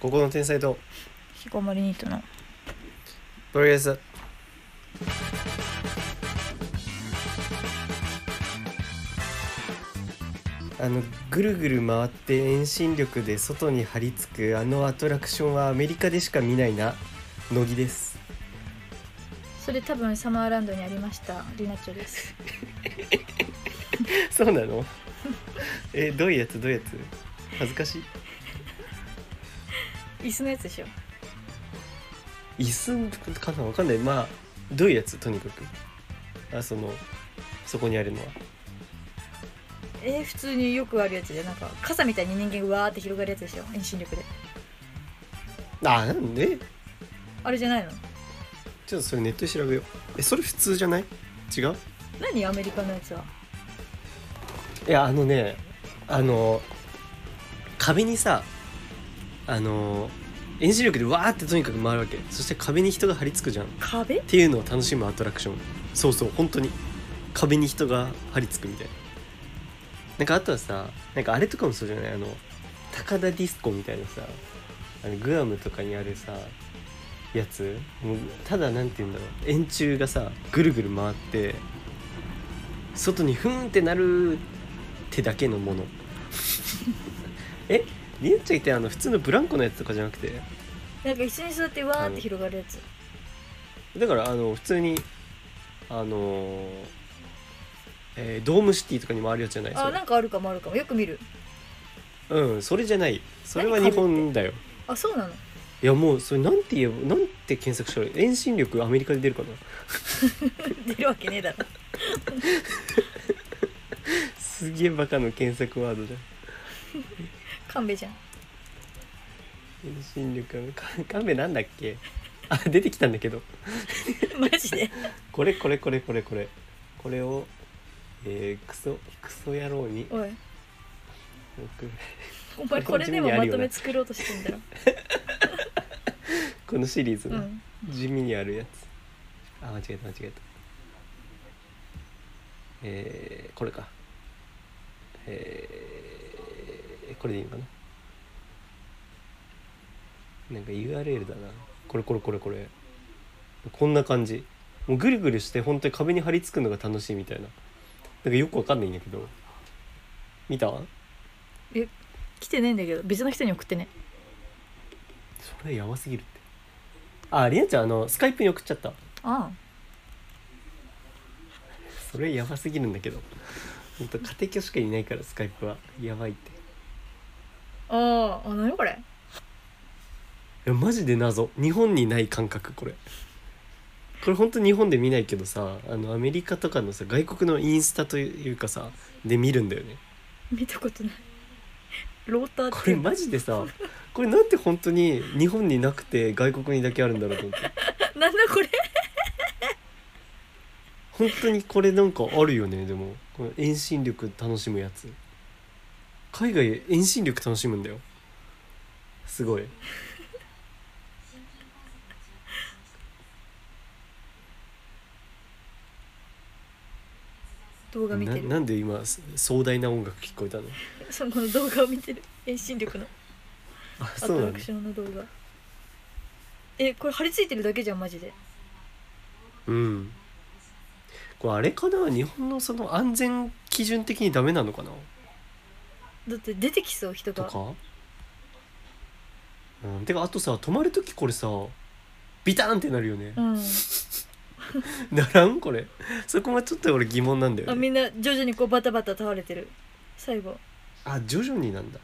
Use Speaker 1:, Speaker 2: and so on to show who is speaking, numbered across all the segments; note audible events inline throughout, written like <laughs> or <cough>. Speaker 1: ここの天才と
Speaker 2: ひこもりニートの
Speaker 1: とりあえずあのぐるぐる回って遠心力で外に張り付くあのアトラクションはアメリカでしか見ないな乃木です
Speaker 2: それ多分サマーランドにありましたリナッチョです
Speaker 1: <laughs> そうなの <laughs> えどういうやつどういうやつ恥ずかしい
Speaker 2: <laughs> 椅子のやつでしょ
Speaker 1: 椅子かなわかんないまあどういうやつとにかくあそのそこにあるのは
Speaker 2: えー普通によくあるやつでなんか傘みたいに人間がわーって広がるやつでしょ遠心力で
Speaker 1: あなんで
Speaker 2: あれじゃないの
Speaker 1: ちょっとそれネットで調べようえそれ普通じゃない違う
Speaker 2: 何アメリカのやつはい
Speaker 1: やあのねあの壁にさあの遠心力でわーってとにかく回るわけそして壁に人が張り付くじゃんっ
Speaker 2: 壁
Speaker 1: ていうのを楽しむアトラクションそうそう本当に壁に人が張り付くみたいななんかあとはさなんかあれとかもそうじゃないあの高田ディスコみたいなさあのグアムとかにあるさやつもうただなんて言うんだろう円柱がさぐるぐる回って外にふーんってなるってだけのものえりなちゃんってあの普通のブランコのやつとかじゃなくて
Speaker 2: なんか椅子に座ってわーって広がるやつ
Speaker 1: だからあの普通にあのーえードームシティとかにもあるやつじゃないそ
Speaker 2: あ
Speaker 1: れ
Speaker 2: なんかあるかもあるかもよく見る
Speaker 1: うんそれじゃないそれは日本だよ
Speaker 2: あそうなの <laughs>
Speaker 1: いやもうそれなんて言えばなんて検索したらいい遠心力アメリカで出るかな
Speaker 2: 出るわけねえだろ <laughs>
Speaker 1: すげえバカの検索ワードじゃん
Speaker 2: 勘弁じゃん
Speaker 1: 遠心力かカメなんだっけあ出てきたんだけど
Speaker 2: <laughs> マジで
Speaker 1: これこれこれこれこれこれをえー、クソクソ野郎に
Speaker 2: おい
Speaker 1: 僕
Speaker 2: お前これでもまとめ作ろうとしてんだろ
Speaker 1: このシリーズ
Speaker 2: う
Speaker 1: の、
Speaker 2: ん
Speaker 1: 地味にあるやつあ間違えた間違えたえー、これかえー、これでいいのかななんか URL だなこれこれこれこれこんな感じもうぐるぐるして本当に壁に張り付くのが楽しいみたいななんかよくわかんないんだけど見た
Speaker 2: 来てないんだけど別の人に送ってね
Speaker 1: それやばすぎるってありなちゃんあのスカイプに送っちゃった
Speaker 2: ああ
Speaker 1: それやばすぎるんだけどほんと家庭教師がいないからスカイプはやばいってい
Speaker 2: あああ何これ
Speaker 1: やマジで謎日本にない感覚これこれほんと日本で見ないけどさあのアメリカとかのさ外国のインスタというかさで見るんだよね
Speaker 2: 見たことないローター
Speaker 1: こ
Speaker 2: ってい
Speaker 1: れ
Speaker 2: うの
Speaker 1: マジでさこれなんて本当に日本になくて外国にだけあるんだろうと思って
Speaker 2: なんだこれ
Speaker 1: 本当にこれなんかあるよねでもこの遠心力楽しむやつ海外遠心力楽しむんだよすごい
Speaker 2: 動画見て
Speaker 1: な
Speaker 2: る
Speaker 1: なんで今す壮大な音楽聞こえたの
Speaker 2: その動画を見てる遠心力の
Speaker 1: あ
Speaker 2: ア
Speaker 1: そう
Speaker 2: ト
Speaker 1: な
Speaker 2: ラ
Speaker 1: んだ
Speaker 2: クションの動画えこれ張り付いてるだけじゃんマジで
Speaker 1: うんこれあれかな日本のその安全基準的にダメなのかな
Speaker 2: だって出てきそう人
Speaker 1: と
Speaker 2: が
Speaker 1: かうんてかあとさ泊まる時これさビターンってなるよね
Speaker 2: う、ん
Speaker 1: ならんこれそこはちょっと俺疑問なんだ
Speaker 2: あ
Speaker 1: よね
Speaker 2: みんな徐々にこうバタバタ倒れてる最後
Speaker 1: あ徐々になんだ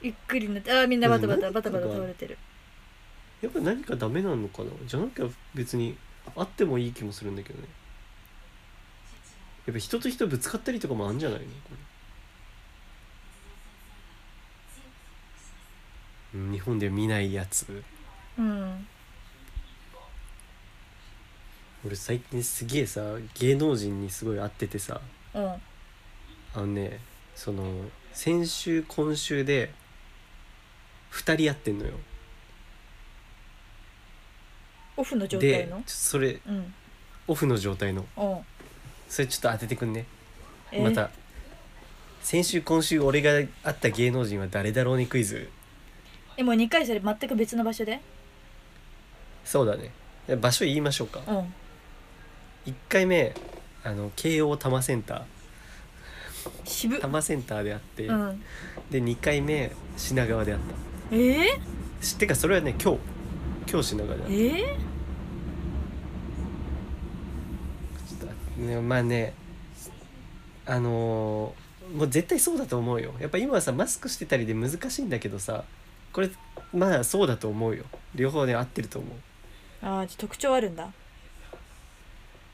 Speaker 2: ゆっくりになってあみんなバタバタ
Speaker 1: うん
Speaker 2: バタバタ倒れてる
Speaker 1: やっぱ何かダメなのかなじゃなきゃ別にあってもいい気もするんだけどねやっぱ人と人ぶつかったりとかもあんじゃないのこれうん日本で見ないやつ
Speaker 2: うん
Speaker 1: 俺最近すげえさ芸能人にすごい会っててさ
Speaker 2: うん
Speaker 1: あのねその先週今週で2人会ってんのよ
Speaker 2: オフの状態
Speaker 1: で
Speaker 2: の
Speaker 1: ちょそれ
Speaker 2: うん
Speaker 1: オフの状態の
Speaker 2: うん
Speaker 1: それちょっと当ててくんね
Speaker 2: えー
Speaker 1: また先週今週俺が会った芸能人は誰だろうにクイズ
Speaker 2: えもう2回それ全く別の場所で
Speaker 1: そうだねで場所言いましょうか
Speaker 2: うん
Speaker 1: 1回目あの慶応多摩センター
Speaker 2: 渋っ
Speaker 1: 多摩センターであって、
Speaker 2: うん
Speaker 1: で2回目品川であった
Speaker 2: えー、
Speaker 1: しってかそれはね今日今日品川であった
Speaker 2: えー、
Speaker 1: ちょっとねまあねあのーもう絶対そうだと思うよやっぱ今はさマスクしてたりで難しいんだけどさこれまあそうだと思うよ両方ね合ってると思う
Speaker 2: ああ特徴あるんだ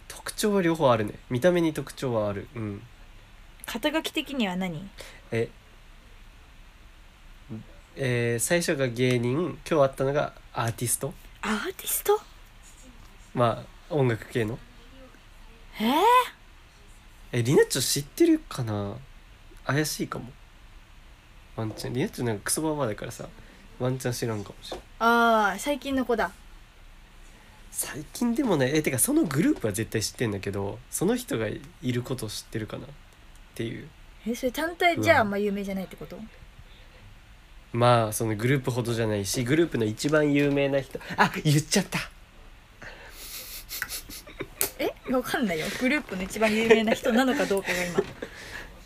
Speaker 1: 特徴は両方あるね見た目に特徴はあるうん
Speaker 2: 肩書き的には何
Speaker 1: ええー最初が芸人今日あったのがアーティスト
Speaker 2: アーティスト
Speaker 1: まあ音楽系の
Speaker 2: えー、
Speaker 1: えリナッチョ知ってるかな怪しいかもワンチャンリナッチョなんかクソババアだからさワンチャン知らんかもしれん
Speaker 2: ああ最近の子だ
Speaker 1: 最近でもねえてかそのグループは絶対知ってんだけどその人がいること知ってるかなっていう
Speaker 2: えそれ単体じゃあんま有名じゃないってこと
Speaker 1: まあそのグループほどじゃないしグループの一番有名な人あ言っちゃった
Speaker 2: えわかんないよグループの一番有名な人なのかどうかが今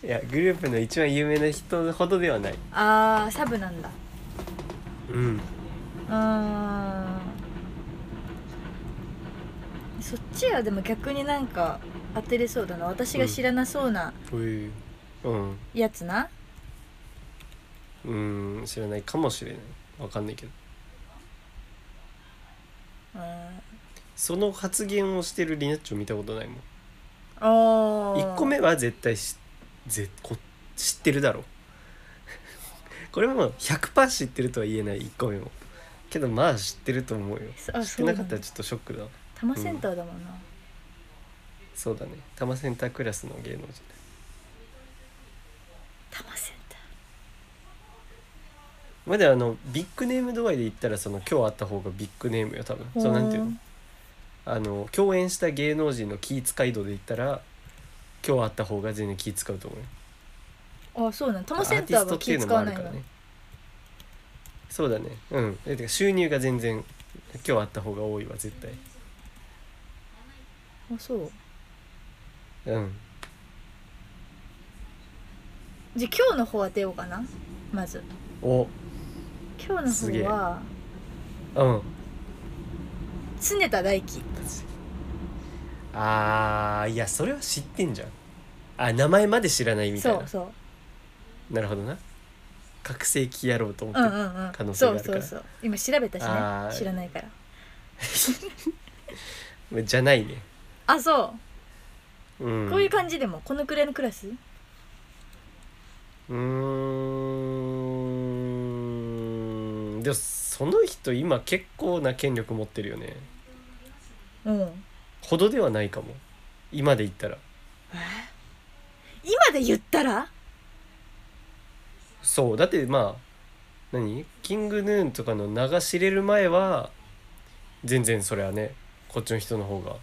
Speaker 1: いやグループの一番有名な人ほどではない
Speaker 2: ああサブなんだ
Speaker 1: うん
Speaker 2: うーんそっちはでも逆になんか当てれそうだな私が知らなそうな
Speaker 1: うんうん
Speaker 2: やつな、
Speaker 1: うん知らないかもしれないわかんないけど
Speaker 2: うん、あ
Speaker 1: その発言をしてるリナッチョ見たことないもん
Speaker 2: あ
Speaker 1: 1個目は絶対しぜこ知ってるだろ <laughs> これはもう100%知ってるとは言えない1個目もけどまあ知ってると思うよ
Speaker 2: そあ
Speaker 1: 知ってなかった
Speaker 2: そうなん
Speaker 1: ら
Speaker 2: だ
Speaker 1: ちょっとショックだわ
Speaker 2: 多摩センターだもんな、
Speaker 1: そうだね多摩センタークラスの芸能人
Speaker 2: 多摩センター
Speaker 1: まだあのビッグネーム度合いで言ったらその今日あった方がビッグネームよ多分そうなんていうのあの共演した芸能人の気使い度で言ったら今日あった方が全然気使うと思うよ
Speaker 2: ほーあそうなん多
Speaker 1: ア
Speaker 2: 摩セ
Speaker 1: ー
Speaker 2: ン
Speaker 1: ティ
Speaker 2: タ
Speaker 1: ス
Speaker 2: ー
Speaker 1: ト
Speaker 2: は
Speaker 1: ってい
Speaker 2: 気
Speaker 1: うの
Speaker 2: 使
Speaker 1: もあ
Speaker 2: わ
Speaker 1: る
Speaker 2: ない
Speaker 1: か
Speaker 2: んだ
Speaker 1: らねそうだねうんえてか収入が全然今日あった方が多いわ絶対
Speaker 2: あそう
Speaker 1: うん
Speaker 2: じゃあ今日の方当てようかなまず
Speaker 1: お
Speaker 2: 今日
Speaker 1: すげえ
Speaker 2: の方は
Speaker 1: うん
Speaker 2: 常田大樹
Speaker 1: あーいやそれは知ってんじゃんあ名前まで知らないみたい
Speaker 2: そ
Speaker 1: な
Speaker 2: うそう
Speaker 1: なるほどな覚醒器やろうと思って
Speaker 2: うん
Speaker 1: る、
Speaker 2: うんうん
Speaker 1: 可能性があるから
Speaker 2: そうそうそう今調べたし
Speaker 1: あ
Speaker 2: ね
Speaker 1: ー
Speaker 2: 知らないから
Speaker 1: じゃないね
Speaker 2: あそう
Speaker 1: うん
Speaker 2: こういう感じでもこのくらいのクラス
Speaker 1: うーんでもその人今結構な権力持ってるよね
Speaker 2: うん
Speaker 1: ほどではないかも今で言ったら
Speaker 2: 今で言ったら
Speaker 1: そうだってまあ何キングヌーンとかの名が知れる前は全然それはねこっちの人の方が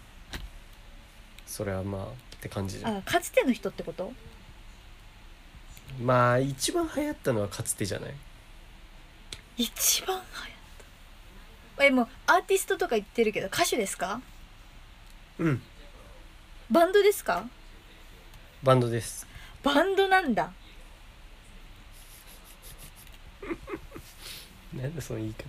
Speaker 1: それはまあって感じじゃん
Speaker 2: あかつての人ってこと
Speaker 1: まあ一番流行ったのはかつてじゃない
Speaker 2: 一番流行ったえもうアーティストとか言ってるけど歌手ですか
Speaker 1: うん
Speaker 2: バンドですか
Speaker 1: バンドです
Speaker 2: バンドなんだ
Speaker 1: なんでその言い方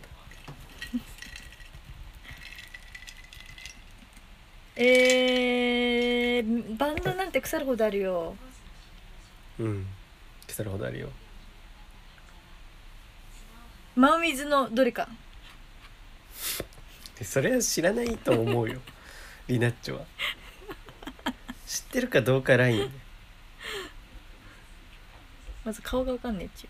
Speaker 2: えー、バンドなんて腐るほどあるよ
Speaker 1: うん腐るほどあるよ
Speaker 2: 真水のどれか
Speaker 1: でそれは知らないと思
Speaker 2: <laughs>
Speaker 1: うよリナッチョは知ってるかどうかラインね
Speaker 2: まず顔がわかんねえっちゅ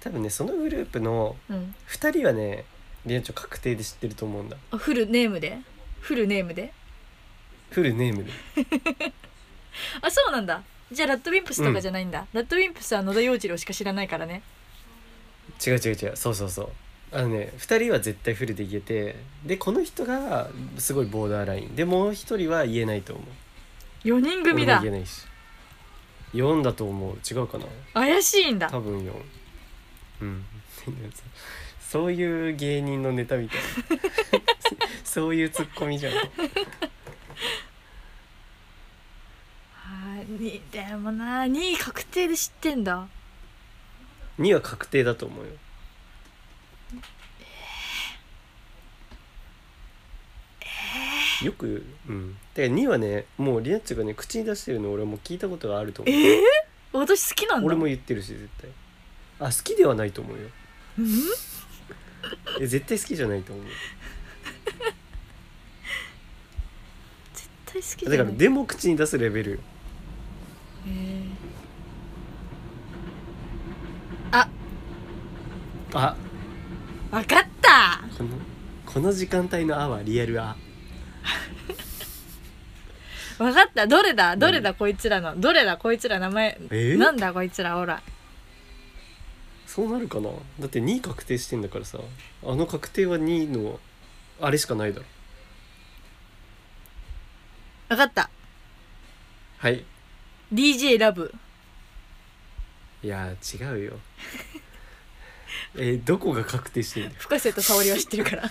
Speaker 1: 多分ねそのグループの
Speaker 2: ううん
Speaker 1: 2人はねリナッチョ確定で知ってると思うんだ
Speaker 2: あフルネームでフルネームで
Speaker 1: フルネームで
Speaker 2: あそうなんだじゃあラッドウィンプスとかじゃないんだ、ラッドウィンプスは野田洋次郎しか知らないからね
Speaker 1: 違う違う違うそうそうそうあのね2人は絶対フルで言えてでこの人がすごいボーダーラインでもう1人は言えないと思う
Speaker 2: 4人組だ
Speaker 1: 俺も言えないし4だと思う違うかな
Speaker 2: 怪しいんだ
Speaker 1: 多分4うん <laughs> そういう芸人のネタ
Speaker 2: <laughs>
Speaker 1: みたいなそういうツッコミじゃん
Speaker 2: はいにでもな2位確定で知ってんだ
Speaker 1: 2は確定だと思うよよくうんてか2はねもうリナッチがね口に出してるの俺はもう聞いたことがあると思う
Speaker 2: ええ私好きなんだ
Speaker 1: 俺も言ってるし絶対あ好きではないと思うよ
Speaker 2: うん
Speaker 1: え絶対好きじゃないと思う
Speaker 2: 絶対好きじゃな
Speaker 1: だ
Speaker 2: い
Speaker 1: からでも口に出すレベルよ
Speaker 2: えーあ
Speaker 1: あ
Speaker 2: わかった
Speaker 1: このこの時間帯の「あ」はリアル「あ
Speaker 2: わかったどれだどれだこいつらのどれだこいつら名前、
Speaker 1: えー
Speaker 2: なんだこいつらほら」
Speaker 1: そうなるかなだって2確定してんだからさあの確定は2のあれしかないだろ
Speaker 2: わかった
Speaker 1: はい
Speaker 2: DJ ラブ
Speaker 1: いやー違うよえーどこが確定してんだよ
Speaker 2: 深瀬と沙織は知って
Speaker 1: <laughs>
Speaker 2: るから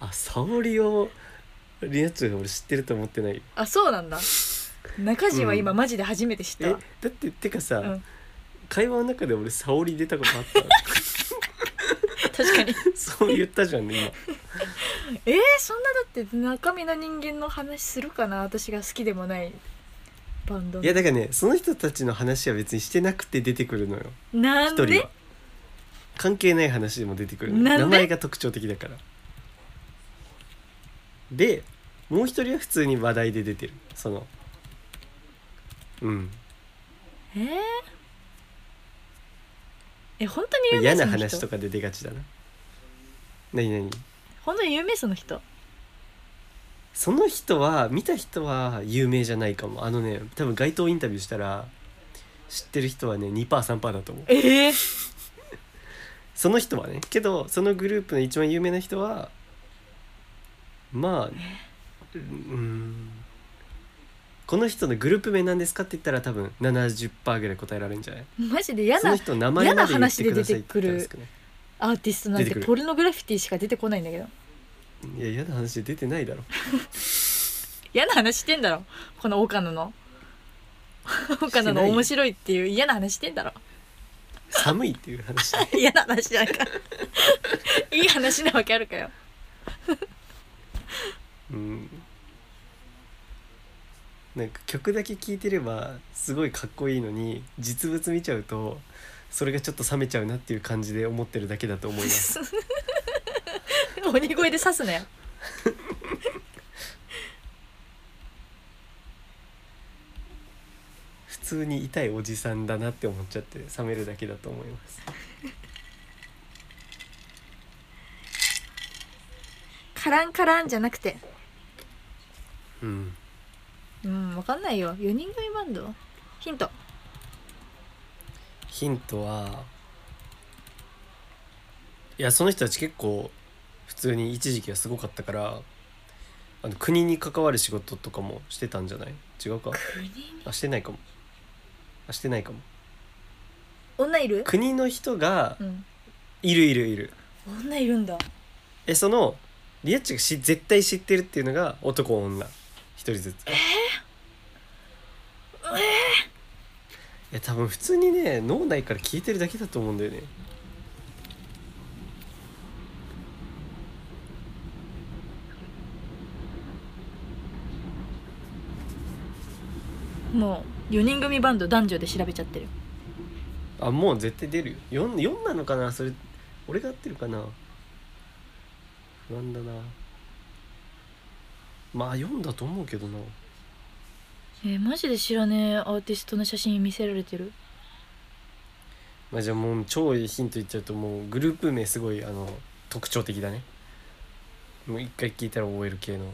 Speaker 1: あ沙織をリナッチが俺知ってると思ってないよ
Speaker 2: あそうなんだ中地は今、
Speaker 1: う
Speaker 2: マジで初めて知った
Speaker 1: え
Speaker 2: わ
Speaker 1: だっててかさ、
Speaker 2: うん
Speaker 1: 会話の中で俺沙織出たことあった
Speaker 2: 確かに <laughs>
Speaker 1: そう言ったじゃんね
Speaker 2: えー、そんなだって中身の人間の話するかな私が好きでもないバン
Speaker 1: 今
Speaker 2: ドの
Speaker 1: いやだからねその人たちの話は別にしてなくて出てくるのよ
Speaker 2: なん
Speaker 1: 一人
Speaker 2: で
Speaker 1: は関係ない話でも出てくるのよ
Speaker 2: なんで
Speaker 1: 名前が特徴的だからでもう一人は普通に話題で出てるそのうん
Speaker 2: えー、え本当に有名
Speaker 1: 嫌
Speaker 2: そ
Speaker 1: な
Speaker 2: の人
Speaker 1: 話とかで出がちだな何何
Speaker 2: 本当に有名その人
Speaker 1: その人は見た人は有名じゃないかもあのね多分街頭インタビューしたら知ってる人はね 2%3% だと思う
Speaker 2: えー、
Speaker 1: その人はねけどそのグループの一番有名な人はまあうーんこの人のグループ名なんですかって言ったら多分70%ぐらい答えられるんじゃない
Speaker 2: マジで嫌
Speaker 1: その
Speaker 2: な
Speaker 1: 人の名前まで言ってくださいって言ったんですかね
Speaker 2: アーティストな
Speaker 1: 出
Speaker 2: ん
Speaker 1: て
Speaker 2: て
Speaker 1: くる
Speaker 2: ポルノグラフィティしか出てこないんだけど
Speaker 1: いや嫌な話で出てないだろ
Speaker 2: 嫌な話してんだろこの岡
Speaker 1: <laughs>
Speaker 2: 野の岡野の面白いっていう嫌な話してんだろ
Speaker 1: 寒いっていう話 <laughs>
Speaker 2: 嫌な話じゃないかいい話なわけあるかよ
Speaker 1: うんなんか曲だけ聴いてればすごいかっこいいのに実物見ちゃうとそれがちょっと冷めちゃうなっていう感じで思ってるだけだと思います
Speaker 2: 鬼声で刺すなよ
Speaker 1: 普通に痛いおじさんだなって思っちゃって冷めるだけだと思います
Speaker 2: カランカランじゃなくて
Speaker 1: うん
Speaker 2: うんわかんないよ4人組バンドヒント
Speaker 1: ヒントはいやその人たち結構普通に一時期はすごかったからあの国に関わる仕事とかもしてたんじゃない違うか
Speaker 2: 国に
Speaker 1: あしてないかもあしてないかも
Speaker 2: 女いる
Speaker 1: 国の人が
Speaker 2: うん
Speaker 1: いるいるいる
Speaker 2: 女いるんだ
Speaker 1: えそのリアッチがし絶対知ってるっていうのが男女一人ずつええいや多分普通にね脳内から聞いてるだけだと思うんだよね
Speaker 2: もう4人組バンド男女で調べちゃってる
Speaker 1: あもう絶対出るよ 4, 4なのかなそれ俺が合ってるかな不安だなまあ4だと思うけどな
Speaker 2: えーマジで知らねえアーティストの写真見せられてる
Speaker 1: まあじゃあもう超いいヒント言っちゃうともうグループ名すごいあの特徴的だねもう一回聞いたら覚える系の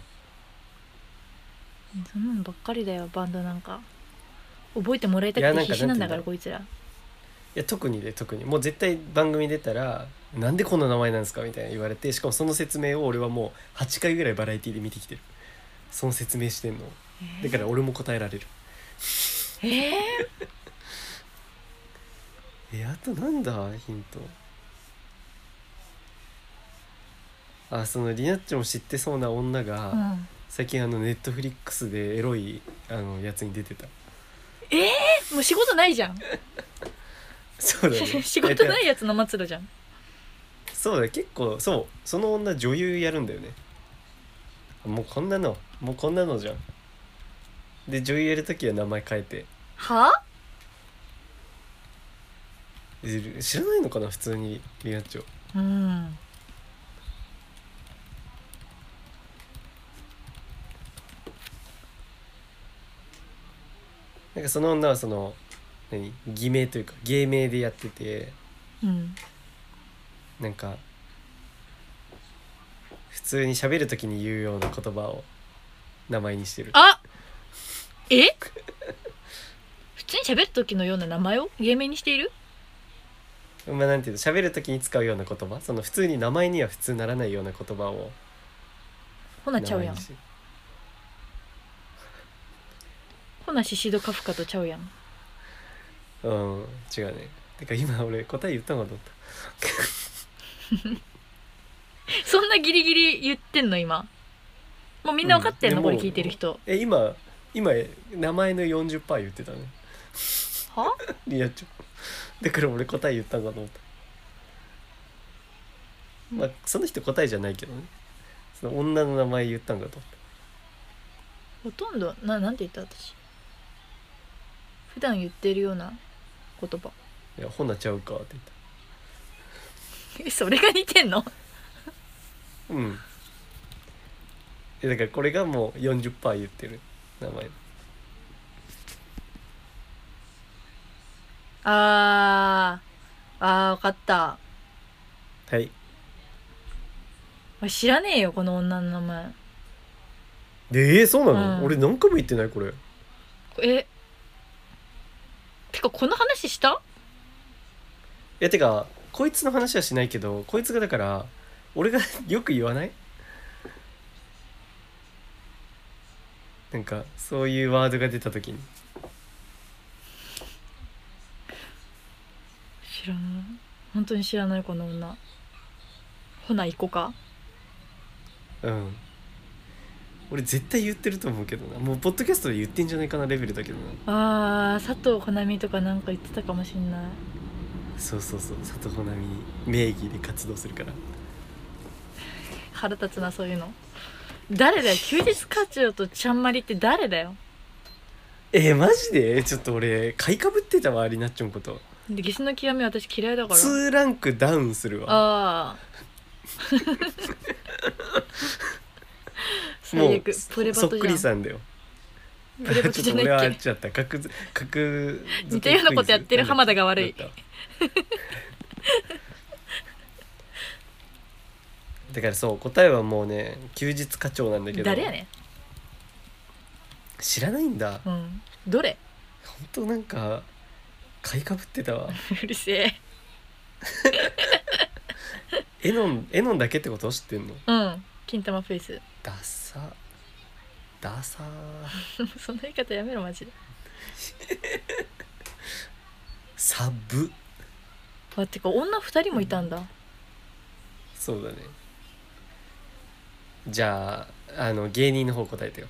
Speaker 2: そんなのばっかりだよバンドなんか覚えてもらいた
Speaker 1: いや
Speaker 2: く
Speaker 1: な
Speaker 2: て
Speaker 1: んか
Speaker 2: 必死なんだか
Speaker 1: な
Speaker 2: ら
Speaker 1: ん
Speaker 2: こいつら
Speaker 1: いや特にで特にもう絶対番組出たら「なんでこんな名前なんですか?」みたいな言われてしかもその説明を俺はもう8回ぐらいバラエティで見てきてるその説明してんのだから俺も答えられる
Speaker 2: えー、
Speaker 1: えあとなんだヒントあそのリナッチも知ってそうな女が、
Speaker 2: うん、
Speaker 1: 最近あのネットフリックスでエロいあのやつに出
Speaker 2: <laughs>
Speaker 1: てた
Speaker 2: えもう仕事ないじゃん
Speaker 1: そうだね
Speaker 2: <laughs> 仕事ないいやつの末路じゃん
Speaker 1: そうだ結構そうその女女優やるんだよねもうこんなのもうこんなのじゃんで女優やるときは名前変えて
Speaker 2: はあ
Speaker 1: え知らないのかな普通にリナッチョ
Speaker 2: うん
Speaker 1: なんかその女はその何偽名というか芸名でやってて
Speaker 2: うん
Speaker 1: なんか普通に喋るときに言うような言葉を名前にしてる
Speaker 2: あ <laughs> え普通に喋る時のような名前を芸名にしている
Speaker 1: まあなんていうの喋るときに使うような言葉その普通に名前には普通ならないような言葉を
Speaker 2: ほな
Speaker 1: 名
Speaker 2: ちゃう
Speaker 1: 前
Speaker 2: やん
Speaker 1: にして
Speaker 2: ほなシシドカフカとちゃうやん
Speaker 1: うん違うねてか今俺答え言ったのかと思っ
Speaker 2: そんなギリギリ言ってんの今もうみんな分かってんの、
Speaker 1: うん
Speaker 2: こ
Speaker 1: で
Speaker 2: れ
Speaker 1: も
Speaker 2: 聞いてる人
Speaker 1: たえ今今名前の40%言ってたね
Speaker 2: は
Speaker 1: リアちゃんだから俺答え言ったんかと思ったまあその人答えじゃないけどねその女の名前言ったんかと思っ
Speaker 2: ほとんどななんて言った私普段言ってるような言葉
Speaker 1: たいやほなちゃうかって言っ
Speaker 2: えそれが似てんの
Speaker 1: たうんえだからこれがもう40%言ってる名前
Speaker 2: あーあー分かった
Speaker 1: はい
Speaker 2: 俺知らねえよこの女の名前
Speaker 1: でえー、そうなの、
Speaker 2: うん
Speaker 1: 俺何回も言ってないこれ
Speaker 2: えてかこの話した
Speaker 1: いやてかこいつの話はしないけどこいつがだから俺が <laughs> よく言わないなんかそういうワードが出た時に
Speaker 2: 知らない本当に知らないこの女ほな行こうか
Speaker 1: うん俺絶対言ってると思うけどなもうポッドキャストで言ってんじゃないかなレベルだけどな
Speaker 2: あー佐藤穂波とかなんか言ってたかもしんない
Speaker 1: そうそうそう佐藤穂波名義で活動するから
Speaker 2: 腹立つなそういうの誰だよ休日課長とちゃんまりって誰だよ
Speaker 1: えー、マジでちょっと俺買いかぶってたわりなっちょんこと
Speaker 2: で下の極み私嫌いだから
Speaker 1: 2ランクダウンするわ
Speaker 2: ああ
Speaker 1: も
Speaker 2: 最
Speaker 1: う
Speaker 2: 悪プレバ
Speaker 1: そっ
Speaker 2: ト
Speaker 1: くり
Speaker 2: じゃん
Speaker 1: さんだよ
Speaker 2: プレバト
Speaker 1: ち
Speaker 2: じ
Speaker 1: ょっ
Speaker 2: ゃ
Speaker 1: と俺は
Speaker 2: な
Speaker 1: あ
Speaker 2: い
Speaker 1: っ
Speaker 2: っけ
Speaker 1: ちゃった格付格付け
Speaker 2: 似たようなことやってる
Speaker 1: クイズなんだ
Speaker 2: 浜
Speaker 1: け
Speaker 2: 田が悪い
Speaker 1: だっただからそう答えはもうね休日課長なんだけど
Speaker 2: 誰やね
Speaker 1: 知らないんだ
Speaker 2: んうんどれ
Speaker 1: 本当なんか買いかぶってたわ
Speaker 2: うるせえ
Speaker 1: エノンエノンだけってこと知ってんの
Speaker 2: うん金玉フェイス <laughs>
Speaker 1: ダサダサ
Speaker 2: その言い方やめろマジで
Speaker 1: サブ
Speaker 2: あてか女二人もいたんだ
Speaker 1: そうだねじゃああの芸人の方答えてよ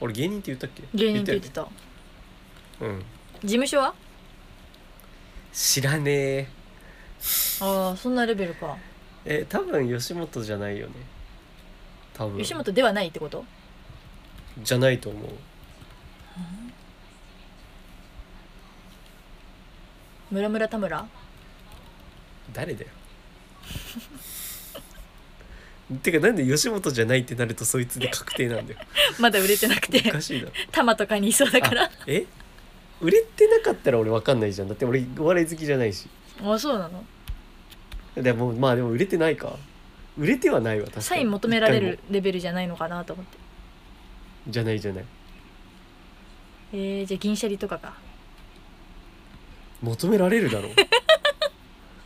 Speaker 1: 俺芸人って言ったっけ
Speaker 2: 芸人って言って
Speaker 1: よ
Speaker 2: た
Speaker 1: ねうん
Speaker 2: 事務所は
Speaker 1: 知らねえ
Speaker 2: ああそんなレベルか
Speaker 1: え多分吉本じゃないよね多分
Speaker 2: 吉本ではないってこと
Speaker 1: じゃないと思う
Speaker 2: 村村田村
Speaker 1: 誰だよ <laughs> てかなんで吉本じゃないってなるとそいつで確定なんだ
Speaker 2: <laughs>
Speaker 1: よ
Speaker 2: まだ売れてなく
Speaker 1: お
Speaker 2: て
Speaker 1: かしいだろ
Speaker 2: 玉とかにいそう <laughs> だから
Speaker 1: あえ売れてなかったら俺わかんないじゃんだって俺お笑い好きじゃないし
Speaker 2: ああそうなの
Speaker 1: でもまあでも売れてないか売れてはないわ確かに
Speaker 2: サイン求められ
Speaker 1: 一
Speaker 2: る
Speaker 1: 回も
Speaker 2: レベルじゃないのかなと思って
Speaker 1: じゃないじゃない
Speaker 2: えー、じゃあ銀シャリとかか
Speaker 1: 求められるだろう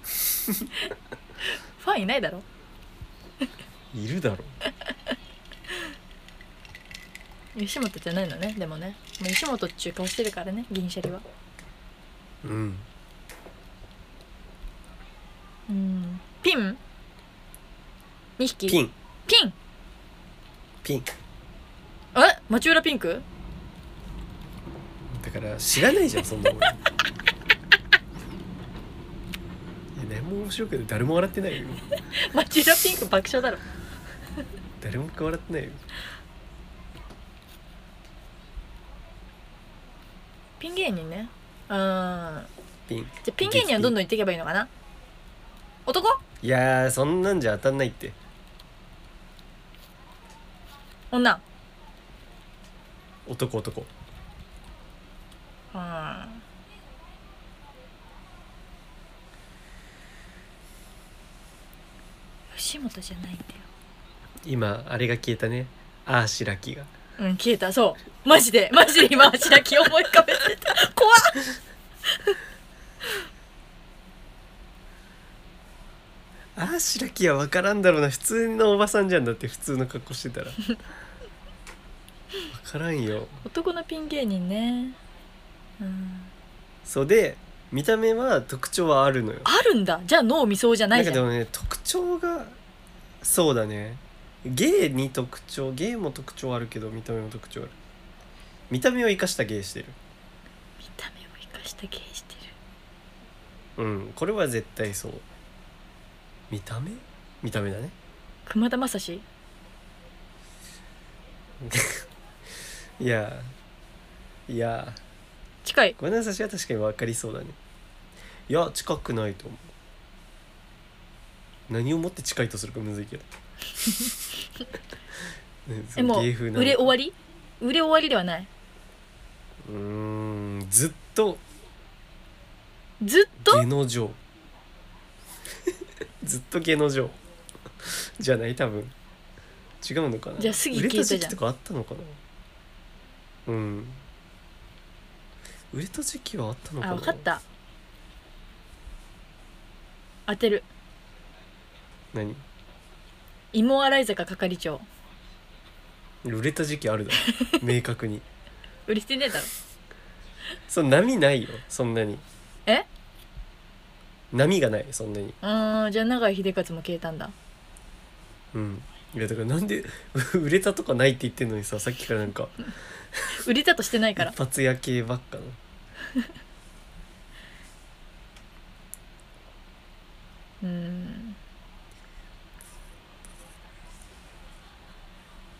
Speaker 2: ファンいないだろ
Speaker 1: いるだろう
Speaker 2: 吉本じゃないのねでもねもう吉本っちゅう顔してるからね銀シャリは
Speaker 1: うん
Speaker 2: うんピン2匹
Speaker 1: ピ
Speaker 2: ン
Speaker 1: ン
Speaker 2: ピン
Speaker 1: ピン
Speaker 2: え町浦ピンク
Speaker 1: だから知らないじゃんそんなもんいや何も面白くない誰も笑ってないよ
Speaker 2: 町浦ピンク爆笑だろ
Speaker 1: 誰も笑ってないよ
Speaker 2: ピン芸人ねうんじゃ
Speaker 1: ピン
Speaker 2: あピン芸人はどんどん行っていけばいいのかな男
Speaker 1: いやーそんなんじゃ当たんないって
Speaker 2: 女
Speaker 1: 男男
Speaker 2: うん吉本じゃないんだよ
Speaker 1: 今あれが消えたねあーしらきが
Speaker 2: うん消えたそうマジでマジで今足だけ思い浮かべて <laughs> た怖っ
Speaker 1: あーしらきは分からんだろうな普通のおばさんじゃんだって普通の格好してたら分からんよ
Speaker 2: 男のピン芸人ねうん
Speaker 1: そうで見た目は特徴はあるのよ
Speaker 2: あるんだじゃあ脳みそうじゃない
Speaker 1: だ
Speaker 2: じ
Speaker 1: け
Speaker 2: ゃん
Speaker 1: どね特徴がそうだね芸に特徴芸も特徴あるけど見た目も特徴ある見た目を生かした芸してる
Speaker 2: 見た目を生かした芸してる
Speaker 1: うんこれは絶対そう見た目見た目だね
Speaker 2: 熊田正史
Speaker 1: いやいや
Speaker 2: 近い
Speaker 1: ごめんなさいは確かに分かりそうだねいや近くないと思う何をもって近いとするかむずいけ
Speaker 2: <laughs>
Speaker 1: どねそ
Speaker 2: え
Speaker 1: の
Speaker 2: もう
Speaker 1: 芸風なの
Speaker 2: 売れ終わり売れ終わりではないう
Speaker 1: ーんずっと
Speaker 2: ずっと
Speaker 1: 下の上 <laughs> ずっと下の上じゃない多分違うのかな
Speaker 2: じゃあ杉
Speaker 1: 売れ
Speaker 2: 消
Speaker 1: た
Speaker 2: えた
Speaker 1: 時期と
Speaker 2: じゃん
Speaker 1: かあったのかなうん売れた時期はあったのかな
Speaker 2: あ分かった当てる
Speaker 1: 何
Speaker 2: 芋洗坂係長
Speaker 1: 売れた時期あるだろ <laughs> 明確に
Speaker 2: 売り捨てねえだろ
Speaker 1: その波ないよそんなに
Speaker 2: え
Speaker 1: 波がないそんなに
Speaker 2: うーんじゃあ永井秀勝も消えたんだ
Speaker 1: うんいやだからなんで <laughs> 売れたとかないって言ってんのにささっきからなんか
Speaker 2: 売りたとしてないから
Speaker 1: 一発屋系ばっかの
Speaker 2: うーん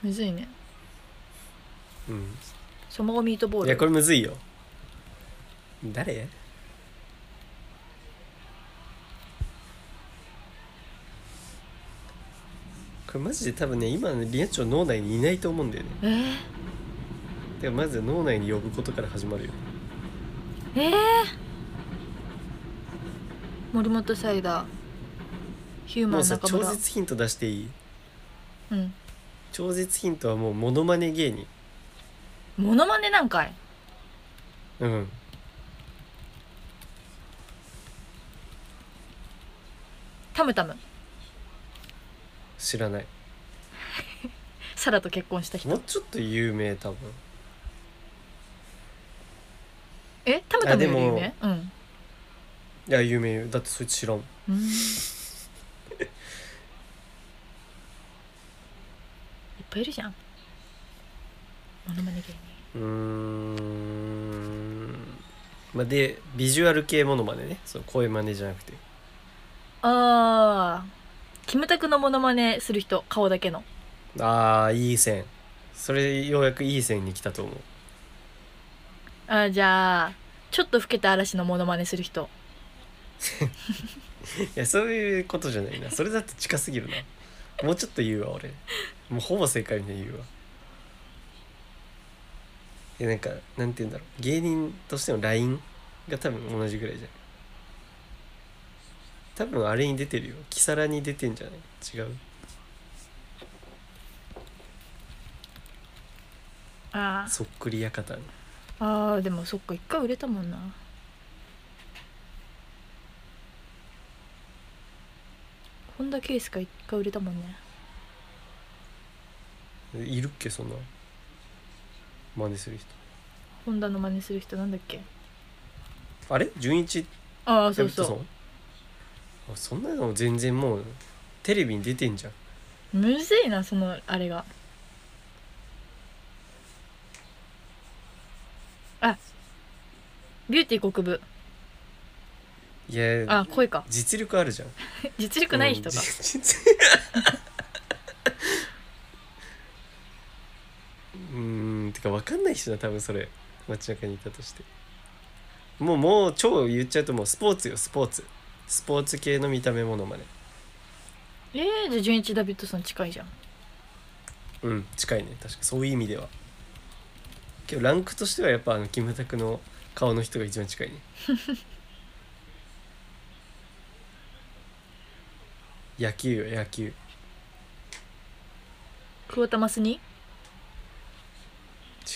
Speaker 2: むずいね
Speaker 1: うん
Speaker 2: そもごミートボ
Speaker 1: い
Speaker 2: ール
Speaker 1: やこれむずいよ誰これマジで多分ね今のリア長脳内にいないと思うんだよね
Speaker 2: えー、
Speaker 1: だからまず脳内に呼ぶことから始まるよ
Speaker 2: えー、森本サイダーヒュー
Speaker 1: も
Speaker 2: マ
Speaker 1: う
Speaker 2: ン
Speaker 1: さ
Speaker 2: 中
Speaker 1: 超
Speaker 2: 村
Speaker 1: 絶ヒント出していい
Speaker 2: うん
Speaker 1: 超絶ヒントはもうモノマネ芸人
Speaker 2: モノマネなんかい
Speaker 1: うん
Speaker 2: タムタム
Speaker 1: 知らない
Speaker 2: サラと結婚した人
Speaker 1: もうちょっと有名多分
Speaker 2: えタムタムより有
Speaker 1: あで
Speaker 2: 名うん
Speaker 1: いや有名よだってそいつ知らん
Speaker 2: うんいっぱいいるじゃんモノマネ芸人
Speaker 1: うーんまあでビジュアル系モノマネねそう声マネじゃなくて
Speaker 2: あーキムタクのモノマネする人顔だけの
Speaker 1: ああいい線それようやくいい線に来たと思う
Speaker 2: あーじゃあちょっと老けた嵐のモノマネする人
Speaker 1: いやそういうことじゃないなそれだって近すぎるなもうちょっと言うわ俺もうほぼ正解みたいに言うわいやなんかなんて言うんだろう芸人としてのラインが多分同じぐらいじゃない多分あれに出てるよキサラに出てんじゃない違う
Speaker 2: あー
Speaker 1: そっくり館に
Speaker 2: あーでもそっか一回売れたもんな本田圭佑が一回売れたもんね
Speaker 1: いるっけそんな真似する人
Speaker 2: 本田の真似する人なんだっけ
Speaker 1: あれ純一
Speaker 2: ああ
Speaker 1: そ
Speaker 2: そうう
Speaker 1: そ
Speaker 2: そう
Speaker 1: うあそんなの全然もうテレビに出てんじゃん
Speaker 2: むずいなそのあれがあビューティー国分
Speaker 1: いや
Speaker 2: あ声か
Speaker 1: 実力あるじゃん
Speaker 2: 実力ない人
Speaker 1: うん
Speaker 2: が、
Speaker 1: 実 <laughs> うーんてか分かんない人だ多分それ街中にいたとしてもうもう超言っちゃうともうスポーツよスポーツスポーツ系の見た目ものまね
Speaker 2: えー、じゃあ純一ダビッドソン近いじゃん
Speaker 1: うん近いね確かそういう意味ではけどランクとしてはやっぱあのキムタクの顔の人が一番近いね野球よ野球
Speaker 2: クオタマスに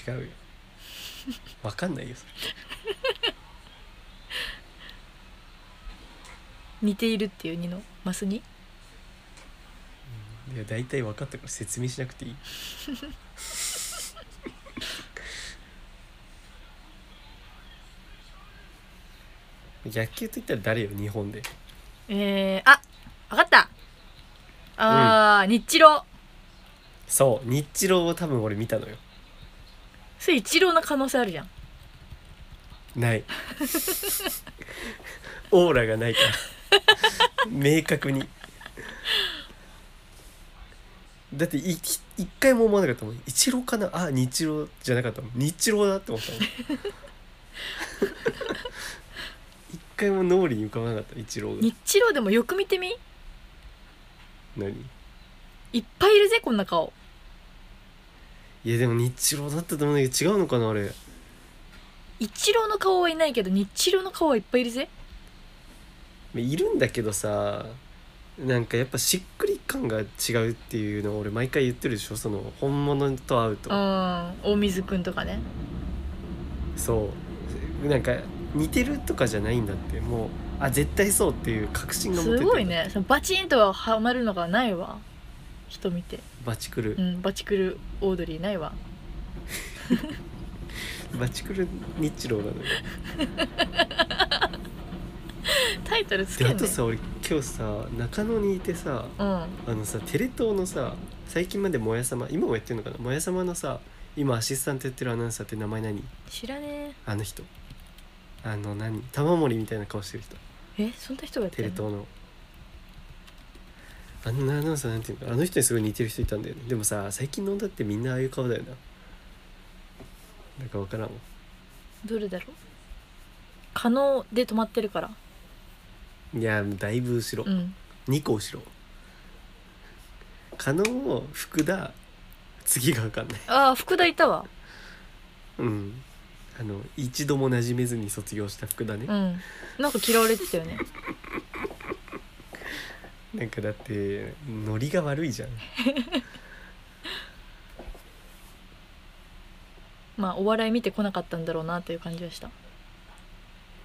Speaker 1: 違うよわかんないよそれ
Speaker 2: 似ているっていう二のマスに
Speaker 1: いや大体分かったから説明しなくていい <laughs> 野球といったら誰よ日本で
Speaker 2: えー、あわかったあー、日露
Speaker 1: そう日チロを多分俺見たのよ
Speaker 2: それ一郎の可能性あるじゃん
Speaker 1: ない <laughs> オーラがないから明確にだっていい一回も思わなかったもん一郎かなあ日郎じゃなかったもん日郎だって思ったもん <laughs> 一回も脳裏に浮かばなかった一郎が
Speaker 2: 日露でもよく見てみ
Speaker 1: 何
Speaker 2: いっぱいいるぜこんな顔
Speaker 1: いやでも日郎だったと思うんだけど違うのかなあれ
Speaker 2: 一郎の顔はいないけど日露の顔はいっぱいいるぜ
Speaker 1: いるんだけどさなんかやっぱしっくり感が違うっていうのを俺毎回言ってるでしょその本物と会うと
Speaker 2: うん大水くんとかね
Speaker 1: そうなんか似てるとかじゃないんだってもうあ絶対そうっていう確信が持てて
Speaker 2: す
Speaker 1: る
Speaker 2: ごいねそのバチンとはハマるのがないわ人見て、
Speaker 1: バチクル
Speaker 2: う、ん、バチクルオードリーないわ
Speaker 1: バチクル日露なのよ
Speaker 2: タイトルつけ
Speaker 1: で
Speaker 2: ん
Speaker 1: あ
Speaker 2: ね
Speaker 1: とさ俺今日さ中野にいてさ
Speaker 2: うん
Speaker 1: あのさテレ東のさ最近まで「もやさま」今もやってるのかな「もやさま」のさ今アシスタントやってるアナウンサーって名前何
Speaker 2: 知らね
Speaker 1: あの人あの何玉森みたいな顔してる人
Speaker 2: ええそんな人がやって
Speaker 1: テレ
Speaker 2: るの
Speaker 1: 東のあんなアナウンサーなんていうのかあの人にすごい似てる人いたんだよねでもさ最近飲んだってみんなああいう顔だよななんか分からんわ
Speaker 2: どれだろう可能で止まってるから
Speaker 1: いやもうだいぶ後ろ、
Speaker 2: うん
Speaker 1: 2個後ろ加納福田次が分かんない
Speaker 2: ああ福田いたわ
Speaker 1: うんあの一度も馴染めずに卒業した福田ね
Speaker 2: う、んなんか嫌われてたよね
Speaker 1: なんかだってノリが悪いじゃん
Speaker 2: まあお笑い見てこなかったんだろうなという感じがした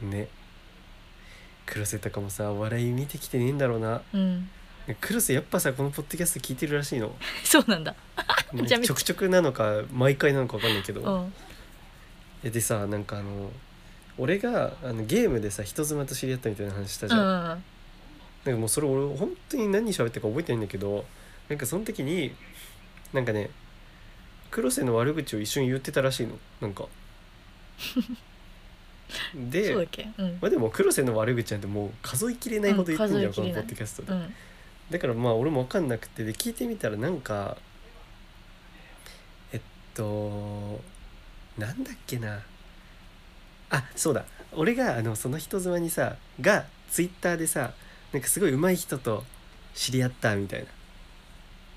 Speaker 1: ね黒瀬とかもさお笑い見てきてねえんだろうな
Speaker 2: うん <laughs>
Speaker 1: 黒瀬やっぱさこのポッドキャスト聞いてるらしいの
Speaker 2: そうなんだ
Speaker 1: ね
Speaker 2: ちゃめちゃ
Speaker 1: ちょくちょくなのか毎回なのか分かんないけど、
Speaker 2: うん
Speaker 1: えでさなんかあの俺があのゲームでさ人妻と知り合ったみたいな話したじ
Speaker 2: う
Speaker 1: ゃん、
Speaker 2: んうん
Speaker 1: なんかもうそれ俺本当に何喋ったか覚えてないんだけどなんかその時になんかね黒瀬の悪口を一緒に言ってたらしいのなん
Speaker 2: <laughs>
Speaker 1: か
Speaker 2: そうだっ
Speaker 1: で
Speaker 2: けうん
Speaker 1: まあでも黒瀬の悪口なんてもう数えきれないほど言ってんじゃん、
Speaker 2: うん
Speaker 1: こ
Speaker 2: 数えき
Speaker 1: の
Speaker 2: れ
Speaker 1: ポ
Speaker 2: ない
Speaker 1: ッドキャストで、
Speaker 2: うん
Speaker 1: だからまあ俺も分かんなくてで聞いてみたらなんかえっとなんだっけなあそうだ俺があのその人妻にさがツイッターでさなんかすごい上手い人と知り合ったみたいな。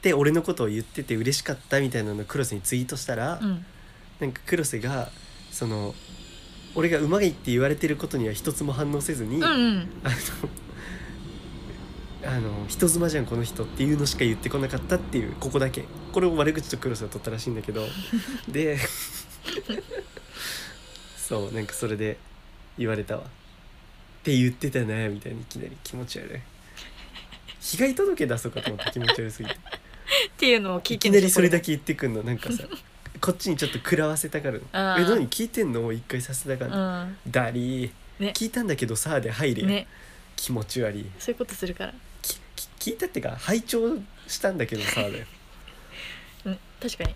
Speaker 1: で俺のことを言ってて嬉しかったみたいなのをクロスにツイートしたら、
Speaker 2: うん
Speaker 1: なんかクロスがその俺が上手いって言われてることには一つも反応せずに、
Speaker 2: うんうん
Speaker 1: あのあの人妻じゃんこの人っていうのしか言ってこなかったっていうここだけこれを悪口とクロスは取ったらしいんだけ
Speaker 2: <laughs>
Speaker 1: どでそうなんかそれで言われたわって言ってたなみたいにいきなり気持ち悪い被害届出そうかと思って気持ち悪すぎて
Speaker 2: っていうのを聞い
Speaker 1: い
Speaker 2: て
Speaker 1: き
Speaker 2: んで
Speaker 1: な
Speaker 2: しょ
Speaker 1: りそれだけ言ってくんのなんかさこっちにちょっと食らわせたがるの「
Speaker 2: あ
Speaker 1: え
Speaker 2: ー
Speaker 1: 何聞いてんの?」を一回させたが
Speaker 2: これ
Speaker 1: るの「ダリー、
Speaker 2: ね
Speaker 1: 聞いたんだけどさ」で入れ、
Speaker 2: うんね
Speaker 1: 気持ち悪い
Speaker 2: そういうことするから
Speaker 1: きき聞いたってか拝聴したんだけどさ
Speaker 2: <laughs>
Speaker 1: だよ
Speaker 2: うん確かに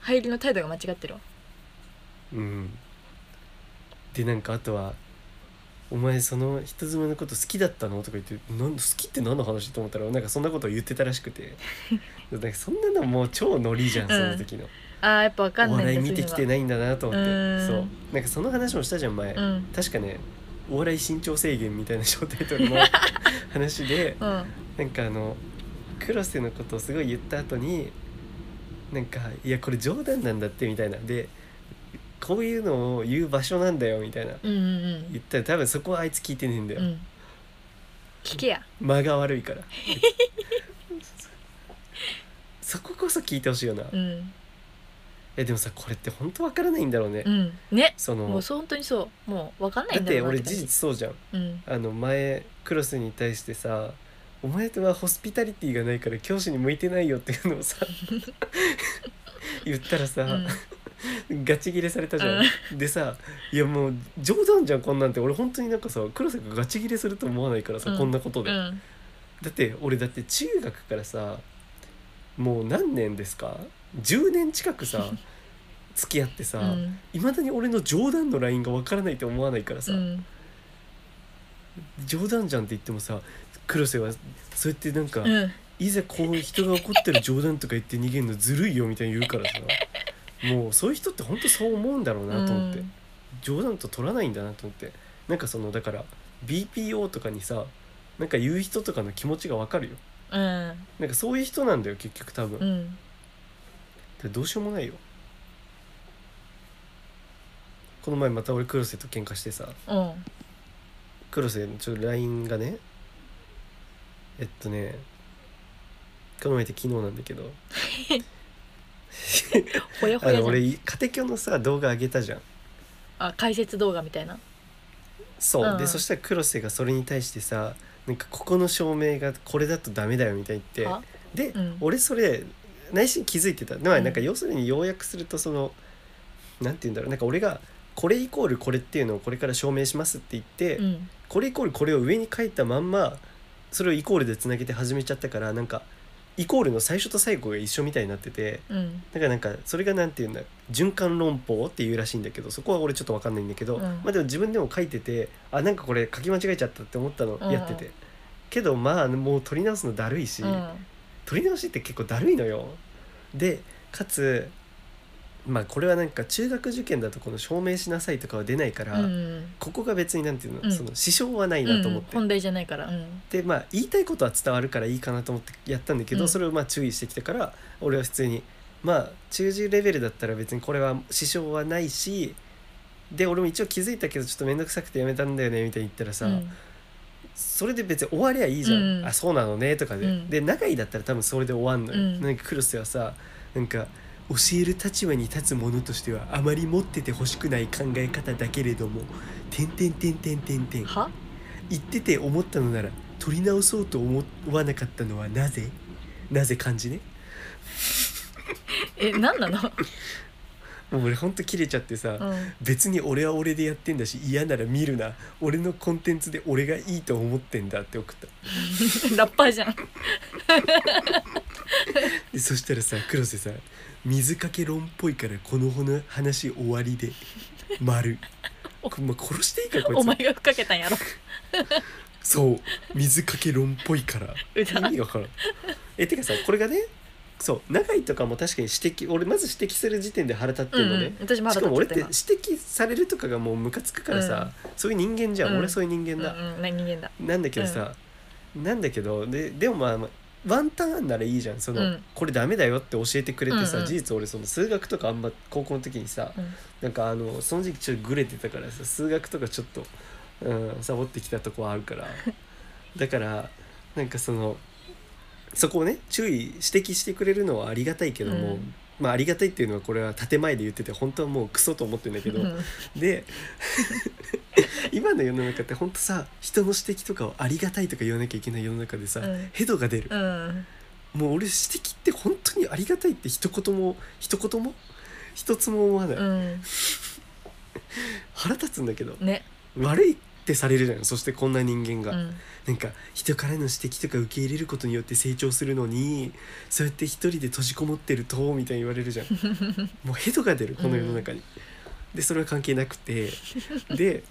Speaker 2: 入りの態度が間違ってるわ
Speaker 1: うんでなんかあとは「お前その人妻のこと好きだったの?」とか言って「なん好きって何の話?」と思ったらなんかそんなことを言ってたらしく
Speaker 2: <laughs>
Speaker 1: てなんかそんなのもう超ノリじゃんその時の、
Speaker 2: あーやっぱわかん
Speaker 1: お
Speaker 2: ないんだ
Speaker 1: 笑い見てきて
Speaker 2: ね
Speaker 1: ないんだなと思っ
Speaker 2: う
Speaker 1: て
Speaker 2: ーん
Speaker 1: そうなんかその話もしたじゃん前、
Speaker 2: うん
Speaker 1: 確かねお笑い身長制限みたいな小タイトル
Speaker 2: <laughs>
Speaker 1: の話で
Speaker 2: うん
Speaker 1: なんかあの黒瀬のことをすごい言った後になんか「いやこれ冗談なんだって」みたいなでこういうのを言う場所なんだよみたいな
Speaker 2: うんうん
Speaker 1: 言ったら多分そこはあいつ聞いてねえんだ
Speaker 2: う
Speaker 1: よ、
Speaker 2: んうん聞けや
Speaker 1: 間が悪い
Speaker 2: <laughs>
Speaker 1: からそここそ聞いてほしいよな、
Speaker 2: う
Speaker 1: い
Speaker 2: ん
Speaker 1: やでもさこれって本当わからないんだろうね、
Speaker 2: うんね
Speaker 1: その
Speaker 2: もうそう本当にそうもうわかんない
Speaker 1: だっ
Speaker 2: んだろ
Speaker 1: て
Speaker 2: うな
Speaker 1: 俺
Speaker 2: って
Speaker 1: 事
Speaker 2: 感じ
Speaker 1: 実そうじゃん
Speaker 2: うん
Speaker 1: あの前クロスに対してさ「お前とはホスピタリティがないから教師に向いてないよ」っていうのをさ
Speaker 2: <laughs>
Speaker 1: 言ったらさ、
Speaker 2: うん
Speaker 1: ガチギレされたじゃん、でさいやもう冗談じゃんこんなんて俺本当になんかさクロスがガチギレすると思わないからさ、
Speaker 2: うん
Speaker 1: こんなことで、
Speaker 2: うん
Speaker 1: だって俺だって中学からさもう何年ですか10年近く
Speaker 2: <laughs>
Speaker 1: さ付き合って
Speaker 2: う
Speaker 1: さ
Speaker 2: ん
Speaker 1: いま、未だに俺の冗談のラインがわからないって思わないからさ、
Speaker 2: うん
Speaker 1: 冗談じゃんって言ってもさ黒瀬はそうやってなんか、
Speaker 2: うん
Speaker 1: いざこう人が怒ってる冗談とか言って逃げるのずるいよみたいに言うからさもうそういう人って本当そう思うんだろうなと思って、
Speaker 2: うん
Speaker 1: 冗談と取らないんだなと思ってなんかそのだから BPO とかにさなんか言う人とかの気持ちがわかるよ
Speaker 2: うん
Speaker 1: なんかそういう人なんだよ結局多分、
Speaker 2: うん
Speaker 1: でどうしようもないよこの前また俺黒瀬と喧嘩してさ
Speaker 2: うん
Speaker 1: 黒瀬のちょっと LINE がねえっとねこの前って昨日なんだけど
Speaker 2: ほやほ
Speaker 1: あ
Speaker 2: や
Speaker 1: の
Speaker 2: じゃん
Speaker 1: 俺家庭教のさ動画上げたじゃん
Speaker 2: あ解説動画みたいな
Speaker 1: そう、
Speaker 2: うんう
Speaker 1: で
Speaker 2: ん
Speaker 1: そしたら黒瀬がそれに対してさなんかここの照明がこれだとダメだよみたいに言っ
Speaker 2: あ
Speaker 1: てで、
Speaker 2: うん
Speaker 1: 俺それ内心気づいてたまあ
Speaker 2: うん
Speaker 1: なんか要するに要約するとその、なんて言うんだろうなんか俺がこれイコールこれっていうのをこれから証明しますって言って、
Speaker 2: うん
Speaker 1: これイコールこれを上に書いたまんまそれをイコールでつなげて始めちゃったからなんかイコールの最初と最後が一緒みたいになってて
Speaker 2: うん
Speaker 1: だからなんかそれがなんて言うんだ循環論法っていうらしいんだけどそこは俺ちょっと分かんないんだけど、
Speaker 2: うん
Speaker 1: まあでも自分でも書いててあなんかこれ書き間違えちゃったって思ったの
Speaker 2: うん
Speaker 1: やってて、けどまあもう取り直すのだるいし、
Speaker 2: うん
Speaker 1: 取り直しって結構だるいのよ。でかつまあこれはなんか中学受験だとこの証明しなさいとかは出ないから、
Speaker 2: うん
Speaker 1: ここが別になんていうの,、
Speaker 2: うん
Speaker 1: その支障はないなと思って、
Speaker 2: うん、本題じゃないからうん
Speaker 1: でまあ言いたいことは伝わるからいいかなと思ってやったんだけど、
Speaker 2: うん
Speaker 1: それをまあ注意してきたから俺は普通にまあ中時レベルだったら別にこれは支障はないしで俺も一応気づいたけどちょっと面倒くさくてやめたんだよねみたいに言ったらさ、
Speaker 2: うん
Speaker 1: それで別に終わりゃいいじゃん、
Speaker 2: うん
Speaker 1: あそうなのねとかで、
Speaker 2: うん
Speaker 1: で長井だったら多分それで終わんのよ、
Speaker 2: うん
Speaker 1: なんかクロスはさなんか教える立場に立つ者としてはあまり持っててほしくない考え方だけれども「てんてんてんてんてんてん」
Speaker 2: は
Speaker 1: 言ってて思ったのなら取り直そうと思わなかったのはなぜなぜ感じね
Speaker 2: え何なの、
Speaker 1: もう俺ほんと切れちゃってさ、
Speaker 2: うん、
Speaker 1: 別に俺は俺でやってんだし嫌なら見るな俺のコンテンツで俺がいいと思ってんだって送った
Speaker 2: ラッパーじゃん
Speaker 1: でそしたらさ黒瀬さん「水かけ論っぽいからこの話終わりで
Speaker 2: <laughs>
Speaker 1: 丸」こま殺していいかこ
Speaker 2: お前
Speaker 1: い
Speaker 2: がふっかけた
Speaker 1: <laughs>
Speaker 2: んやろ
Speaker 1: つそう水かけ論っぽいから
Speaker 2: 歌
Speaker 1: 意味わからん <laughs> えてかさこれがねそう長井とかも確かに指摘俺まず指摘する時点で腹立って
Speaker 2: う
Speaker 1: る
Speaker 2: ん、
Speaker 1: の
Speaker 2: う
Speaker 1: ね、
Speaker 2: ん、私ま
Speaker 1: し
Speaker 2: だ
Speaker 1: かも
Speaker 2: 立
Speaker 1: 俺
Speaker 2: っ
Speaker 1: って
Speaker 2: て
Speaker 1: 指
Speaker 2: た
Speaker 1: 摘されるとかがもうムカつくからさ、そういう人間じゃん、
Speaker 2: うん
Speaker 1: 俺そういう人間だ、
Speaker 2: うんうん、何人間だ
Speaker 1: なんだけどさ、なんだけどででもまあまあワンターンならいいじゃんその、
Speaker 2: うん
Speaker 1: これダメだよって教えてくれてさ、
Speaker 2: うんうん
Speaker 1: 事実俺その数学とかあんま高校の時にさ、
Speaker 2: うん
Speaker 1: なんかあのその時期ちょっとグレてたからさ数学とかちょっと、うん、サボってきたとこはある
Speaker 2: <laughs>
Speaker 1: からだからなんかそのそこをね注意指摘してくれるのはありがたいけども、
Speaker 2: うん
Speaker 1: まあありがたいっていうのはこれは建前で言ってて本当はもうクソと思ってるんだけど、
Speaker 2: うん
Speaker 1: で <laughs> 今の世の中ってほんとさ人の指摘とかをありがたいとか言わなきゃいけない世の中でさ、
Speaker 2: うん
Speaker 1: ヘドが出る、
Speaker 2: うん
Speaker 1: もう俺指摘って本当にありがたいって一言も一言も一つも思わない、
Speaker 2: うん
Speaker 1: 腹立つんだけど
Speaker 2: ね
Speaker 1: 悪いってされるじゃんそしてこんな人間が、
Speaker 2: うん
Speaker 1: なんか人からの指摘とか受け入れることによって成長するのにそうやって一人で閉じこもってるとみたいに言われる
Speaker 2: <laughs>
Speaker 1: じゃんもうヘドが出るこの世の中に、でそれは関係なくてで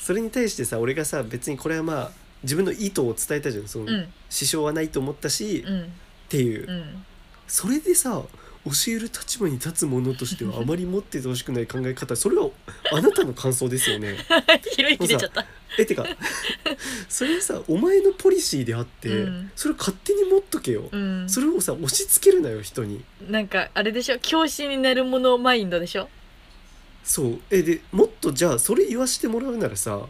Speaker 1: それに対してさ俺がさ別にこれはまあ自分の意図を伝えたじゃんその、
Speaker 2: うん
Speaker 1: 支障はないと思ったし、
Speaker 2: う
Speaker 1: っ
Speaker 2: ん
Speaker 1: ていう、
Speaker 2: うん <laughs>
Speaker 1: それでさ教える立場に立つ者としてはあまり持っててほしくない考え方それはあなたの感想ですよね
Speaker 2: ひろゆき出ちゃった
Speaker 1: <laughs> えてかそれはさお前のポリシーであって、
Speaker 2: うん
Speaker 1: それ勝手に持っとけよ、
Speaker 2: うん
Speaker 1: それをさ押し付けるなよ人に
Speaker 2: なんかあれでしょ教師になるものマインドでしょ
Speaker 1: そうえでもっとじゃあそれ言わしてもらうならさ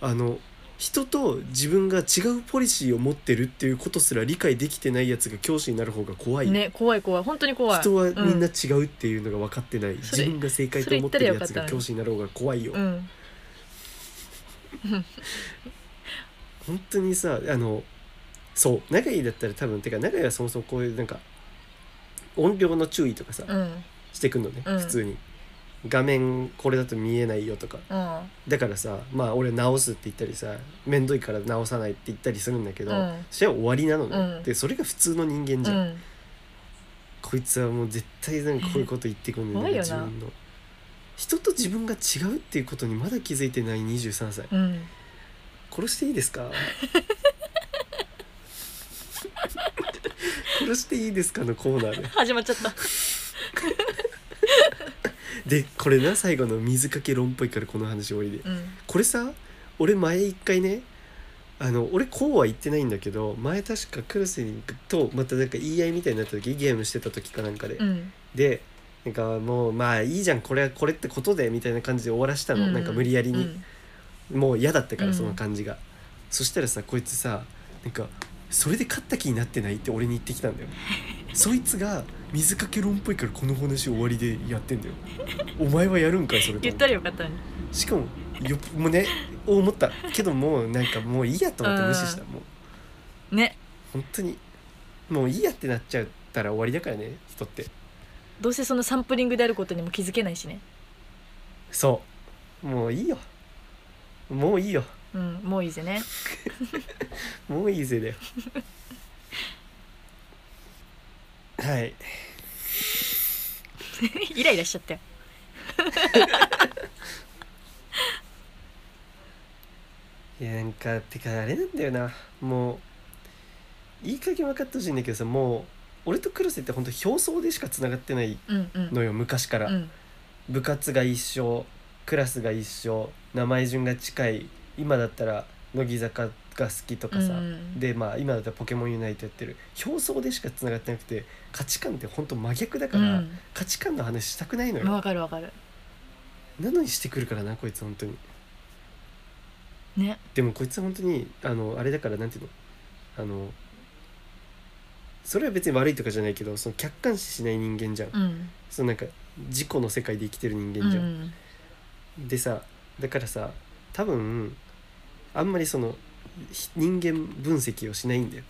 Speaker 1: あの人と自分が違うポリシーを持ってるっていうことすら理解できてないやつが教師になる方が怖い、
Speaker 2: ね怖い怖い本当に怖い
Speaker 1: 人はみんな
Speaker 2: う
Speaker 1: 違うっていうのが分かってない、
Speaker 2: そ
Speaker 1: 自
Speaker 2: れ
Speaker 1: 分が正解と思ってるやつが
Speaker 2: それ言ったらよかったのに
Speaker 1: 教師になる方が怖いよ、
Speaker 2: んうん
Speaker 1: 本当にさあのそう長井だったら多分てか長井はそもそもこういうなんか音量の注意とかさ、
Speaker 2: うん
Speaker 1: してくんのね、
Speaker 2: うん
Speaker 1: 普通に画面これだと見えないよとか
Speaker 2: うん
Speaker 1: だからさまあ俺直すって言ったりさ面倒いから直さないって言ったりするんだけど、
Speaker 2: うん
Speaker 1: それは終わりなのね、
Speaker 2: うん
Speaker 1: でそれが普通の人間じゃん、
Speaker 2: うん
Speaker 1: こいつはもう絶対なんかこういうこと言ってくん
Speaker 2: 怖
Speaker 1: ね
Speaker 2: いよな
Speaker 1: 自分の人と自分が違うっていうことにまだ気づいてない23歳
Speaker 2: うん
Speaker 1: 殺していいですか殺していいですかのコーナーで
Speaker 2: 始まっちゃった
Speaker 1: でこれな最後の水かけ論っぽいからこの話終わりで
Speaker 2: うん
Speaker 1: これさ俺前一回ねあの俺こうは言ってないんだけど前確かクルスとまたなんか言い合いみたいになった時ゲームしてた時かなんかで、 <laughs>
Speaker 2: うん
Speaker 1: でなんかもうまあいいじゃんこれはこれってことでみたいな感じで終わらしたの、
Speaker 2: う
Speaker 1: なんか無理やりに、もう嫌だったか
Speaker 2: う
Speaker 1: ら
Speaker 2: ん
Speaker 1: その感じが、そしたらさこいつさなんかそれで勝った気になってないって俺に言ってきたんだよ
Speaker 2: <laughs>
Speaker 1: そいつが水かけ論っぽいからこの話終わりでやってんだよお前はやるんかいそれと思って
Speaker 2: 言ったらよかったのに
Speaker 1: しかもよもうね思ったけどもうなんかもういいやと思って無視した、もう
Speaker 2: ね
Speaker 1: 本当にもういいやってなっちゃったら終わりだからね人って
Speaker 2: どうせそのサンプリングであることにも気づけないしね
Speaker 1: そうもういいよもういいよ
Speaker 2: うんもういいぜね <laughs>
Speaker 1: もういいぜだよはい
Speaker 2: イライラしちゃったよ
Speaker 1: いやなんかてかあれなんだよなもういい加減分かってほしいんだけどさもう俺と黒瀬って本当表層でしかつながってない
Speaker 2: うんうん
Speaker 1: のよ昔から、
Speaker 2: うん
Speaker 1: 部活が一緒クラスが一緒名前順が近い今だったら乃木坂が好きとかさ、
Speaker 2: うん
Speaker 1: でまあ今だったら「ポケモンユナイト」やってる表層でしかつながってなくて価値観ってほんと真逆だ
Speaker 2: う
Speaker 1: から、
Speaker 2: ん
Speaker 1: 価値観の話したくないの
Speaker 2: まあ
Speaker 1: よ
Speaker 2: わかるわかる
Speaker 1: なのにしてくるからなこいつ本当に
Speaker 2: ね
Speaker 1: でもこいつは本当にあのあれだからなんていうのあのそれは別に悪いとかじゃないけどその客観視しない人間じゃん、
Speaker 2: うん
Speaker 1: そのなんか自己の世界で生きてる人
Speaker 2: う
Speaker 1: 間じゃん
Speaker 2: ん
Speaker 1: でさだからさ多分あんまりそのひ人間分析をしないんだよ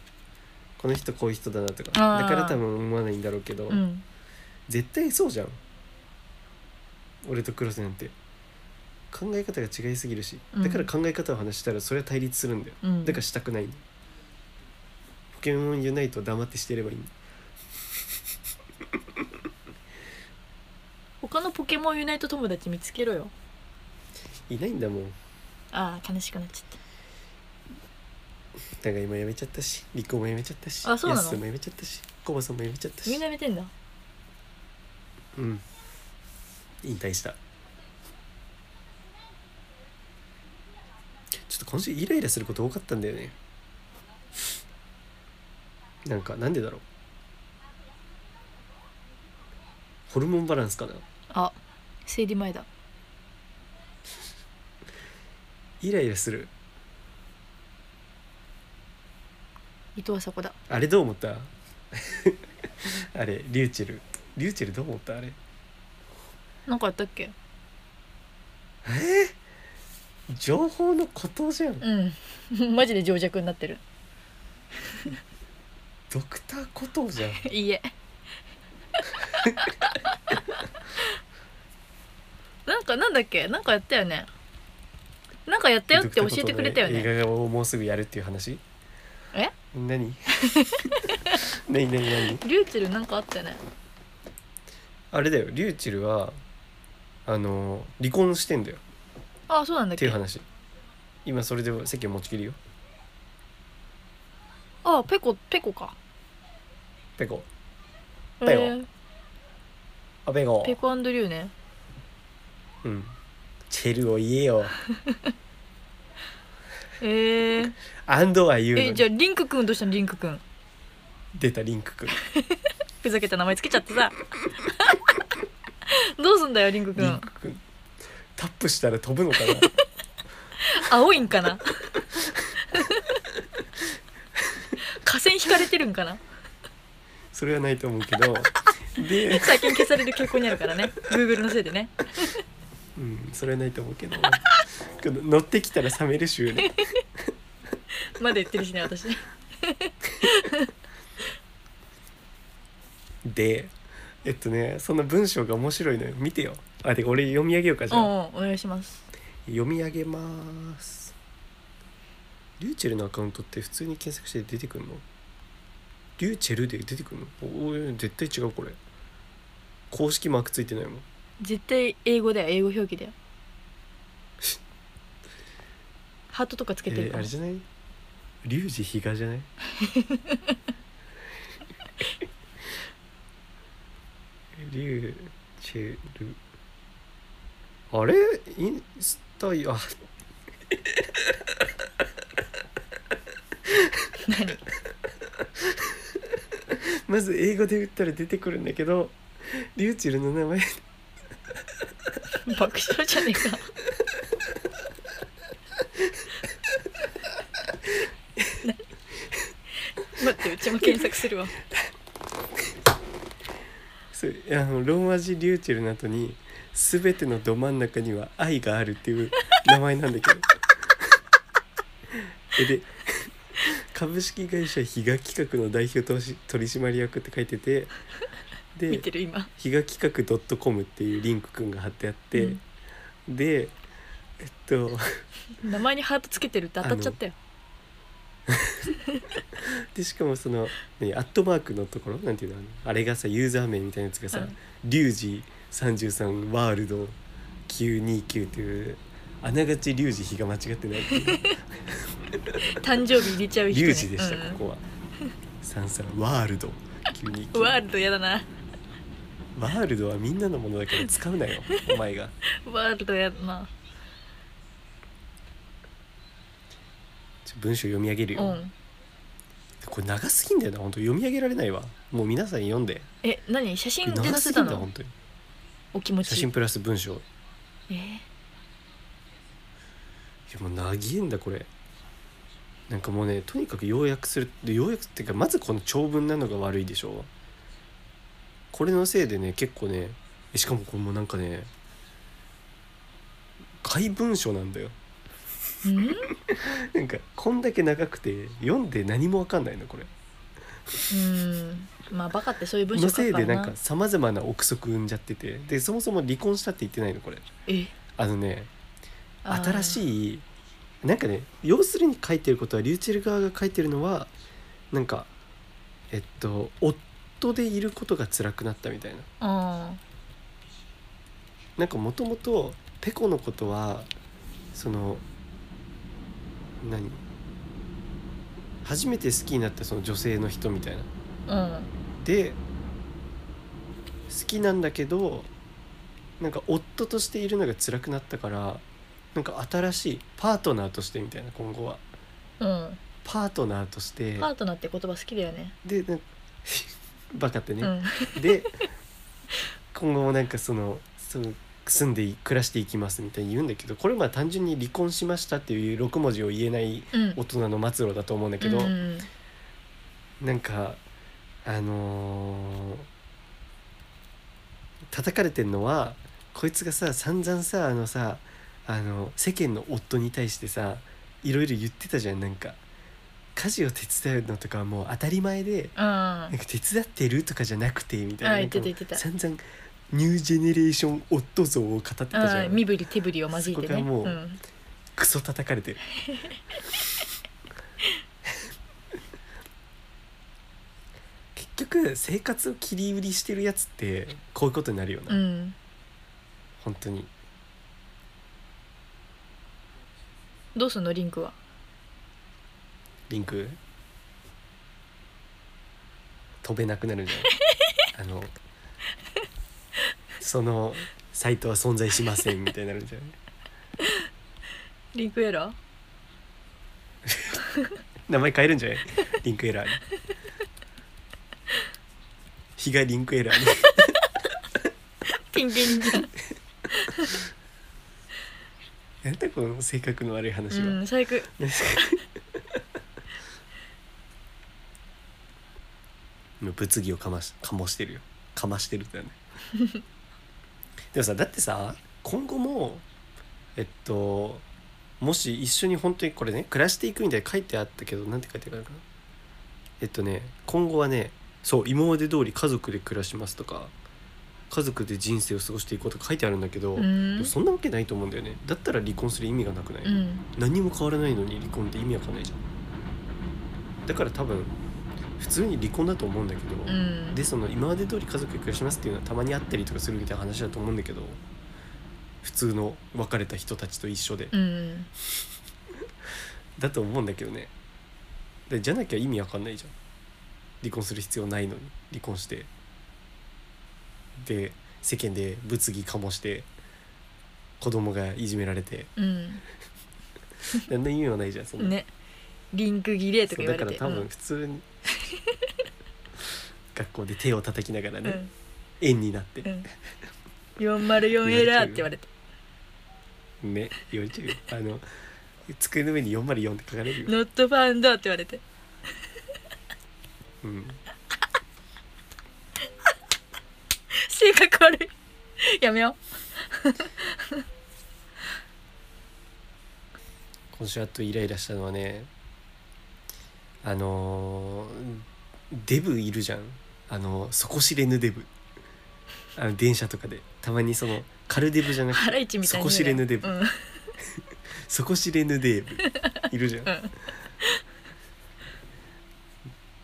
Speaker 1: この人こういう人だなとか
Speaker 2: あー
Speaker 1: だから多分思わないんだろうけど、
Speaker 2: うん
Speaker 1: 絶対そうじゃん俺とクロスなんて考え方が違いすぎるし
Speaker 2: うん
Speaker 1: だから考え方を話したらそれは対立するんだよ
Speaker 2: うん
Speaker 1: だからしたくないのポケモンユナイトは黙ってしてればいいんだ
Speaker 2: 他のポケモンユナイト友達見つけろよ
Speaker 1: いないんだもん
Speaker 2: ああ悲しくなっちゃっ
Speaker 1: だから今辞めちゃったしリコも辞めちゃったし
Speaker 2: あそうなの
Speaker 1: ヤスも辞めちゃったしコバさんも辞めちゃった
Speaker 2: た
Speaker 1: し
Speaker 2: みんな見てんだ
Speaker 1: うん引退したちょっと今週イライラすること多かったんだよねなんかなんでだろうホルモンバランスかな
Speaker 2: あ生理前だ
Speaker 1: イライラする
Speaker 2: 伊藤麻子だ
Speaker 1: あれどう思った <laughs> あれリューチェルリューチェルどう思ったあれ
Speaker 2: なんかやったっけ
Speaker 1: 情報のことじゃん
Speaker 2: うん <laughs> マジで情弱になってる
Speaker 1: ドクターことじゃん
Speaker 2: い <laughs> いえなんかなんだっけなんかやったよねなんかやったよって教えてくれたよ
Speaker 1: 映
Speaker 2: ね
Speaker 1: 画をもうすぐやるっていう話
Speaker 2: え
Speaker 1: 何 <laughs> 何何何
Speaker 2: リューチェルなんかあったよね
Speaker 1: あれだよリューチェルはあの離婚してんだよ
Speaker 2: ああそうなんだっ
Speaker 1: って
Speaker 2: け
Speaker 1: いう
Speaker 2: あ
Speaker 1: 話今それで席を持ちきるよ
Speaker 2: あペコペコか
Speaker 1: ペコ
Speaker 2: え
Speaker 1: だよ
Speaker 2: ー
Speaker 1: あペコ
Speaker 2: ペコリューね
Speaker 1: うんチェルを言えよ
Speaker 2: えー、
Speaker 1: アンドは言うの
Speaker 2: え
Speaker 1: に
Speaker 2: じゃあリンクくんどうしたのリンクくん
Speaker 1: 出たリンクくん
Speaker 2: ふざけた名前つけちゃってさ <laughs> どうすんだよリンクく
Speaker 1: リン
Speaker 2: ん
Speaker 1: クくんタップしたら飛ぶのかな
Speaker 2: <laughs> 青いんかな河川引かれてるんかな
Speaker 1: それはないと思うけどで、
Speaker 2: 最近消される傾向にあるからね Google のせいでね
Speaker 1: うん、それはないと思うけどこの乗ってきたら冷める週ね
Speaker 2: まだ言ってるし
Speaker 1: <laughs>
Speaker 2: ね私
Speaker 1: でえっとねその文章が面白いのよ見てよあで俺読み上げようかじ
Speaker 2: う
Speaker 1: ゃあ
Speaker 2: んうんお願いします
Speaker 1: 読み上げますリューチェルのアカウントって普通に検索して出てくるのリューチェルで出てくるのおー絶対違うこれ公式マークついてないもん
Speaker 2: 絶対英語だよ英語表記だよハートとかつけてる
Speaker 1: えーあ
Speaker 2: かも
Speaker 1: れじゃないリュウジヒガじゃ
Speaker 2: <laughs>
Speaker 1: ないリュウチェルあれインスタあ
Speaker 2: 何
Speaker 1: まず英語で打ったら出てくるんだけどリュウチェルの名前
Speaker 2: 爆笑じゃねえか <laughs> 何待ってうちも検索するわ
Speaker 1: そうあのローマ字リューチェルの後に全てのど真ん中には愛があるっていう名前なんだけど <laughs> えで株式会社比嘉企画の代表投資取締役って書いてて
Speaker 2: 見
Speaker 1: で
Speaker 2: てる今
Speaker 1: 比嘉企画 .com っていうリンクくんが貼ってあって、でえっと
Speaker 2: 名前にハートつけてるって当たっちゃったよ
Speaker 1: でしかもその何アットマークのところなんていうのあのあれがさユーザー名みたいなやつがさ、
Speaker 2: うん
Speaker 1: リュウジ33ワールド929っていうあながちリュウジ日が間違ってないっていう
Speaker 2: 誕生日入れちゃう人、
Speaker 1: リ
Speaker 2: ね、
Speaker 1: ュウジでした、
Speaker 2: うん
Speaker 1: ここは33ワールド929
Speaker 2: ワールドやだな
Speaker 1: ワールドはみんなのものだから使うな
Speaker 2: <laughs>
Speaker 1: よお前が
Speaker 2: ワールドやだな
Speaker 1: ちょ文章読み上げるよ、
Speaker 2: うん
Speaker 1: これ長すぎんだよな本当読み上げられないわもう皆さん読んで
Speaker 2: え何写真で載
Speaker 1: 長
Speaker 2: せ
Speaker 1: すぎ
Speaker 2: た
Speaker 1: んだ
Speaker 2: の
Speaker 1: 本当に
Speaker 2: お気持
Speaker 1: 写
Speaker 2: ち
Speaker 1: 真プラス文章い
Speaker 2: えー
Speaker 1: やもう長えんだこれなんかもうねとにかく要約するで要約っていうかまずこの長文なのが悪いでしょこれのせいでね結構ねえしかもこれもなんかね怪文書なんだよ
Speaker 2: うん
Speaker 1: なんかこんだけ長くて読んで何もわかんないのこれ
Speaker 2: うんまあバカってそういう文章
Speaker 1: の
Speaker 2: 書
Speaker 1: せ
Speaker 2: く
Speaker 1: い
Speaker 2: から
Speaker 1: で
Speaker 2: な
Speaker 1: なんかさまざまな憶測生んじゃっててでそもそも離婚したって言ってないのこれ
Speaker 2: え
Speaker 1: あのね新
Speaker 2: い
Speaker 1: しいなんかね要するに書いてることはリューチェル側が書いてるのはなんかえっと夫でいることが辛くなったみたいな
Speaker 2: うん
Speaker 1: なんかもともとペコのことはその何初めて好きになったその女性の人みたいな
Speaker 2: うん
Speaker 1: で好きなんだけどなんか夫としているのが辛くなったからなんか新しいパートナーとしてみたいな今後は
Speaker 2: うん
Speaker 1: パートナーとして
Speaker 2: パートナーって言葉好きだよね
Speaker 1: でなん <laughs> バカって
Speaker 2: う
Speaker 1: ね、
Speaker 2: ん
Speaker 1: で今後もなんかそのその住んでい暮らしていきますみたいに言うんだけどこれまあ単純に離婚しましたっていう6文字を言えない
Speaker 2: うん
Speaker 1: 大人の末路だと思うんだけど、
Speaker 2: うんうん
Speaker 1: なんかあのー叩かれてんのはこいつがさ散々さあのさあの世間の夫に対してさいろいろ言ってたじゃんなんか家事を手伝うのとかはもう当たり前で
Speaker 2: うん
Speaker 1: <laughs> な
Speaker 2: あ
Speaker 1: んか手伝ってるとかじゃなくてみたいな
Speaker 2: あ
Speaker 1: なんかもう
Speaker 2: 言ってた言って
Speaker 1: 散々ニュージェネレーション夫像を語ってたじゃ
Speaker 2: あ
Speaker 1: ん
Speaker 2: 身振り手振りを交えて
Speaker 1: そこ
Speaker 2: ね
Speaker 1: がもう
Speaker 2: うん
Speaker 1: クソ叩かれてる <laughs> 結局生活を切り売りしてるやつってこういうことになるよな、
Speaker 2: うん
Speaker 1: 本当に
Speaker 2: どうすんのリンクは
Speaker 1: リンク飛べなくなるんじ <laughs> ゃないあのそのサイトは存在しませんみたいになるんじゃない
Speaker 2: リンクエラー
Speaker 1: 名前変えるんじゃないリンクエ <laughs> ラーに日がリンクエラーに
Speaker 2: ピンピンじゃん
Speaker 1: なんだこの性格の悪い話は、
Speaker 2: うん最悪
Speaker 1: もう物議をかましかもしてるよかましてる
Speaker 2: <laughs>
Speaker 1: んだよねでもさだってさ今後もえっともし一緒に本当にこれね暮らしていくみたいに書いてあったけどなんて書いてあるかなえっとね今後はねそう今まで通り家族で暮らしますとか家族で人生を過ごしていこうとか書いてあるんだけど、
Speaker 2: う
Speaker 1: で
Speaker 2: ん
Speaker 1: もそんなわけないと思うんだよねだったら離婚する意味がなくない、
Speaker 2: うん
Speaker 1: 何も変わらないのに離婚って意味わかんないじゃんだから多分普通に離婚だと思うんだけど、
Speaker 2: うん
Speaker 1: でその今まで通り家族で暮らしますっていうのはたまにあったりとかするみたいな話だと思うんだけど普通の別れた人たちと一緒で、
Speaker 2: うん
Speaker 1: だと思うんだけどねでじゃなきゃ意味わかんないじゃん離婚する必要ないのに離婚してで世間で物議かもして子供がいじめられて
Speaker 2: う
Speaker 1: 何の意味もないじゃんそんなん
Speaker 2: ねリンク儀礼とか
Speaker 1: そう
Speaker 2: 言わ
Speaker 1: だ
Speaker 2: れ
Speaker 1: から
Speaker 2: て
Speaker 1: 多分普通に、 <laughs> 学校で手を叩きながら
Speaker 2: うんう
Speaker 1: ね、
Speaker 2: ん
Speaker 1: 円になって
Speaker 2: う、ん404エラーって言わ
Speaker 1: <laughs>
Speaker 2: れて
Speaker 1: ね言われちゃうよあの机の上に404って書かれるよ、
Speaker 2: ノットファウンドって言われて
Speaker 1: うん、
Speaker 2: 性格悪いやめよ
Speaker 1: 今週あとイライラしたのはねあのーデブいるじゃんあの底知れぬデブあの電車とかでたまにそのカルデブじゃ
Speaker 2: う
Speaker 1: なくて
Speaker 2: ハライチみたいに
Speaker 1: 底知れぬデブ
Speaker 2: うん
Speaker 1: 底知れぬデーブいるじゃん、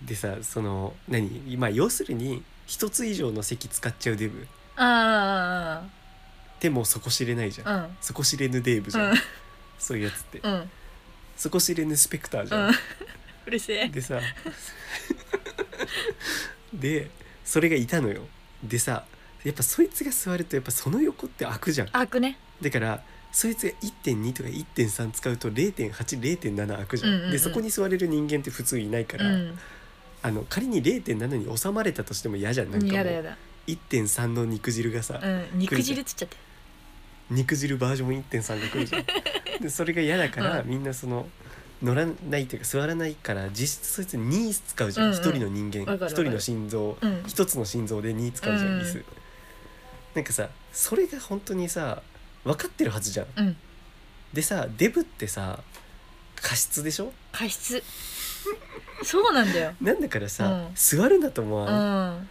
Speaker 1: でさその何今要するに一つ以上の席使っちゃうデブ
Speaker 2: あ
Speaker 1: でも底知れないじゃん、
Speaker 2: あうん
Speaker 1: 底知れぬデーブじゃん、
Speaker 2: うん
Speaker 1: そういうやつって、
Speaker 2: うん
Speaker 1: 底知れぬスペクターじ
Speaker 2: う
Speaker 1: ゃ
Speaker 2: ん
Speaker 1: ん、
Speaker 2: うるせえ
Speaker 1: でさでそれがいたのよでさやっぱそいつが座るとやっぱその横って開くじゃん
Speaker 2: 開くね
Speaker 1: だからそいつが1.2とか1.3使うと0.80.7開くじゃん,、
Speaker 2: うんうんうん
Speaker 1: でそこに座れる人間って普通いないか
Speaker 2: う
Speaker 1: ら、
Speaker 2: ん
Speaker 1: あの仮に0.7に収まれたとしても嫌じゃんなんかも
Speaker 2: やだや
Speaker 1: う
Speaker 2: だ
Speaker 1: 1.3の肉汁がさ、
Speaker 2: うん肉汁つっちゃって
Speaker 1: 肉汁バージョン1.3が来るじゃん
Speaker 2: <laughs>
Speaker 1: でそれが嫌だから、みんなその乗らないというか座らないから実質そいつ2使うじゃ
Speaker 2: うん
Speaker 1: ん
Speaker 2: うん
Speaker 1: 一、人の人間
Speaker 2: わかるわかる
Speaker 1: 一人の心臓
Speaker 2: うん
Speaker 1: 一、つの心臓で2使うじゃん、
Speaker 2: うん
Speaker 1: 椅子なんかさそれが本当にさ分かってるはずじゃん
Speaker 2: うん
Speaker 1: でさデブってさ過失でしょ <laughs>
Speaker 2: 過失そうなんだよ
Speaker 1: なんだからさ、
Speaker 2: うん
Speaker 1: 座るんだと思
Speaker 2: う
Speaker 1: わん、
Speaker 2: ん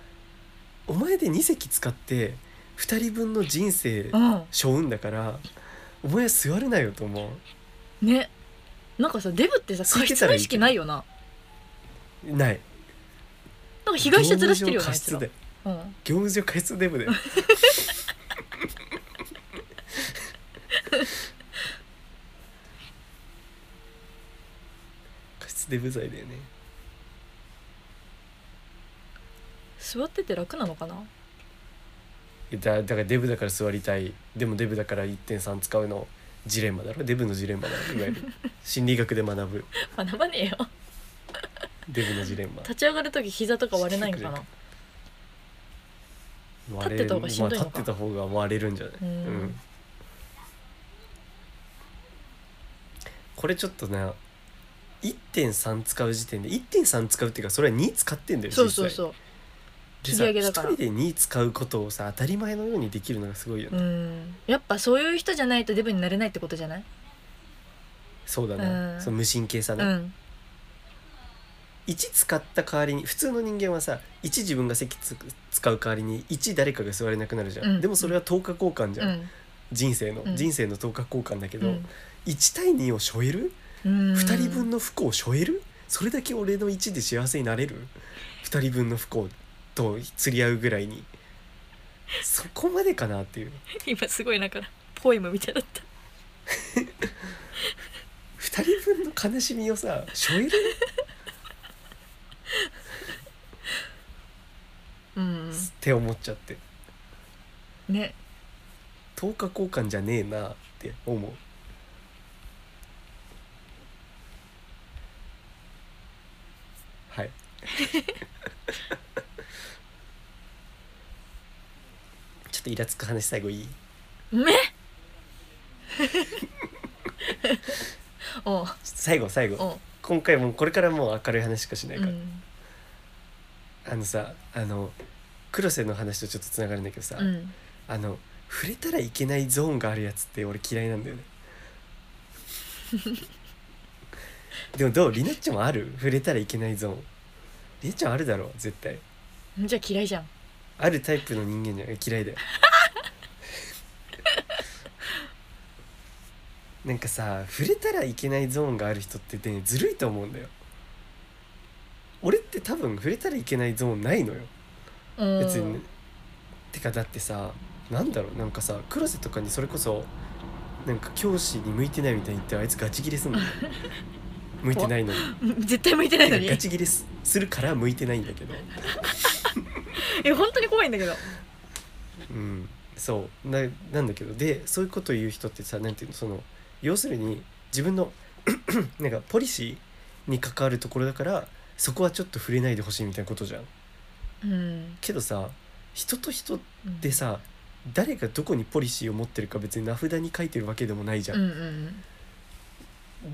Speaker 1: お前で2席使って2人分の人生
Speaker 2: うん
Speaker 1: 背負うんだから、お前は座るなよと思う
Speaker 2: ねなんかさデブってさ
Speaker 1: 空
Speaker 2: 過
Speaker 1: いてたら
Speaker 2: 失の
Speaker 1: いいけど
Speaker 2: 意識ないよな
Speaker 1: ない
Speaker 2: なんか被害者ずらしてるよ
Speaker 1: 業
Speaker 2: なあ
Speaker 1: 務
Speaker 2: い
Speaker 1: 上過失
Speaker 2: つら
Speaker 1: だよ
Speaker 2: うん
Speaker 1: 業務上過失デブ
Speaker 2: <laughs>
Speaker 1: だよ過失デブ罪だよね
Speaker 2: 座ってて楽なのかな
Speaker 1: だだからデブだから座りたいでもデブだから1.3使うのジレンマだろデブのジレンマだろい
Speaker 2: <laughs>
Speaker 1: わゆる心理学で学ぶ
Speaker 2: 学ばねえよ
Speaker 1: デブのジレンマ
Speaker 2: 立ち上がる時膝とか割れないのかな
Speaker 1: 割れ
Speaker 2: 立ってた方がしんどいの
Speaker 1: まあ、
Speaker 2: か
Speaker 1: 立ってた方が割れるんじゃない、
Speaker 2: うん
Speaker 1: これちょっとな1.3使う時点で1.3使うっていうかそれは2使ってんだよ
Speaker 2: そうそう
Speaker 1: 実際
Speaker 2: そう
Speaker 1: で
Speaker 2: 切り上げだ
Speaker 1: さ
Speaker 2: から
Speaker 1: 一人で2使うことをさ当たり前のようにできるのがすごいよね、
Speaker 2: うんやっぱそういう人じゃないとデブになれないってことじゃない
Speaker 1: そうだな、
Speaker 2: うん
Speaker 1: その無神経さ
Speaker 2: う
Speaker 1: ね、
Speaker 2: ん
Speaker 1: 1使った代わりに普通の人間はさ1自分が席つ使う代わりに1誰かが座れなくなるじゃん、
Speaker 2: うん
Speaker 1: でもそれは等価交換じ
Speaker 2: う
Speaker 1: ゃん、
Speaker 2: ん
Speaker 1: 人生の、
Speaker 2: うん
Speaker 1: 人生の等価交換だけ
Speaker 2: う
Speaker 1: ど、
Speaker 2: ん
Speaker 1: 1対2を背負える
Speaker 2: 2
Speaker 1: 2人分の不幸を背負えるそれだけ俺の1で幸せになれる2人分の不幸と釣り合うぐらいにそこまでかなっていう
Speaker 2: <laughs> 今すごいなんかポエムみたいだった
Speaker 1: 2人分の悲しみをさ背負える
Speaker 2: うん
Speaker 1: って思っちゃって
Speaker 2: ね
Speaker 1: 10日交換じゃねえなって思うはい <laughs> ちょっとイラつく話最後いい <laughs>
Speaker 2: めおう
Speaker 1: 最後最後
Speaker 2: おう、
Speaker 1: 今回もうこれからもう明るい話しかしないうから、
Speaker 2: ん
Speaker 1: あのさあの黒瀬の話とちょっとつながるんだけどさ、
Speaker 2: うん、
Speaker 1: あの触れたらいけないゾーンがあるやつって俺嫌いなんだよねでもどうりなっちゃんもある触れたらいけないゾーンりなっちゃんあるだろう絶対
Speaker 2: じゃあ嫌いじゃん
Speaker 1: あるタイプの人間じゃない嫌いだよなんかさ触れたらいけないゾーンがある人ってねずるいと思うんだよ俺って多分触れたらいけないゾーンないのよ
Speaker 2: うん
Speaker 1: 別に、てかだってさなんだろうなんかさ黒瀬とかにそれこそなんか教師に向いてないみたいに言ってあいつガチギレ
Speaker 2: <laughs>
Speaker 1: すんの向いてないのに
Speaker 2: 絶対向いてないのに
Speaker 1: ガチギレすするから向いてないんだけど
Speaker 2: え本当に怖いんだけど
Speaker 1: うんそうななんだけどでそういうことを言う人ってさなんていうのその要するに自分の <clears throat> なんかポリシーに関わるところだからそこはちょっと触れないでほしいみたいなことじゃん
Speaker 2: うん
Speaker 1: けどさ人と人でさ誰がどこにポリシーを持ってるか別に名札に書いてるわけでもないじゃ
Speaker 2: うん
Speaker 1: ん、
Speaker 2: うんうん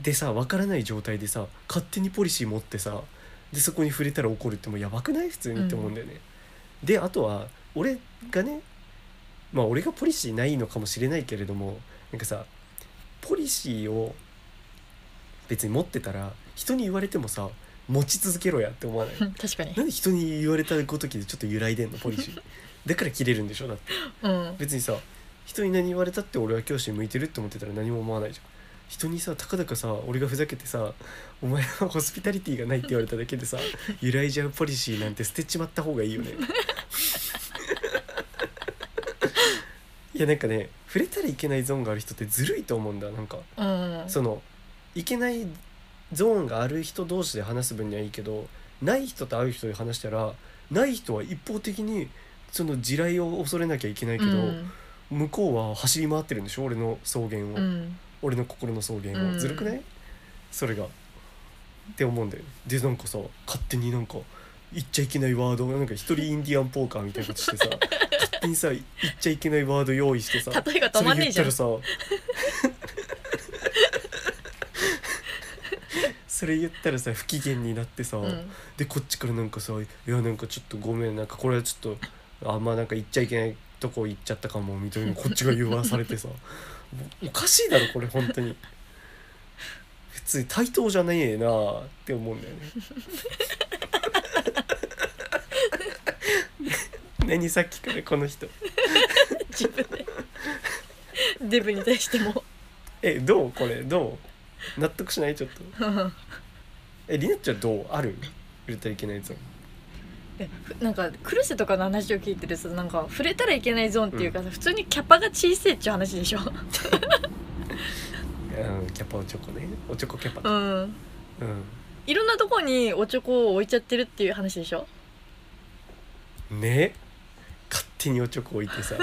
Speaker 1: でさ分からない状態でさ勝手にポリシー持ってさでそこに触れたら怒るってもうやばくない普通にって思うんだよね、であとは俺がねまあ俺がポリシーないのかもしれないけれどもなんかさポリシーを別に持ってたら人に言われてもさ持ち続けろやって思わ <laughs> ない
Speaker 2: <laughs> 確かに
Speaker 1: なんで人に言われたごときでちょっと揺らいでんのポリ <laughs> シーだから切れるんでしょだって
Speaker 2: うん
Speaker 1: 別にさ人に何言われたって俺は教師に向いてるって思ってたら何も思わないじゃん人にさたかだかさ俺がふざけてさ「お前はホスピタリティがない」って言われただけで
Speaker 2: <laughs>
Speaker 1: さ揺らいじゃうポリシーなんて捨てちまった方がいいよねいやなんかね触れたらいけないゾーンがある人ってずるいと思うんだなんか
Speaker 2: うん
Speaker 1: そのいけないゾーンがある人同士で話す分にはいいけどない人と会う人で話したらない人は一方的にその地雷を恐れなきゃいけないけど、
Speaker 2: うん
Speaker 1: 向こうは走り回ってるんでしょ俺の草原を、
Speaker 2: うん
Speaker 1: 俺の心の草原を、
Speaker 2: うん
Speaker 1: ずるくないそれがって思うんだよねでなんかさ勝手になんか言っちゃいけないワードなんか一人インディアンポーカーみたいなこと
Speaker 2: <laughs>
Speaker 1: してさ勝手にさ言っちゃいけないワード用意してさ
Speaker 2: 例えが止まんねえじゃん
Speaker 1: それ言った
Speaker 2: <laughs>
Speaker 1: らさそれ言ったらさ不機嫌になってさ、
Speaker 2: うん
Speaker 1: でこっちからなんかさ「いやなんかちょっとごめんなんかこれはちょっとあんまなんか言っちゃいけないとこ行っちゃったかも」みたいなこっちが言わされてさ <laughs> もうおかしいだろこれ本当に普通に対等じゃねえなあって思うんだよね <laughs> 何さっきからこの人
Speaker 2: 自分で <laughs> デブに対しても <laughs>
Speaker 1: えどうこれどう納得しないちょっと
Speaker 2: うん
Speaker 1: えりなっちゃんどうある売れたらいけないぞ
Speaker 2: えふなんかク瀬とかの話を聞いてるとなんか触れたらいけないゾーンっていうかさ、普通にキャパが小さいっちゅう話でしょ
Speaker 1: うんキャパおチョコねおチョコキャ
Speaker 2: う
Speaker 1: パ
Speaker 2: ん
Speaker 1: うん
Speaker 2: いろんなとこにおちょこを置いちゃってるっていう話でしょ
Speaker 1: ね勝手におちょこ置いてさ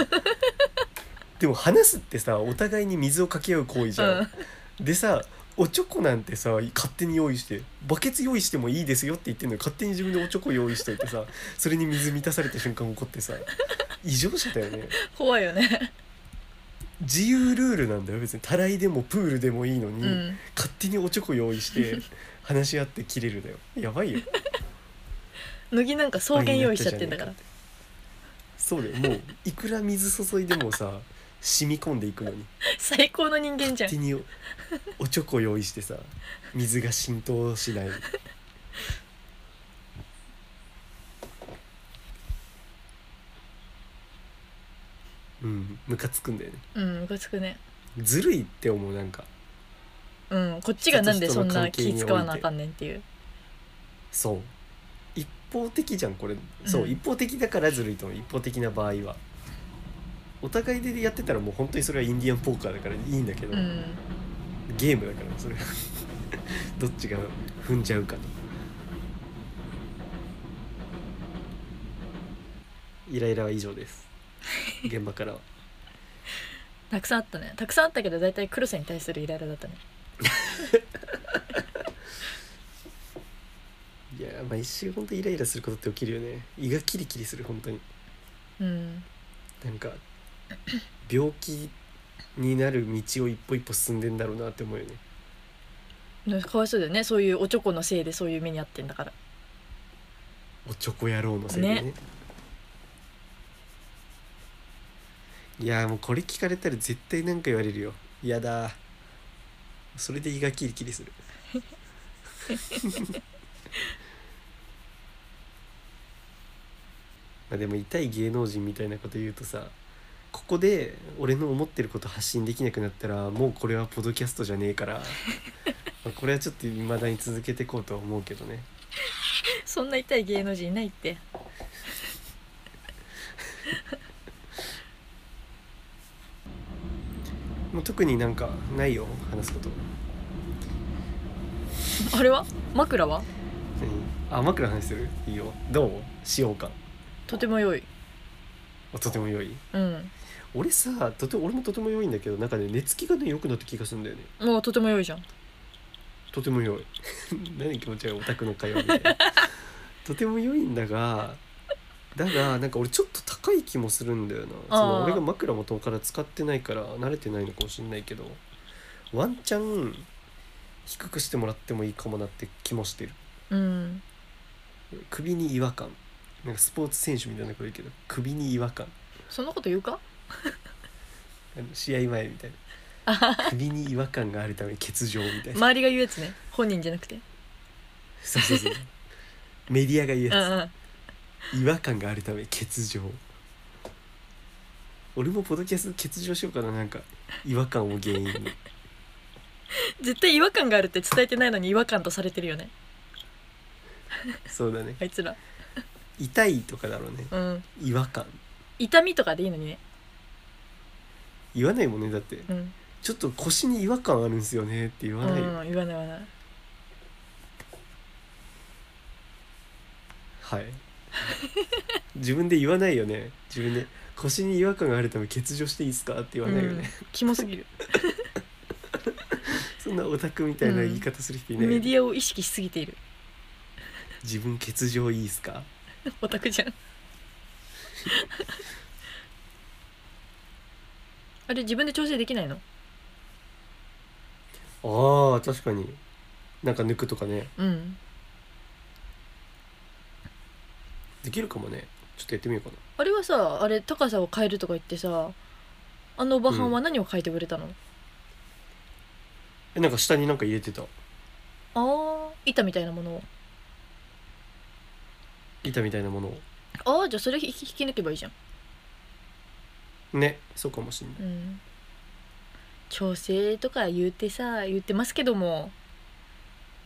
Speaker 1: でも話すってさお互いに水をかけ合う行為じゃん、でさおちょこなんてさ勝手に用意してバケツ用意してもいいですよって言ってんのに勝手に自分でおちょこ用意しといてさそれに水満たされた瞬間怒ってさ異常者だよね
Speaker 2: <laughs> 怖いよね
Speaker 1: 自由ルールなんだよ別にたらいでもプールでもいいのに、
Speaker 2: うん
Speaker 1: 勝手におちょこ用意して話し合って切れるだよやばいよ
Speaker 2: 乃木なんか草原用意しちゃってんだから
Speaker 1: そうだよもういくら水注いでもさ染み込んでいくのに
Speaker 2: 最高の人間じゃん
Speaker 1: 手におおちょこ用意してさ水が浸透しないうんムカつくんだよね
Speaker 2: うんムカつくね
Speaker 1: ずるいって思うなんか
Speaker 2: うんこっちがなんでそんな気使わなあかんねんっていう
Speaker 1: そう一方的じゃんこれそう、
Speaker 2: うん
Speaker 1: 一方的だからずるいと思う一方的な場合はお互いでやってたらもう本当にそれはインディアンポーカーだからいいんだけど、
Speaker 2: うん
Speaker 1: ゲームだからそれは <laughs> どっちが踏んじゃうかとイライラは以上です現場からは <laughs>
Speaker 2: たくさんあったねたくさんあったけど大体黒瀬に対するイライラだったね
Speaker 1: いやーまあ一瞬本当イライラすることって起きるよね胃がキリキリする本当に
Speaker 2: うん
Speaker 1: なんか病気になる道を一歩一歩進んでんだろうなって思うよね
Speaker 2: でかわいそうだよねそういうおちょこのせいでそういう目に遭ってんだから <laughs>
Speaker 1: おちょこ野郎のせいでね
Speaker 2: ね
Speaker 1: いやーもうこれ聞かれたら絶対なんか言われるよやだーそれで胃がキリキリするまあでも痛い芸能人みたいなこと言うとさここで俺の思ってること発信できなくなったらもうこれはポドキャストじゃねえからまあこれはちょっと未だに続けていこうとは思うけどね
Speaker 2: そんな痛い芸能人いないって
Speaker 1: もう特になんかないよ話すこと、
Speaker 2: あれは枕は
Speaker 1: あ枕の話するいいよどう使用感
Speaker 2: とても良い
Speaker 1: あとても良い
Speaker 2: うん
Speaker 1: 俺さとて俺もとても良いんだけどなんかね寝つきがね良くなった気がするんだよね
Speaker 2: もうとても良いじゃん
Speaker 1: とても良い <laughs> 何気持ち悪いオタクの会話みたいな <laughs> とても良いんだがだがなんか俺ちょっと高い気もするんだよなそ
Speaker 2: あ
Speaker 1: の
Speaker 2: ー
Speaker 1: 俺が枕元から使ってないから慣れてないのかもしれないけどワンチャン低くしてもらってもいいかもなって気もしてる
Speaker 2: うん
Speaker 1: 首に違和感なんかスポーツ選手みたいなこと言うけど首に違和感
Speaker 2: そんなこと言うか
Speaker 1: あの試合前みたいな首に違和感があるために欠場みたいな、
Speaker 2: 周りが言うやつね本人じゃなくて
Speaker 1: そうそうそうメディアが言う
Speaker 2: うんう
Speaker 1: や
Speaker 2: ん
Speaker 1: つ、違和感があるために欠場俺もポドキャスト欠場しようかななんか違和感を原因に
Speaker 2: 絶対違和感があるって伝えてないのに違和感とされてるよね
Speaker 1: そうだね
Speaker 2: あいつら
Speaker 1: 痛いとかだろうね
Speaker 2: うん
Speaker 1: 違和感
Speaker 2: 痛みとかでいいのにね
Speaker 1: 言わないもんねだって
Speaker 2: うん、
Speaker 1: ちょっと腰に違和感あるんすよねって言
Speaker 2: う
Speaker 1: わ
Speaker 2: ん、
Speaker 1: ない
Speaker 2: 言
Speaker 1: よ、
Speaker 2: わない言わない
Speaker 1: はい自分で言わないよね自分で腰に違和感があるため欠場していいですかって言わないよね、
Speaker 2: うん、キモすぎる
Speaker 1: そんなオタクみたいな言い方す <laughs> る人いない、
Speaker 2: メディアを意識しすぎている <laughs>
Speaker 1: 自分欠場いいっすか
Speaker 2: オタクじゃん <laughs> あれ自分で調整できないの
Speaker 1: あー確かになんか抜くとかね
Speaker 2: うん
Speaker 1: できるかもねちょっとやってみようか
Speaker 2: あれはさあれ高さを変えるとか言ってさあのおばはんは何を変えてくれたの、
Speaker 1: なえなんか下になんか入れてた
Speaker 2: ああ板みたいなものを
Speaker 1: 板みたいなものを
Speaker 2: ああじゃあそれ引き引き抜けばいいじゃん
Speaker 1: ねそうかもしんない
Speaker 2: うん調整とか言ってさ言ってますけども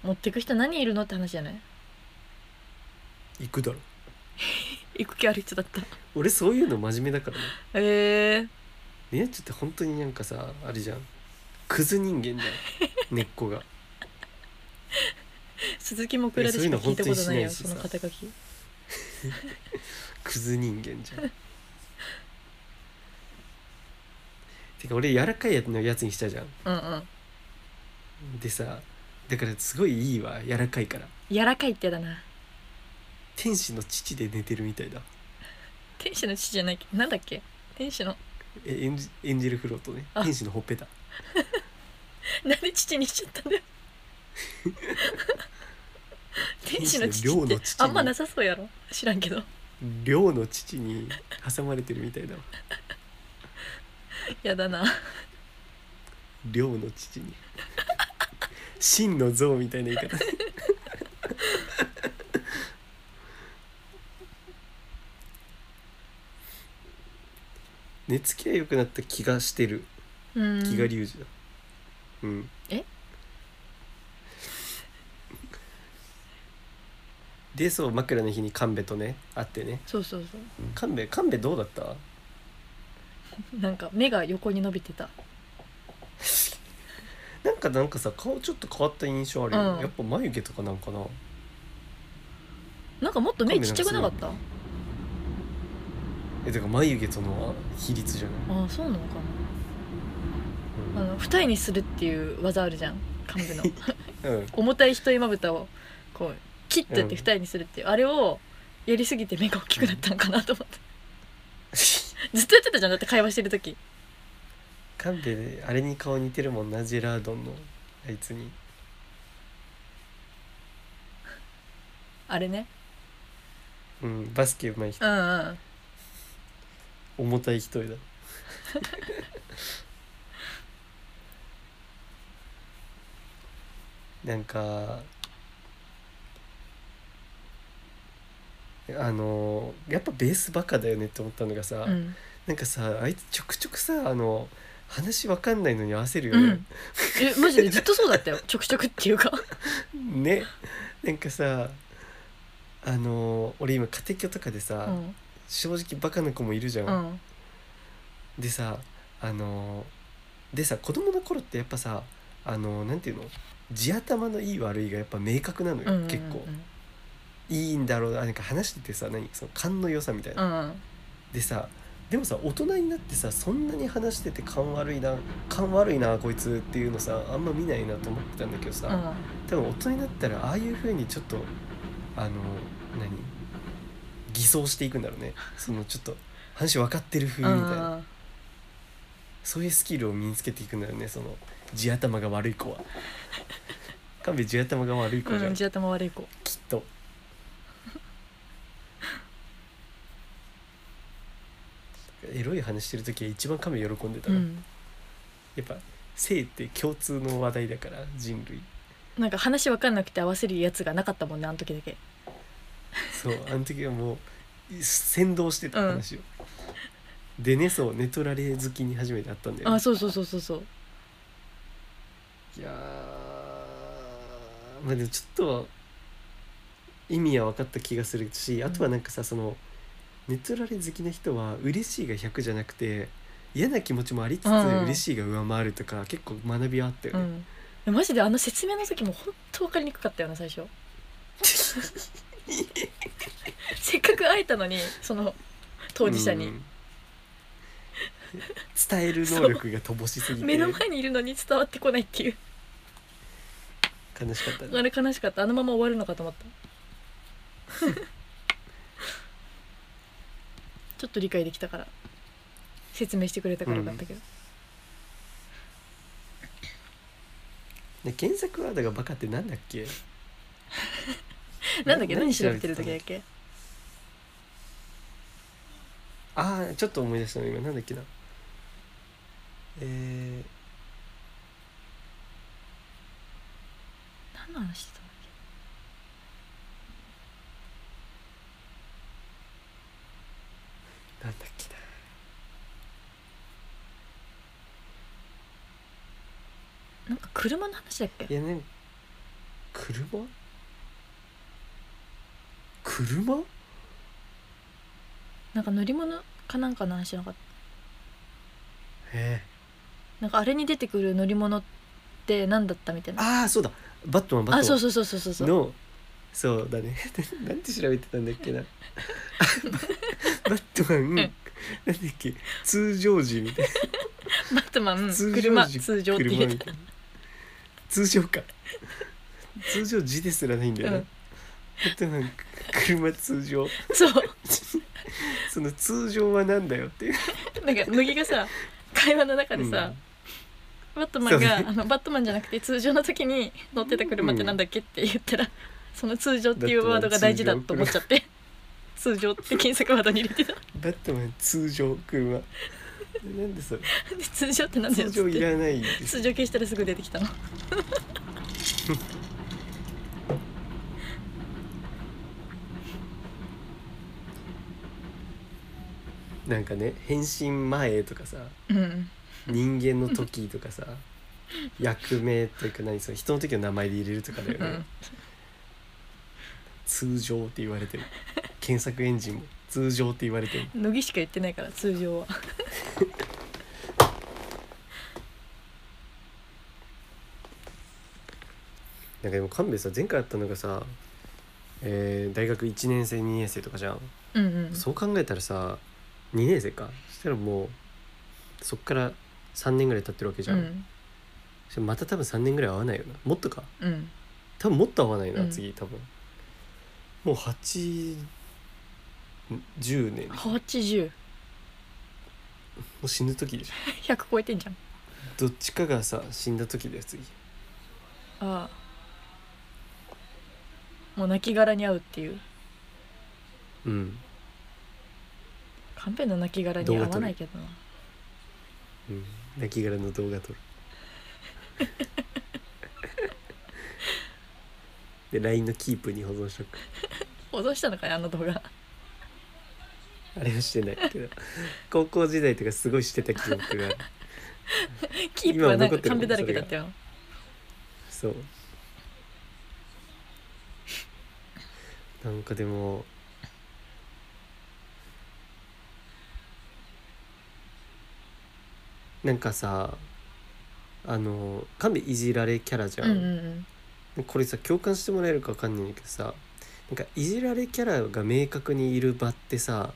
Speaker 2: 持ってく人何いるのって話じゃない
Speaker 1: 行くだろ
Speaker 2: 行く気ある人だった
Speaker 1: 俺そういうの真面目だからね
Speaker 2: ええ
Speaker 1: リナッチョって本当になんかさあれじゃんクズ人間じゃん根っこが
Speaker 2: 鈴木もくらでしか聞いたことないよそ
Speaker 1: そういうの
Speaker 2: の
Speaker 1: 本当
Speaker 2: 肩書き
Speaker 1: クズ人間じゃん <laughs> てか俺柔らかいやつのやつにしたじゃん
Speaker 2: うんうん
Speaker 1: でさだからすごいいいわ柔らかいから
Speaker 2: 柔らかいってやだな
Speaker 1: 天使の父で寝てるみたいだ
Speaker 2: 天使の父じゃないっけなんだっけ天使の
Speaker 1: えエンジエンジェルフロートね
Speaker 2: あ
Speaker 1: 天使のほっぺた
Speaker 2: なんで父にしちゃったんだ <laughs> よ天使の父
Speaker 1: 天使の
Speaker 2: っ
Speaker 1: 寮
Speaker 2: て
Speaker 1: の父に
Speaker 2: あんまなさそうやろ知らんけど
Speaker 1: 寮の父に挟まれてるみたいだわ
Speaker 2: やだな
Speaker 1: 寮の父に真の像みたいな言い方寝つきは良くなった気がしてる
Speaker 2: うん
Speaker 1: 気が龍二だうん
Speaker 2: え
Speaker 1: でそう枕の日に神戸とね会ってね
Speaker 2: そうそうそう
Speaker 1: 神戸神戸どうだった
Speaker 2: なんか目が横に伸びてた
Speaker 1: なんかなんかさ顔ちょっと変わった印象あるよ、
Speaker 2: うん
Speaker 1: やっぱ眉毛とかなんかな
Speaker 2: なんかもっと目ちっちゃくなかった
Speaker 1: えだから眉毛との比率じゃない、
Speaker 2: ああそうなのか
Speaker 1: うん
Speaker 2: なあの二重にするっていう技あるじゃん幹
Speaker 1: <laughs>
Speaker 2: 部の
Speaker 1: うん、
Speaker 2: 重たい一重まぶたをこう切ってやっ
Speaker 1: うん
Speaker 2: て二重にするっていう、あれをやりすぎて目が大きくなったのかなと思って
Speaker 1: <laughs>
Speaker 2: ずっとやってたじゃんだって会話してる時
Speaker 1: 神戸あれに顔似てるもんなジェラードンのあいつに
Speaker 2: あれね
Speaker 1: うんバスケうまい人
Speaker 2: うんうん
Speaker 1: 重たい人
Speaker 2: <laughs>
Speaker 1: だなんかあのやっぱベースバカだよねって思ったのがさ、
Speaker 2: うん
Speaker 1: なんかさあいつちょくちょくさあの話わかんないのに合わせるよ
Speaker 2: う
Speaker 1: ね
Speaker 2: ん、えマジでずっとそうだったよちょくちょくっていうか
Speaker 1: ねなんかさあの俺今家庭教とかでさ、
Speaker 2: うん
Speaker 1: 正直バカな子もいるじゃん、
Speaker 2: うん
Speaker 1: でさあのでさ子供の頃ってやっぱさあのなんていうの地頭のいい悪いがやっぱ明確なのよ、
Speaker 2: うん
Speaker 1: 結構いいんだろうあなんか話しててさ何その勘の良さみたいな、
Speaker 2: うんうん
Speaker 1: でさでもさ大人になってさそんなに話してて勘悪いな勘悪いなこいつっていうのさあんま見ないなと思ってたんだけどさ、
Speaker 2: うん
Speaker 1: 多分大人になったらああいう風にちょっとあの何偽装していくんだろう
Speaker 2: <laughs>
Speaker 1: ねそのちょっと話分かってる風
Speaker 2: う
Speaker 1: みたい
Speaker 2: ん
Speaker 1: なそういうスキルを身につけていくんだよねその地頭が悪い
Speaker 2: <laughs>
Speaker 1: 子は神戸地頭が悪い子じゃん、
Speaker 2: うん
Speaker 1: きっ
Speaker 2: 地頭悪い子
Speaker 1: とエロい話してる時は一番神戸喜んでた
Speaker 2: う
Speaker 1: な、
Speaker 2: ん
Speaker 1: やっぱ性って共通の話題だから人類
Speaker 2: なんか話分かんなくて合わせるやつがなかったもんねあの時だけ
Speaker 1: そうあの時はもう先導してた
Speaker 2: うん
Speaker 1: 話を、でねそう寝取られ好きに初めて会ったんだよね、
Speaker 2: あそうそうそうそうそう
Speaker 1: いやーまあでもちょっと意味は分かった気がするしあとはなんかさその寝取られ好きな人は嬉しいが100じゃなくて嫌な気持ちもありつつ
Speaker 2: うんうん
Speaker 1: 嬉しいが上回るとか結構学びはあったよ
Speaker 2: う
Speaker 1: ね、
Speaker 2: んでもマジであの説明の時も本当分かりにくかったよな最 <laughs> 初せっかく会えたのにその当事者に、
Speaker 1: うん伝える能力が乏しすぎて
Speaker 2: <laughs> 目の前にいるのに伝わってこないっていう
Speaker 1: 悲しかったね
Speaker 2: あれ悲しかったあのまま終わるのかと思った <laughs> ちょっと理解できたから説明してくれたからよかったけど、
Speaker 1: で検索ワードがバカってなんだっけ
Speaker 2: <laughs> なんだっけ
Speaker 1: な
Speaker 2: 何調べてる時だっけ
Speaker 1: ああちょっと思い出したの今なんだっけなえー、
Speaker 2: 何の話してたんだっ
Speaker 1: なんだっけな
Speaker 2: けなんか車の話だっけ
Speaker 1: いやね車車
Speaker 2: なんか乗り物かなんかの話じゃなかった
Speaker 1: え
Speaker 2: なんかあれに出てくる乗り物って何だったみたいな
Speaker 1: ああそうだバットマンバ
Speaker 2: あ
Speaker 1: ットマ
Speaker 2: そう
Speaker 1: ン
Speaker 2: そうそうそうそうそう
Speaker 1: のそうだね <laughs> なんて調べてたんだっけな <laughs> ババットマンなんだっけ通常時みたい
Speaker 2: バットマン
Speaker 1: な通
Speaker 2: 車
Speaker 1: 時
Speaker 2: 通常って
Speaker 1: 車
Speaker 2: 言
Speaker 1: み
Speaker 2: う
Speaker 1: たいな通常か通常時ですらないんだよね、
Speaker 2: うん
Speaker 1: バットマン車通常
Speaker 2: そう
Speaker 1: その通常はなんだよっていう
Speaker 2: なんか乃木がさ会話の中でさ、バットマ
Speaker 1: そ
Speaker 2: ンが、
Speaker 1: うね
Speaker 2: あのバットマンじゃなくて通常の時に乗ってた車ってなんだっけって言ったら、その通常っていうワードが大事だと思っちゃって通常って検索ワードに入れ
Speaker 1: <laughs>
Speaker 2: てた
Speaker 1: バットマン通常車なんでそれ
Speaker 2: で通常ってなんだよ
Speaker 1: 通
Speaker 2: っつ
Speaker 1: 常
Speaker 2: っ
Speaker 1: い
Speaker 2: て
Speaker 1: らないです
Speaker 2: 通常消したらすぐ出てきたの
Speaker 1: なんかね変身前とかさ
Speaker 2: うん
Speaker 1: 人間の時とかさ役名というか何その人の時の名前で入れるとかだよ
Speaker 2: う
Speaker 1: ね、
Speaker 2: ん
Speaker 1: 通常って言われてる検索エンジンも通常って言われてる
Speaker 2: 乃木しか言ってないから通常は
Speaker 1: なんかでも勘弁さ前回あったのがさ、えー大学1年生2年生とかじゃん、
Speaker 2: うんうん
Speaker 1: そう考えたらさ2年生かそしたらもうそっから3年ぐらい経ってるわけじゃん、
Speaker 2: うん
Speaker 1: それまた多分3年ぐらい会わないよなもっとか
Speaker 2: うん
Speaker 1: 多分もっと合わないな、
Speaker 2: うん
Speaker 1: 次多分もう810年も
Speaker 2: 80100
Speaker 1: う死ぬ時でしょ
Speaker 2: 超えてんじゃん
Speaker 1: どっちかがさ死んだ時だよ次
Speaker 2: ああもう泣き殻に合うっていう
Speaker 1: うん
Speaker 2: 勘弁の泣き殻に合わないけどな
Speaker 1: うん泣き殻の動画撮るで LINE のキープに保存しとく
Speaker 2: 保存したのかねあの動
Speaker 1: <laughs>
Speaker 2: 画
Speaker 1: あれはしてないけど高校時代とかすごいしてた記憶がある
Speaker 2: キープはなん
Speaker 1: 今も残
Speaker 2: かカ
Speaker 1: ってる
Speaker 2: ンペだらけだったよ
Speaker 1: そうなんかでもなんかさあの勘弁いじられキャラじ
Speaker 2: う
Speaker 1: ゃ
Speaker 2: んうん
Speaker 1: これさ共感してもらえるか分かんないんだけどさなんかいじられキャラが明確にいる場ってさ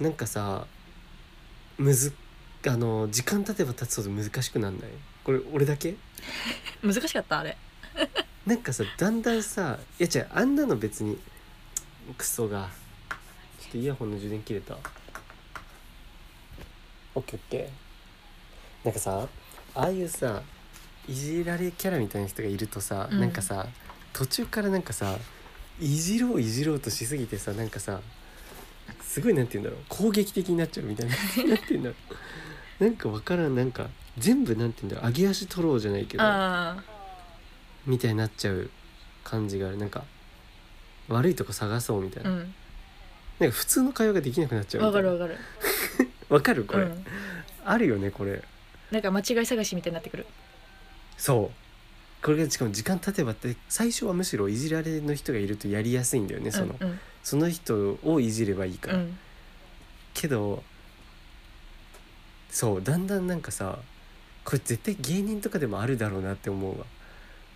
Speaker 1: なんかさむずあの時間経てば経つほど難しくなんないこれ俺だけ
Speaker 2: うん難しかったあれ
Speaker 1: なんかさだんだんさいや違うあんなの別にクソがちょっとイヤホンの充電切れたオッケーオッケーなんかさああいうさいじられキャラみたいな人がいるとさ、
Speaker 2: うん
Speaker 1: なんかさ途中からなんかさいじろういじろうとしすぎてさなんかさすごいなんて言うんだろう攻撃的になっちゃうみたいな
Speaker 2: <laughs>
Speaker 1: なんて言うんだろうなんかわからんなんか全部なんて言うんだろう上げ足取ろうじゃないけど
Speaker 2: ああ
Speaker 1: みたいになっちゃう感じがあるなんか悪いとこ探そうみたいな,、
Speaker 2: うん
Speaker 1: なんか普通の会話ができなくなっちゃう
Speaker 2: わ
Speaker 1: みた
Speaker 2: か
Speaker 1: いな
Speaker 2: るわかる
Speaker 1: わかるこれ、
Speaker 2: うん
Speaker 1: あるよねこれ
Speaker 2: なんか間違い探しみたいになってくる
Speaker 1: そうこれがしかも時間経てばって最初はむしろいじられの人がいるとやりやすいんだよねその、
Speaker 2: うんうん
Speaker 1: その人をいじればいいから、
Speaker 2: うん
Speaker 1: けどそうだんだんなんかさこれ絶対芸人とかでもあるだろうなって思うわ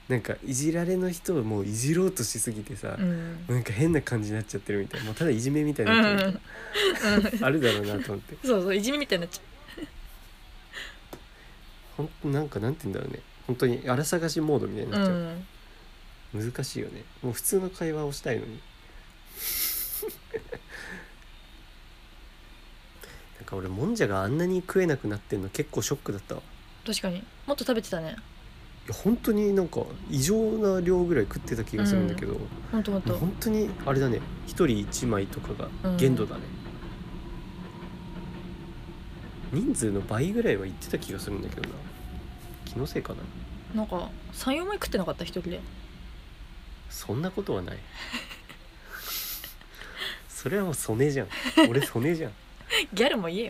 Speaker 1: なんかいじられの人をもういじろうとしすぎてさ、
Speaker 2: うん
Speaker 1: なんか変な感じになっちゃってるみたいなもうただいじめみたいに
Speaker 2: う
Speaker 1: なっ
Speaker 2: ん
Speaker 1: ちゃうみ
Speaker 2: う
Speaker 1: たいなんあるだろうなと思って
Speaker 2: そうそういじめみたいになっちゃ
Speaker 1: ほんとなんかなんて言うんだろうね本当に荒探しモードみたいに
Speaker 2: う
Speaker 1: なっちゃう、
Speaker 2: ん
Speaker 1: 難しいよねもう普通の会話をしたいのに <laughs> なんか俺もんじゃがあんなに食えなくなってんの結構ショックだったわ
Speaker 2: 確かにもっと食べてたね
Speaker 1: いや本当になんか異常な量ぐらい食ってた気がするんだけど、
Speaker 2: ほんとほん
Speaker 1: もう
Speaker 2: と
Speaker 1: 本当にあれだね一人一枚とかが限度だね、人数の倍ぐらいは行ってた気がするんだけどな気のせいかな
Speaker 2: なんか34枚食ってなかった一人で
Speaker 1: そんなことはない <laughs> それはもう曽根じゃん俺曽根じゃんい
Speaker 2: ギャルも言えよ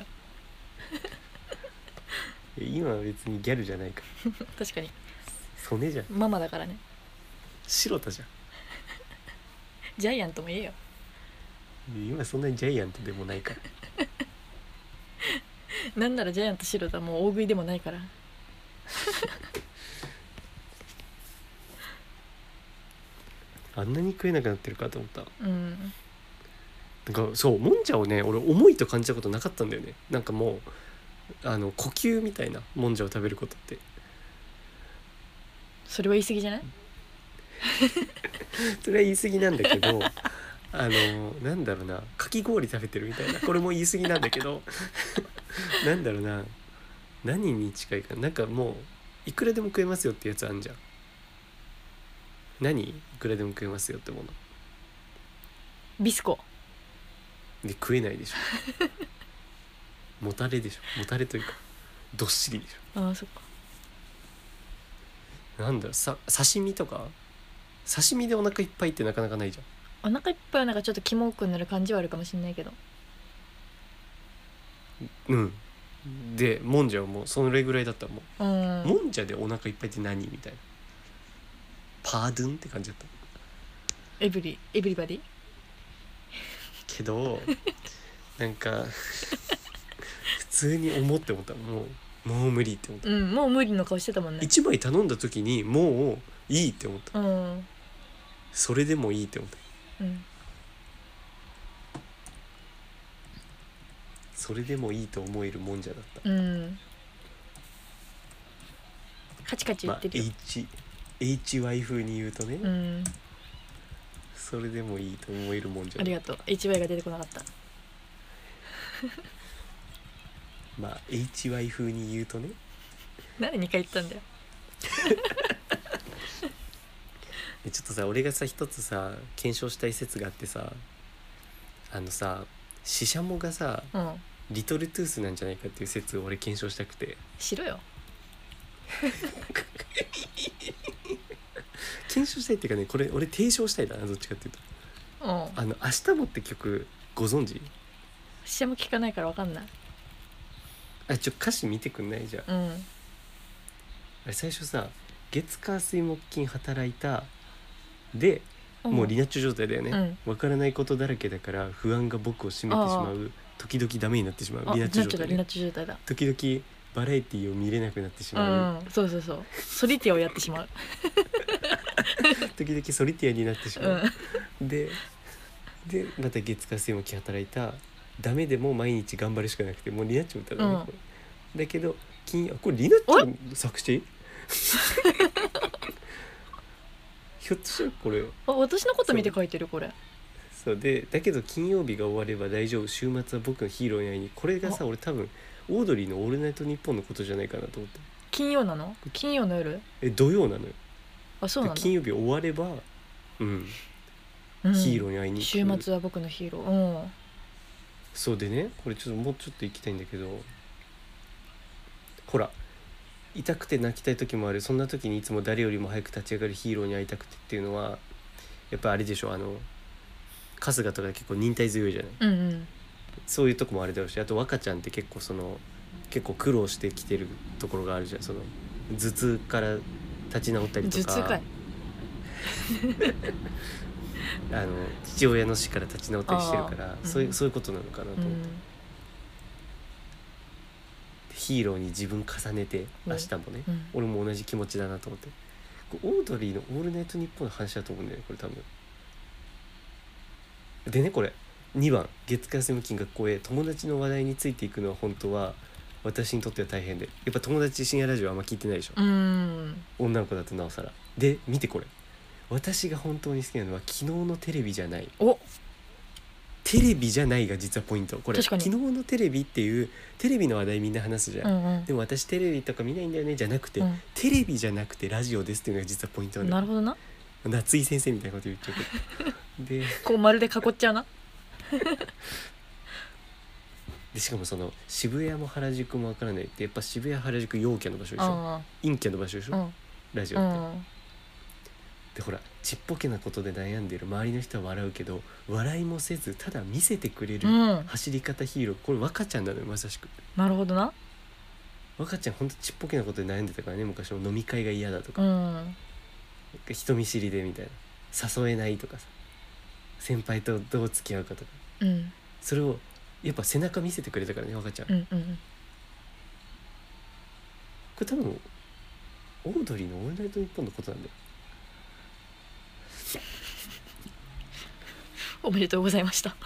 Speaker 1: や今は別にギャルじゃないから
Speaker 2: 確かに
Speaker 1: 曽根じゃん
Speaker 2: ママだからね
Speaker 1: 白田じゃ
Speaker 2: ジャイアントも言えよ
Speaker 1: んいや今そんなにジャイアントでもないから
Speaker 2: なんならジャイアント白田もう大食いでもないから
Speaker 1: あんなに食えなくなってるかと思った
Speaker 2: うん
Speaker 1: なんかそうもんじゃをね俺重いと感じたことなかったんだよねなんかもうあの呼吸みたいなもんじゃを食べることって
Speaker 2: それは言い過ぎじゃない
Speaker 1: それは言い過ぎなんだけどあのなんだろうなかき氷食べてるみたいなこれも言い過ぎなんだけど <laughs> なんだろうな何に近いかなんかもういくらでも食えますよってやつあんじゃん何いくらでも食えますよってもの
Speaker 2: ビスコ
Speaker 1: で食えないでしょもたれでしょもたれというかどっしりでし
Speaker 2: ああそっか
Speaker 1: ょなんだろうさ刺身とか刺身でお腹いっぱいってなかなかないじゃん
Speaker 2: お腹いっぱいはなんかちょっとキモくなる感じはあるかもしれないけど
Speaker 1: うんでもんじゃはもうそれぐらいだったもう
Speaker 2: う
Speaker 1: も
Speaker 2: ん
Speaker 1: んじゃでお腹いっぱいって何みたいなパードゥンって感じだった
Speaker 2: エブリエブリバディ
Speaker 1: け
Speaker 2: <laughs>
Speaker 1: どなんか普通に思って思ったもうもう無理って思った、
Speaker 2: うんもう無理の顔してたもんね
Speaker 1: 一1枚頼んだ時にもういいって思った
Speaker 2: うん
Speaker 1: それでもいいって思った
Speaker 2: うん
Speaker 1: それでもいいと思えるもんじゃだった
Speaker 2: うんカチカチ言
Speaker 1: まあ
Speaker 2: ってるよ、
Speaker 1: H HY 風に言うとね、
Speaker 2: うん
Speaker 1: それでもいいと思えるもんじゃ
Speaker 2: あ
Speaker 1: だ
Speaker 2: りがとう HY が出てこなかった
Speaker 1: まあ HY 風に言うとね
Speaker 2: なんで2回言ったんだよ
Speaker 1: えちょっとさ俺がさ一つさ検証したい説があってさあのさシシャモがさ
Speaker 2: うん
Speaker 1: リトルトゥースなんじゃないかっていう説を俺検証したくて <laughs>
Speaker 2: しろよ
Speaker 1: 検証したいっていうかねこれ俺提唱したいだなどっちかっていうと
Speaker 2: うん
Speaker 1: あの「明日も」って曲ご存知
Speaker 2: 私も聞かないからわかんない
Speaker 1: あちょ歌詞見てくんないじゃん
Speaker 2: うん
Speaker 1: あれ最初さ月火水木金働いたでもう離
Speaker 2: ナ
Speaker 1: ナッチ状態だよね、
Speaker 2: うん
Speaker 1: 分からないことだらけだから不安が僕を占めてしまう時々ダメになってしまう
Speaker 2: あ
Speaker 1: 離ナ
Speaker 2: なっ
Speaker 1: ッ
Speaker 2: ち
Speaker 1: チ
Speaker 2: ゃっ
Speaker 1: 状
Speaker 2: た
Speaker 1: 態
Speaker 2: リナ
Speaker 1: ね
Speaker 2: ッチ状態だ
Speaker 1: 時々バラエティーを見れなくなってし
Speaker 2: う
Speaker 1: まう、
Speaker 2: んそうそうそうソリティアをやってしまう
Speaker 1: 時々ソリティアになってし
Speaker 2: う
Speaker 1: ま
Speaker 2: ん
Speaker 1: う、ででまた月火水木働いたダメでも毎日頑張るしかなくてもうリナッチも歌だね、
Speaker 2: うん
Speaker 1: これだけど金あこれリナッチの作詞 <laughs> ひょっとしたらこれ
Speaker 2: あ私のこと見て書いてるこれ
Speaker 1: そうでだけど金曜日が終われば大丈夫週末は僕のヒーローに会いにこれがさ俺多分オードリーの「オールナイトニッポン」のことじゃないかなと思って
Speaker 2: 金曜なの金曜の夜
Speaker 1: え土曜なのよ
Speaker 2: あそうなん
Speaker 1: で
Speaker 2: だ、
Speaker 1: 金曜日終わればうん、
Speaker 2: うん
Speaker 1: ヒーローに会いに
Speaker 2: 週
Speaker 1: 行く
Speaker 2: 末は僕のヒーロー
Speaker 1: そうでねこれちょっともうちょっと行きたいんだけどほら痛くて泣きたい時もあるそんな時にいつも誰よりも早く立ち上がるヒーローに会いたくてっていうのはやっぱあれでしょあの春日とか結構忍耐強いじゃない
Speaker 2: うんうんうん
Speaker 1: そういうとこもあれだろうしあと若ちゃんって結構その結構苦労してきてるところがあるじゃんその頭痛から立ち直ったり
Speaker 2: 頭
Speaker 1: と
Speaker 2: 痛か
Speaker 1: か
Speaker 2: い
Speaker 1: あの父親の死から立ち直ったりしてるから
Speaker 2: あー
Speaker 1: そういううんそういうことなのかなと
Speaker 2: う
Speaker 1: 思って、
Speaker 2: ん
Speaker 1: ヒーローに自分重ねて
Speaker 2: うん
Speaker 1: 明日もね、
Speaker 2: うん
Speaker 1: 俺も同じ気持ちだなと思ってこれオードリーの「オールナイトニッポン」の話だと思うんだよねこれ多分でねこれ2番「月火水木金学校へ友達の話題についていくのは本当は私にとっては大変でやっぱ友達深夜ラジオあんま聞いてないでしょ、
Speaker 2: うん
Speaker 1: 女の子だとなおさらで見てこれ私が本当に好きなのは昨日のテレビじゃない
Speaker 2: お
Speaker 1: テレビじゃないが実はポイントこれ
Speaker 2: 確か
Speaker 1: 昨
Speaker 2: に
Speaker 1: 日のテレビっていうテレビの話題みんな話すじゃん、
Speaker 2: うんうん
Speaker 1: でも私テレビとか見ないんだよねじゃなくて、
Speaker 2: うん
Speaker 1: テレビじゃなくてラジオですっていうのが実はポイントなんだ
Speaker 2: な
Speaker 1: よ
Speaker 2: るほどな
Speaker 1: 夏井先生みたいなこと言っちゃうけどで
Speaker 2: こう丸で囲っちゃうな
Speaker 1: でしかもその渋谷も原宿もわからないってやっぱ渋谷原宿陽キャの場所でしょ
Speaker 2: あ
Speaker 1: 陰キャの場所でし
Speaker 2: う
Speaker 1: ょ、
Speaker 2: ん
Speaker 1: ラジオ
Speaker 2: う
Speaker 1: って、
Speaker 2: ん
Speaker 1: でほらちっぽけなことで悩んでる周りの人は笑うけど笑いもせずただ見せてくれる
Speaker 2: うん
Speaker 1: 走り方ヒーローこれ若ちゃんなのよまさしく
Speaker 2: なるほどな
Speaker 1: 若ちゃんほんとちっぽけなことで悩んでたからね昔も飲み会が嫌だとか、
Speaker 2: うん
Speaker 1: 人見知りでみたいな誘えないとかさ先輩とどう付き合うかとか
Speaker 2: うん
Speaker 1: それをやっぱ背中見せてくれたからね若ちゃん、
Speaker 2: う
Speaker 1: こ
Speaker 2: んうん
Speaker 1: れ多分オードリーの「オールナイトニッポン」のことなんだよ
Speaker 2: おめでとうございました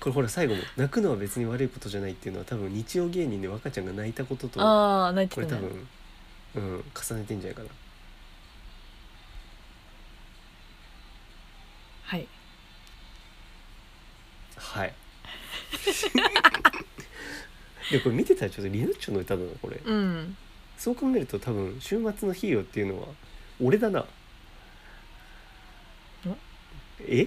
Speaker 1: これほら最後も「泣くのは別に悪いことじゃない」っていうのは多分日曜芸人で若ちゃんが泣いたことと
Speaker 2: ああ泣い
Speaker 1: こ
Speaker 2: て
Speaker 1: れ
Speaker 2: た
Speaker 1: 多
Speaker 2: ね
Speaker 1: 分、うん、重ねてんじゃないかな
Speaker 2: はい
Speaker 1: はい
Speaker 2: <laughs>
Speaker 1: でもこれ見てたらちょっとリナッチョの歌だなこれ
Speaker 2: うん
Speaker 1: そう考えると多分「週末のヒーロー」っていうのは俺だなえ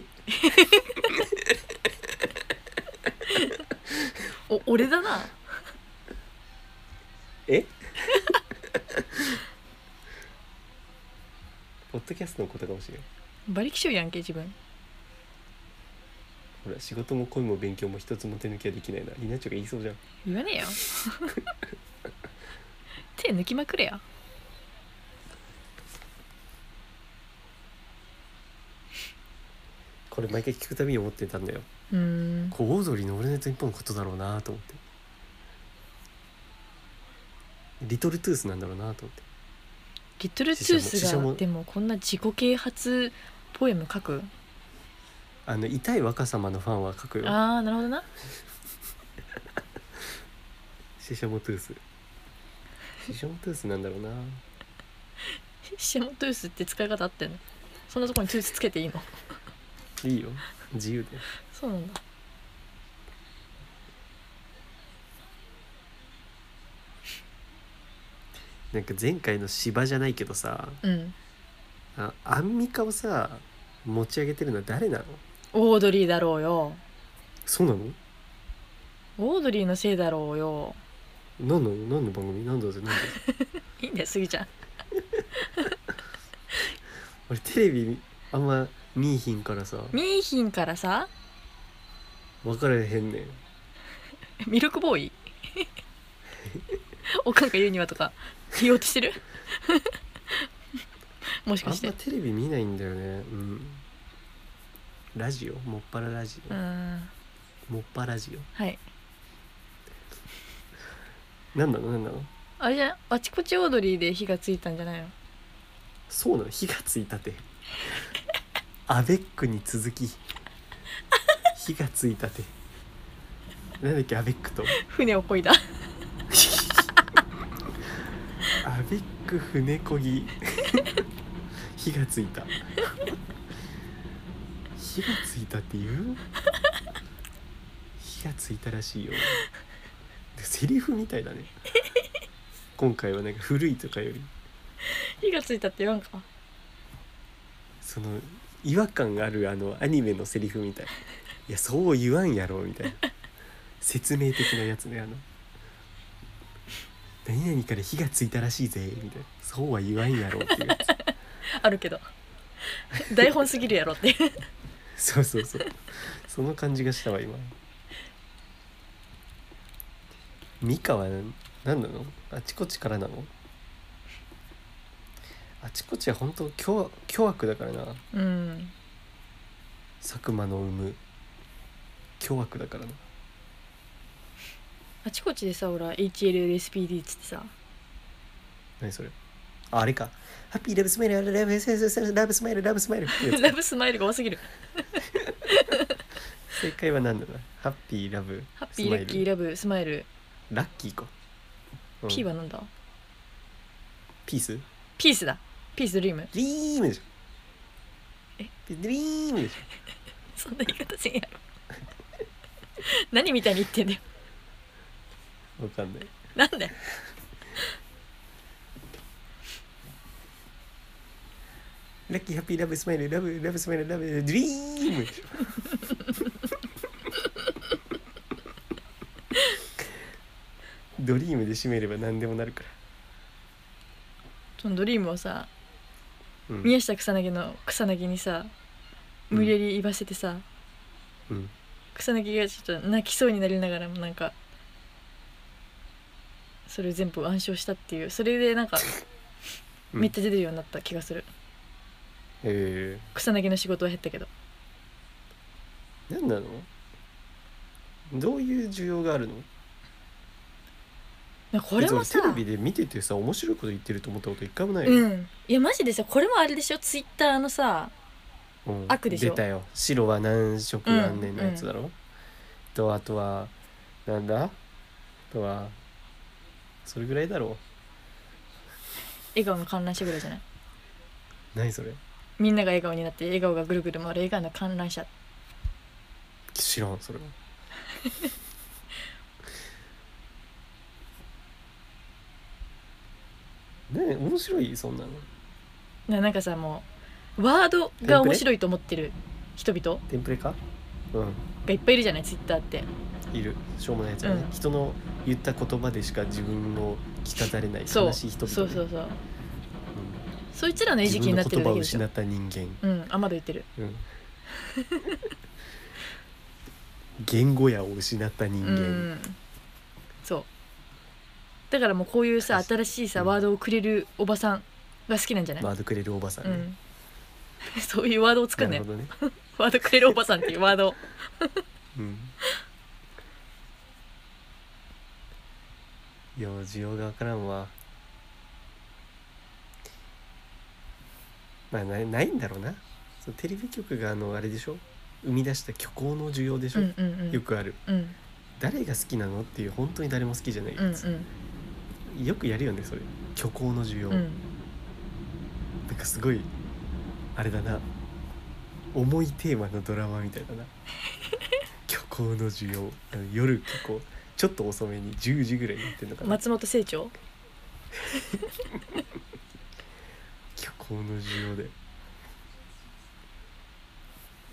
Speaker 2: お俺だな
Speaker 1: えポッドキャストのことかもしれん
Speaker 2: 馬力しようやんけ自分
Speaker 1: ほら仕事も恋も勉強も一つも手抜きはできないなリナッチョが言いそうじゃん
Speaker 2: 言わねえよ <laughs> 手抜きまくれよ
Speaker 1: これ毎回聞くたびに思ってたんだよ
Speaker 2: うん
Speaker 1: こうオードリーの「オールナイトニッポン」のことだろうなと思ってリトルトゥースなんだろうなと思って
Speaker 2: リトルトゥー
Speaker 1: 死
Speaker 2: ス
Speaker 1: 者も
Speaker 2: がでもこんな自己啓発ポエム書く
Speaker 1: あの痛い若様のファンは書くよ
Speaker 2: ああなるほどな
Speaker 1: シシャモトゥースシシャモトゥースなんだろうな
Speaker 2: シャモトゥースって使い方あってんのそんなとこにトゥースつけていいの
Speaker 1: いいよ自由で
Speaker 2: そうなんだ
Speaker 1: なんか前回の芝じゃないけどさ
Speaker 2: うん
Speaker 1: あアンミカをさ持ち上げてるのは誰なの
Speaker 2: オードリーだろうよ
Speaker 1: そうなの
Speaker 2: オードリーのせいだろうよ
Speaker 1: 何なの何の番組何だぜ何だぜ
Speaker 2: <laughs> いいんだよスギちゃん
Speaker 1: 俺テレビあんま見いひんからさ
Speaker 2: ミーヒンからさ
Speaker 1: 分からへんねん
Speaker 2: ミルクボーイ <laughs> おかんが言うにはとか言おうとしてる <laughs> もし
Speaker 1: あんま
Speaker 2: かして
Speaker 1: テレビ見ないんだよねうんラジオもっぱらラジ
Speaker 2: う
Speaker 1: オ、
Speaker 2: ん
Speaker 1: もっぱラジ
Speaker 2: はい
Speaker 1: オなんなのなんなの
Speaker 2: あれじゃないあちこちオードリーで火がついたんじ
Speaker 1: <laughs>
Speaker 2: ゃないの
Speaker 1: そうなの火がついたてアベックに続
Speaker 2: <laughs>
Speaker 1: き火がついたてなんだっけアベックと
Speaker 2: 船をこいだ
Speaker 1: アベック船こぎ火がついた火がついたって言う火がついたらしいよセリフみたいだね今回はなんか古いとかより
Speaker 2: <laughs> 火がついたって言わんか
Speaker 1: その違和感があるあのアニメのセリフみたいいやそう言わんやろみたいな説明的なやつねあの何々から火がついたらしいぜみたいなそうは言わんやろっていうやつ
Speaker 2: ある
Speaker 1: <laughs>
Speaker 2: けど台本すぎるやろって
Speaker 1: そうそうそう。その感じがしたわ今。ミカは何なの？あちこちからなの？あちこちは本当巨巨悪だからな。
Speaker 2: うん
Speaker 1: 佐久間の生む巨悪だからな。
Speaker 2: あちこちでさほら HLLSPD っつってさ
Speaker 1: 何それ？ああれか。ハッピーラブスマイルラブスマイルラブスマイルラブスマイルってやつ
Speaker 2: ラブスマイルが多すぎる
Speaker 1: 正解は何だろうな？ハッピーラブ
Speaker 2: ハッ
Speaker 1: ス
Speaker 2: ピー
Speaker 1: マ
Speaker 2: ラ
Speaker 1: イ
Speaker 2: ッキー
Speaker 1: ル
Speaker 2: ラブスマイル
Speaker 1: ラッキーか。うん
Speaker 2: P はなんだ
Speaker 1: ピース？
Speaker 2: ピースだピースドリーム
Speaker 1: ドリームでしょ。
Speaker 2: え
Speaker 1: ドリームでしょ。
Speaker 2: そんな言い方
Speaker 1: <laughs>
Speaker 2: せんやろ何みたいに言ってんだよ
Speaker 1: わかんない。
Speaker 2: なんだよ
Speaker 1: ラッキーハッピーラブスマイルラブラブスマイルラブドリームドリームで締めれば何でもなるか
Speaker 2: そのドリームをさ
Speaker 1: ら、うん
Speaker 2: 宮下草薙の草薙にさ無理やり言わせてさ、
Speaker 1: うん
Speaker 2: 草薙がちょっと泣きそうになりながらもなんかそれ全部暗唱したっていうそれでなんか
Speaker 1: うん
Speaker 2: めっちゃ出てるようになった気がする、
Speaker 1: え
Speaker 2: 草薙の仕事は減ったけど
Speaker 1: ー、何なのどういう需要があるの
Speaker 2: なんかこれも
Speaker 1: 別に
Speaker 2: さ
Speaker 1: 俺テレビで見ててさ面白いこと言ってると思ったこと一回もないよ、
Speaker 2: うんいやマジでさこれもあれでしょツイッターのさ
Speaker 1: うん
Speaker 2: 悪でしょ
Speaker 1: 出たよ白は何色あんねんのやつだろ、とあとはなんだあとはそれぐらいだろ
Speaker 2: 笑顔の観覧車ぐらいじゃないう
Speaker 1: 何それ
Speaker 2: みんなが笑顔になって笑顔がぐるぐる回る笑顔の観覧車
Speaker 1: 知らん
Speaker 2: <laughs>
Speaker 1: それはねえ面白いそんなの
Speaker 2: ななんかさもうワードが面白いと思ってる人々
Speaker 1: テンプレかう
Speaker 2: がいっぱいいるじゃないツイッターって
Speaker 1: んいるしょうもないやつはね、
Speaker 2: うん
Speaker 1: 人の言った言葉でしか自分の聞かされない
Speaker 2: そう
Speaker 1: 悲しい人々
Speaker 2: そう
Speaker 1: ね
Speaker 2: そうそう
Speaker 1: うん
Speaker 2: そいつらの餌
Speaker 1: 自
Speaker 2: 食に
Speaker 1: 分
Speaker 2: な
Speaker 1: の
Speaker 2: って
Speaker 1: 言
Speaker 2: る
Speaker 1: 葉
Speaker 2: だ
Speaker 1: を
Speaker 2: けでしょ
Speaker 1: 失った人間、
Speaker 2: うんあまだ言ってる
Speaker 1: うん
Speaker 2: <laughs>
Speaker 1: 言語やを失った人間、
Speaker 2: うんそうだからもうこういうさ
Speaker 1: 確か
Speaker 2: 新しいさ、
Speaker 1: うん
Speaker 2: ワードをくれるおばさんが好きなんじゃない、
Speaker 1: ワードくれるおばさん
Speaker 2: う
Speaker 1: ね、
Speaker 2: <laughs> ん、そういうワードを作る
Speaker 1: な
Speaker 2: ね
Speaker 1: るほどね
Speaker 2: ワードくれるおばさんっていうワードを
Speaker 1: うんいや需要が分からんわまあないないんだろうなそのテレビ局があのあれでしょ生み出した虚構の需要でし
Speaker 2: う
Speaker 1: ょ、
Speaker 2: んうんうん
Speaker 1: よくある
Speaker 2: うん
Speaker 1: 誰が好きなのっていう本当に誰も好きじゃない
Speaker 2: うんう
Speaker 1: やつ、
Speaker 2: ん
Speaker 1: よくやるよねそれ虚構の需要、
Speaker 2: うん
Speaker 1: なんかすごいあれだな重いテーマのドラマみたいだな虚構の需要あの夜結構ちょっと遅めに10時ぐらいにやってんのかな、
Speaker 2: 松本清張
Speaker 1: 虚構の需要で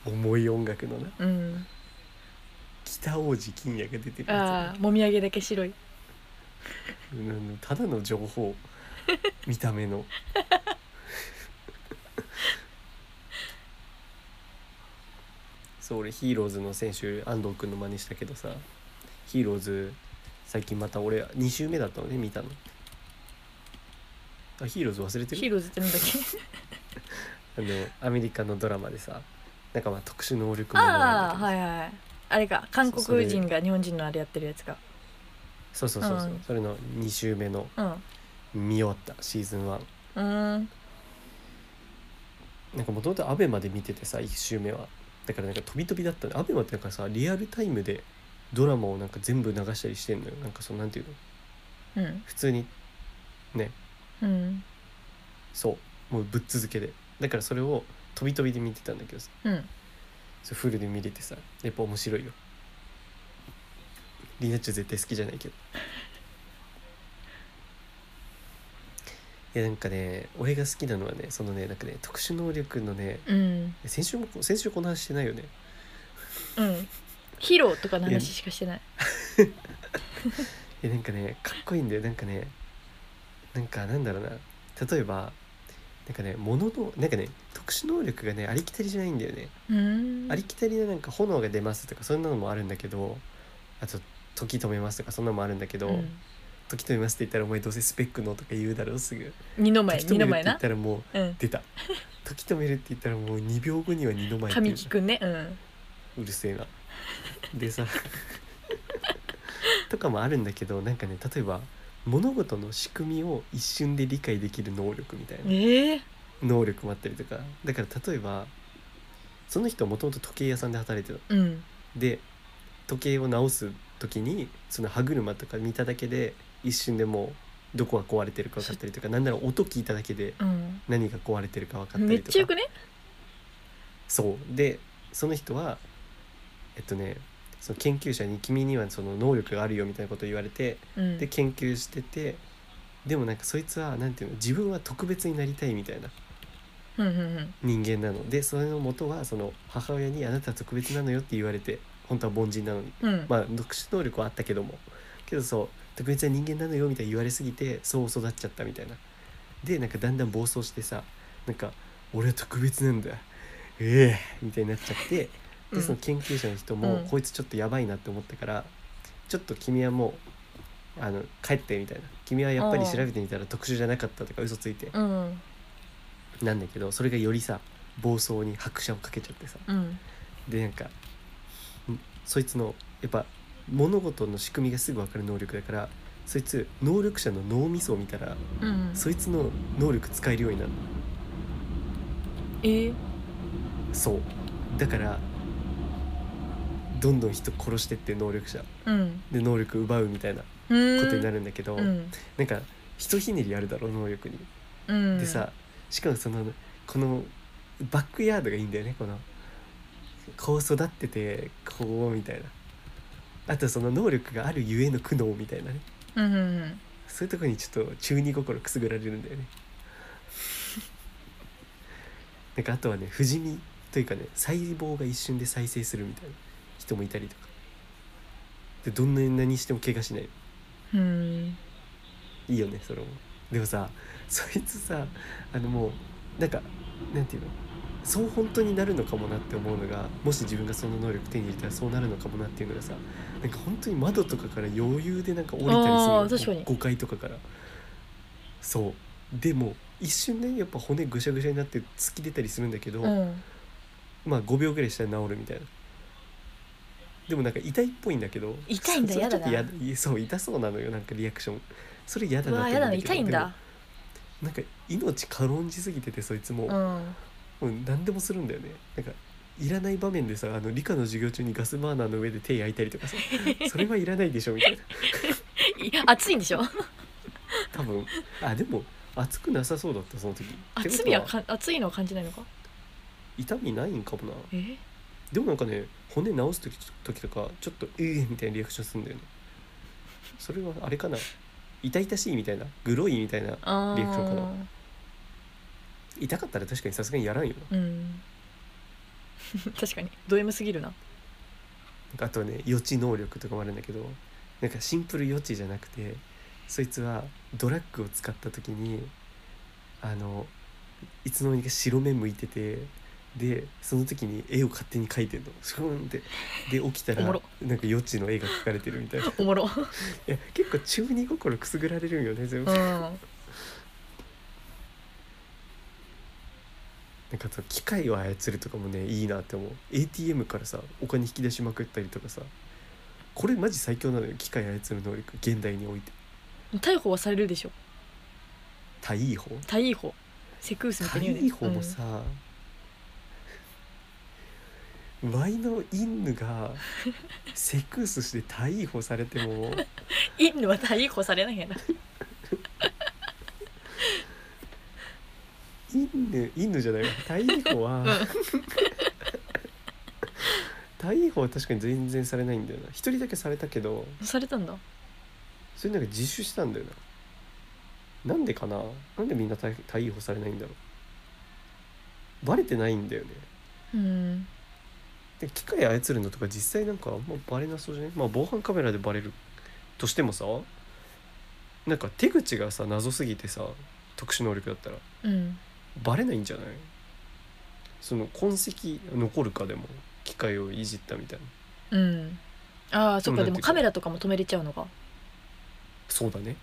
Speaker 1: 重い音楽のな
Speaker 2: うん
Speaker 1: 北王子金也が出てる
Speaker 2: あ
Speaker 1: や
Speaker 2: あもみあげだけ白い
Speaker 1: つうんただの情
Speaker 2: <laughs>
Speaker 1: 報見た目のそう俺ヒーローズの選手安藤君の真似したけどさヒーローズ最近また俺2週目だったのね見たのあヒーローズ忘れてる
Speaker 2: ヒーローズってなんだっ
Speaker 1: <laughs> あ
Speaker 2: け
Speaker 1: のアメリカのドラマでさなんかまあ特殊能力ものなんだけ
Speaker 2: ああ
Speaker 1: ど
Speaker 2: はいはいあれか韓
Speaker 1: それ
Speaker 2: 国人が日本人のあれやってるやつか
Speaker 1: そうそうそうそう、
Speaker 2: うん
Speaker 1: それの2週目の
Speaker 2: うん
Speaker 1: 見終わったシーズン1
Speaker 2: うーん
Speaker 1: なんかもともとアベマで見ててさ1週目はだからなんか飛び飛びだったのアベマってなんかさリアルタイムでドラマをなんか全部流したりしてんのよなんかそのなんていうの
Speaker 2: うん
Speaker 1: 普通にね
Speaker 2: うん
Speaker 1: そうもうぶっ続けでだからそれを飛び飛びで見てたんだけどさ
Speaker 2: うん
Speaker 1: それフルで見れてさやっぱ面白いよリナッチョ絶対好きじゃないけどいやなんかね俺が好きなのはねそのねなんかね特殊能力のね
Speaker 2: うん
Speaker 1: 先週も先週この話してないよね
Speaker 2: うんヒーローとかの話しかしてない
Speaker 1: いやなんかねかっこいいんだよなんかねなんかなんだろうな例えばなんかね物のなんかね特殊能力がねありきたりじゃないんだよね、
Speaker 2: うーん
Speaker 1: ありきたりななんか炎が出ますとかそんなのもあるんだけどあと時止めますとかそんなのもあるんだけど、
Speaker 2: うん
Speaker 1: 時止めますって言ったらお前どうせスペックのとか言うだろうすぐ
Speaker 2: 二の前
Speaker 1: 時止
Speaker 2: 二
Speaker 1: めるっ
Speaker 2: の
Speaker 1: て
Speaker 2: 前
Speaker 1: 言っ
Speaker 2: な
Speaker 1: たらもう
Speaker 2: うん
Speaker 1: 出た時止めるって言ったらもう2秒後には二の前ってい
Speaker 2: 神
Speaker 1: う
Speaker 2: 木くんねうん
Speaker 1: うるせえなでさ <laughs> とかもあるんだけどなんかね例えば物事の仕組みを一瞬で理解できる能力みたいな
Speaker 2: ええ
Speaker 1: 能力もあったりとかだから例えばその人はもともと時計屋さんで働いてたの
Speaker 2: うん
Speaker 1: で時計を直す時にその歯車とか見ただけで一瞬でもうどこが壊れてるか分かったりとか何なら音聞いただけで
Speaker 2: うん
Speaker 1: 何が壊れてるか分かったりとか
Speaker 2: めっちゃよくね
Speaker 1: そうでその人はえっとねその研究者に「君にはその能力があるよ」みたいなことを言われて
Speaker 2: うん
Speaker 1: で研究しててでもなんかそいつはなんていうの自分は特別になりたいみたいな
Speaker 2: うんうんうん
Speaker 1: 人間なのでそれの元はその母親に「あなたは特別なのよ」って言われて本当は凡人なのに
Speaker 2: うん
Speaker 1: まあ特殊能力はあったけどもけどそう特別な人間なのよみたいに言われすぎてそう育っちゃったみたいなでなんかだんだん暴走してさなんか「俺は特別なんだええみたいになっちゃって
Speaker 2: う
Speaker 1: で
Speaker 2: ん
Speaker 1: その研究者の人も、
Speaker 2: うん
Speaker 1: こいつちょっとやばいなって思ったからちょっと君はもうあの帰ってみたいな君はやっぱり調べてみたら特殊じゃなかったとか嘘ついて
Speaker 2: うん
Speaker 1: なんだけどそれがよりさ暴走に拍車をかけちゃってさ
Speaker 2: うん
Speaker 1: でなんかんそいつのやっぱ物事の仕組みがすぐ分かる能力だからそいつ能力者の脳みそを見たら
Speaker 2: うん
Speaker 1: そいつの能力使えるようになる
Speaker 2: ええ
Speaker 1: そうだからどんどん人殺してって能力者
Speaker 2: うん
Speaker 1: で能力奪うみたいなこ
Speaker 2: うーん
Speaker 1: とになるんだけど、
Speaker 2: うん
Speaker 1: なんかひとひねりあるだろ能力に。
Speaker 2: うん
Speaker 1: でさしかもそのこのバックヤードがいいんだよねこのこう育っててこうみたいなあとその能力があるゆえの苦悩みたいなね
Speaker 2: うんうんうん
Speaker 1: そういうとこにちょっと中二心くすぐられるんだよね <laughs> なんかあとはね不死身というかね細胞が一瞬で再生するみたいな人もいたりとかでどんなに何しても怪我しない
Speaker 2: うん
Speaker 1: いいよねそれもでもさそいつさあのもうなんかなんていうのそう本当になるのかもなって思うのがもし自分がその能力手に入れたらそうなるのかもなっていうのがさなんか本当に窓とかから余裕でなんか降りたり
Speaker 2: あー
Speaker 1: す
Speaker 2: 確か
Speaker 1: るの
Speaker 2: に
Speaker 1: 5階とかからそうでも一瞬ねやっぱ骨ぐしゃぐしゃになって突き出たりするんだけど、
Speaker 2: うん
Speaker 1: まあ5秒ぐらいしたら治るみたいなでもなんか痛いっぽいんだけど
Speaker 2: 痛いんだ
Speaker 1: それ
Speaker 2: やだな
Speaker 1: ちょっと嫌そう痛そうなのよなんかリアクションそれ嫌だ
Speaker 2: う
Speaker 1: な
Speaker 2: わ
Speaker 1: と
Speaker 2: ー
Speaker 1: 思うんだけど
Speaker 2: やだな痛いんだ
Speaker 1: でもなんか命軽んじすぎててそいつも、
Speaker 2: うん
Speaker 1: うん、何でもするんだよねなんかいらない場面でさあの理科の授業中にガスバーナーの上で手焼いたりとか
Speaker 2: <laughs>
Speaker 1: さそれはいらないでしょみたいない
Speaker 2: 暑いんでしょ
Speaker 1: 多分あでも熱くなさそうだったその時って
Speaker 2: 暑
Speaker 1: こ
Speaker 2: み
Speaker 1: と
Speaker 2: はか暑いのは感じないのか
Speaker 1: 痛みないんかもな
Speaker 2: え
Speaker 1: でもなんかね骨治す時時とかちょっと「ええみたいなリアクションするんだよねそれはあれかな痛々しいみたいなグロいみたいな
Speaker 2: あ
Speaker 1: リアクションかな
Speaker 2: ー
Speaker 1: 痛かったら確かにさすがにやらんよな
Speaker 2: うん <laughs> 確かにド M すぎるな
Speaker 1: なんかあとはね予知能力とかもあるんだけどなんかシンプル予知じゃなくてそいつはドラッグを使った時にあのいつの間にか白目向いててでその時に絵を勝手に描いてんのシューンってで起きたら
Speaker 2: おもろ
Speaker 1: なんか予知の絵が描かれてるみたいない
Speaker 2: おもろ
Speaker 1: や結構中二心くすぐられるんよね全部
Speaker 2: う
Speaker 1: なんか
Speaker 2: ん
Speaker 1: あと機械を操るとかもねいいなって思う ATM からさお金引き出しまくったりとかさこれマジ最強なのよ機械操る能力現代において
Speaker 2: 逮捕はされるでしょ
Speaker 1: 対位法
Speaker 2: 逮捕セクウスみたいに言うね
Speaker 1: い方もさ、ワイのインヌがセクスして逮捕されても
Speaker 2: うん、インドは逮捕されないやな
Speaker 1: インヌインヌじゃないわ逮捕は逮捕は確かに全然されないんだよな一人だけされたけど
Speaker 2: されたんだ
Speaker 1: それなんか自首したんだよななんでかななんでみんな逮逮捕されないんだろうバレてないんだよね
Speaker 2: うん
Speaker 1: で機械操るのとか実際なんかあんまバレなそうじゃないまあ防犯カメラでバレるとしてもさなんか手口がさ謎すぎてさ特殊能力だったら
Speaker 2: うん
Speaker 1: バレないんじゃないその痕跡残るかでも機械をいじったみたいな
Speaker 2: うんああそっか
Speaker 1: で
Speaker 2: で
Speaker 1: もなんていうか
Speaker 2: もカメラとかも止めれちゃうのか
Speaker 1: そうだね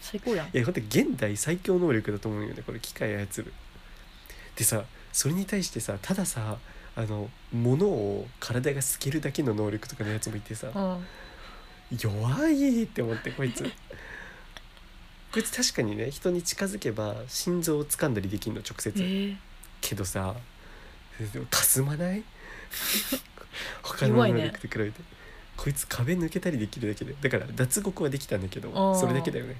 Speaker 2: 最高やん
Speaker 1: いやだって現代最強能力だと思うよねこれ機械操るでさそれに対してさたださあの物を体が透けるだけの能力とかのやつもいてさ
Speaker 2: うん
Speaker 1: 弱いって思ってこいつこいつ確かにね人に近づけば心臓を掴んだりできるの直
Speaker 2: え
Speaker 1: 接
Speaker 2: ー、
Speaker 1: けどさで
Speaker 2: <laughs>
Speaker 1: もかすまない他の
Speaker 2: 弱い
Speaker 1: 能
Speaker 2: ね
Speaker 1: 力と比べて、こいつ壁抜けたりできるだけでだから脱獄はできたんだけ
Speaker 2: あ
Speaker 1: ど
Speaker 2: ー
Speaker 1: それだけだよね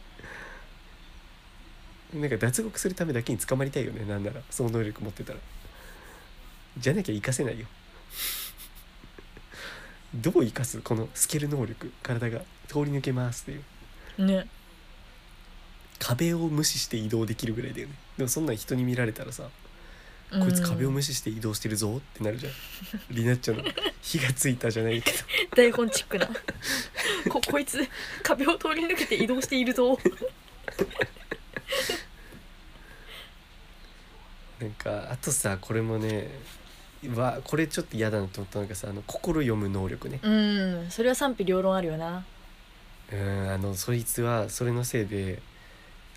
Speaker 1: なんか脱獄するためだけに捕まりたいよねなんならその能力持ってたらじゃなきゃ生かせないよどう生かすこの透ける能力体が通り抜けますっていう
Speaker 2: ね
Speaker 1: 壁を無視して移動できるぐらいだよねでもそんなん人に見られたらさこいつ壁を無
Speaker 2: 視
Speaker 1: 視して移動してるぞってなるじゃん。リナッチョの火がついたじゃないけど。
Speaker 2: 台本チックな <laughs> ここいつ壁を通り抜けて移動しているぞ
Speaker 1: なんかあとさこれもねわこれちょっと嫌だなと思ったのがさあの心読む能力ね。
Speaker 2: うんそれは賛否両論あるよな
Speaker 1: うんあのそいつはそれのせいで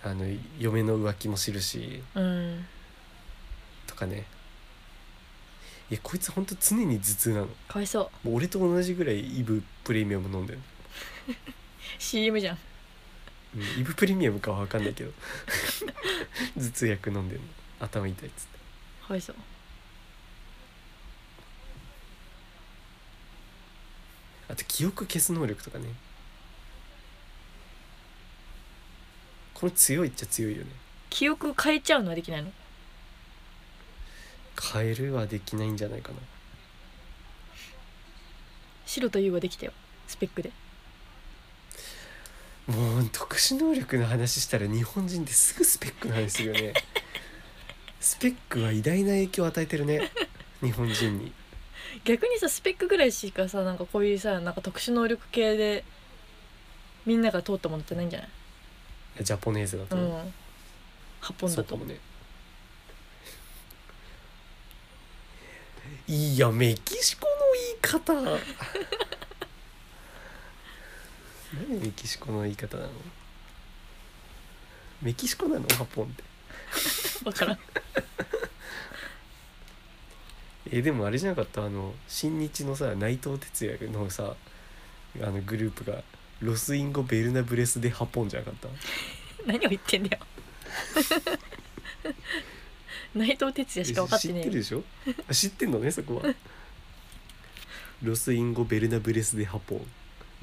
Speaker 1: あの嫁の浮気も知るし
Speaker 2: うん
Speaker 1: とかね。いやこいつほんと常に頭痛なの。も
Speaker 2: かわいそう
Speaker 1: う俺と同じぐらいイブプレミアム飲んでる。
Speaker 2: CM じゃん
Speaker 1: うんイブプレミアムかは分かんないけど頭痛薬飲んでるの頭痛いっつって。
Speaker 2: かわいそう
Speaker 1: あと記憶消す能力とかねこれ強いっちゃ強いよね
Speaker 2: 記憶変えちゃうのはできないの
Speaker 1: 変えるはできないんじゃないかな
Speaker 2: 白と優はできたよスペックで
Speaker 1: もう特殊能力の話したら日本人ってすぐスペックの話するよねスペックは偉大な影響を与えてるね日本人に
Speaker 2: 逆にさスペックぐらいしかさなんかこういうさなんか特殊能力系でみんなが通ったものってないんじゃない
Speaker 1: ジャポネーゼだと
Speaker 2: う
Speaker 1: 思う、
Speaker 2: ん8本
Speaker 1: そ
Speaker 2: だ
Speaker 1: うか
Speaker 2: と
Speaker 1: もねいやメキシコの言い方 <laughs> 何メキシコの言い方なのメキシコなのハポンって
Speaker 2: 分からん
Speaker 1: えでもあれじゃなかったあの新日のさ内藤哲也のさあのグループがロスインゴ・ベルナブレスでハポンじゃなかった
Speaker 2: <laughs> 何を言ってんだよ <laughs> 内藤哲也しか分かってね
Speaker 1: 知ってる
Speaker 2: え
Speaker 1: でしょあ知ってんのねそ
Speaker 2: <laughs>
Speaker 1: こはロスインゴ・ベルナブレスでハポン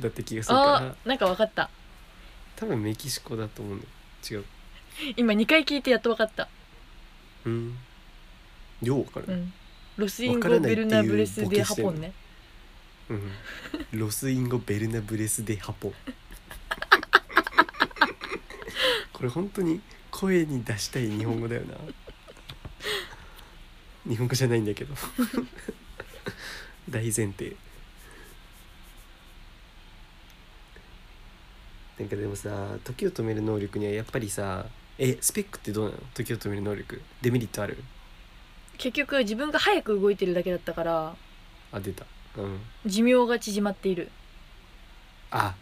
Speaker 1: だって気がするから
Speaker 2: あーなんか分かった
Speaker 1: 多分メキシコだと思うんだよ違う
Speaker 2: 今2回聞いてやっと分かった
Speaker 1: うんよう分か
Speaker 2: う
Speaker 1: る、
Speaker 2: んロスインゴ・ベルナブレス・デ・ハポンね
Speaker 1: うんロスインゴ・ベルナブレスでハポンこれ本当に声に出したい日本語だよな日本語じゃないんだけど大前提なんかでもさ時を止める能力にはやっぱりさえスペックってどうなの時を止める能力デメリットある
Speaker 2: 結局自分が早く動いてるだけだったから
Speaker 1: あ出たうん
Speaker 2: 寿命が縮まっている
Speaker 1: あ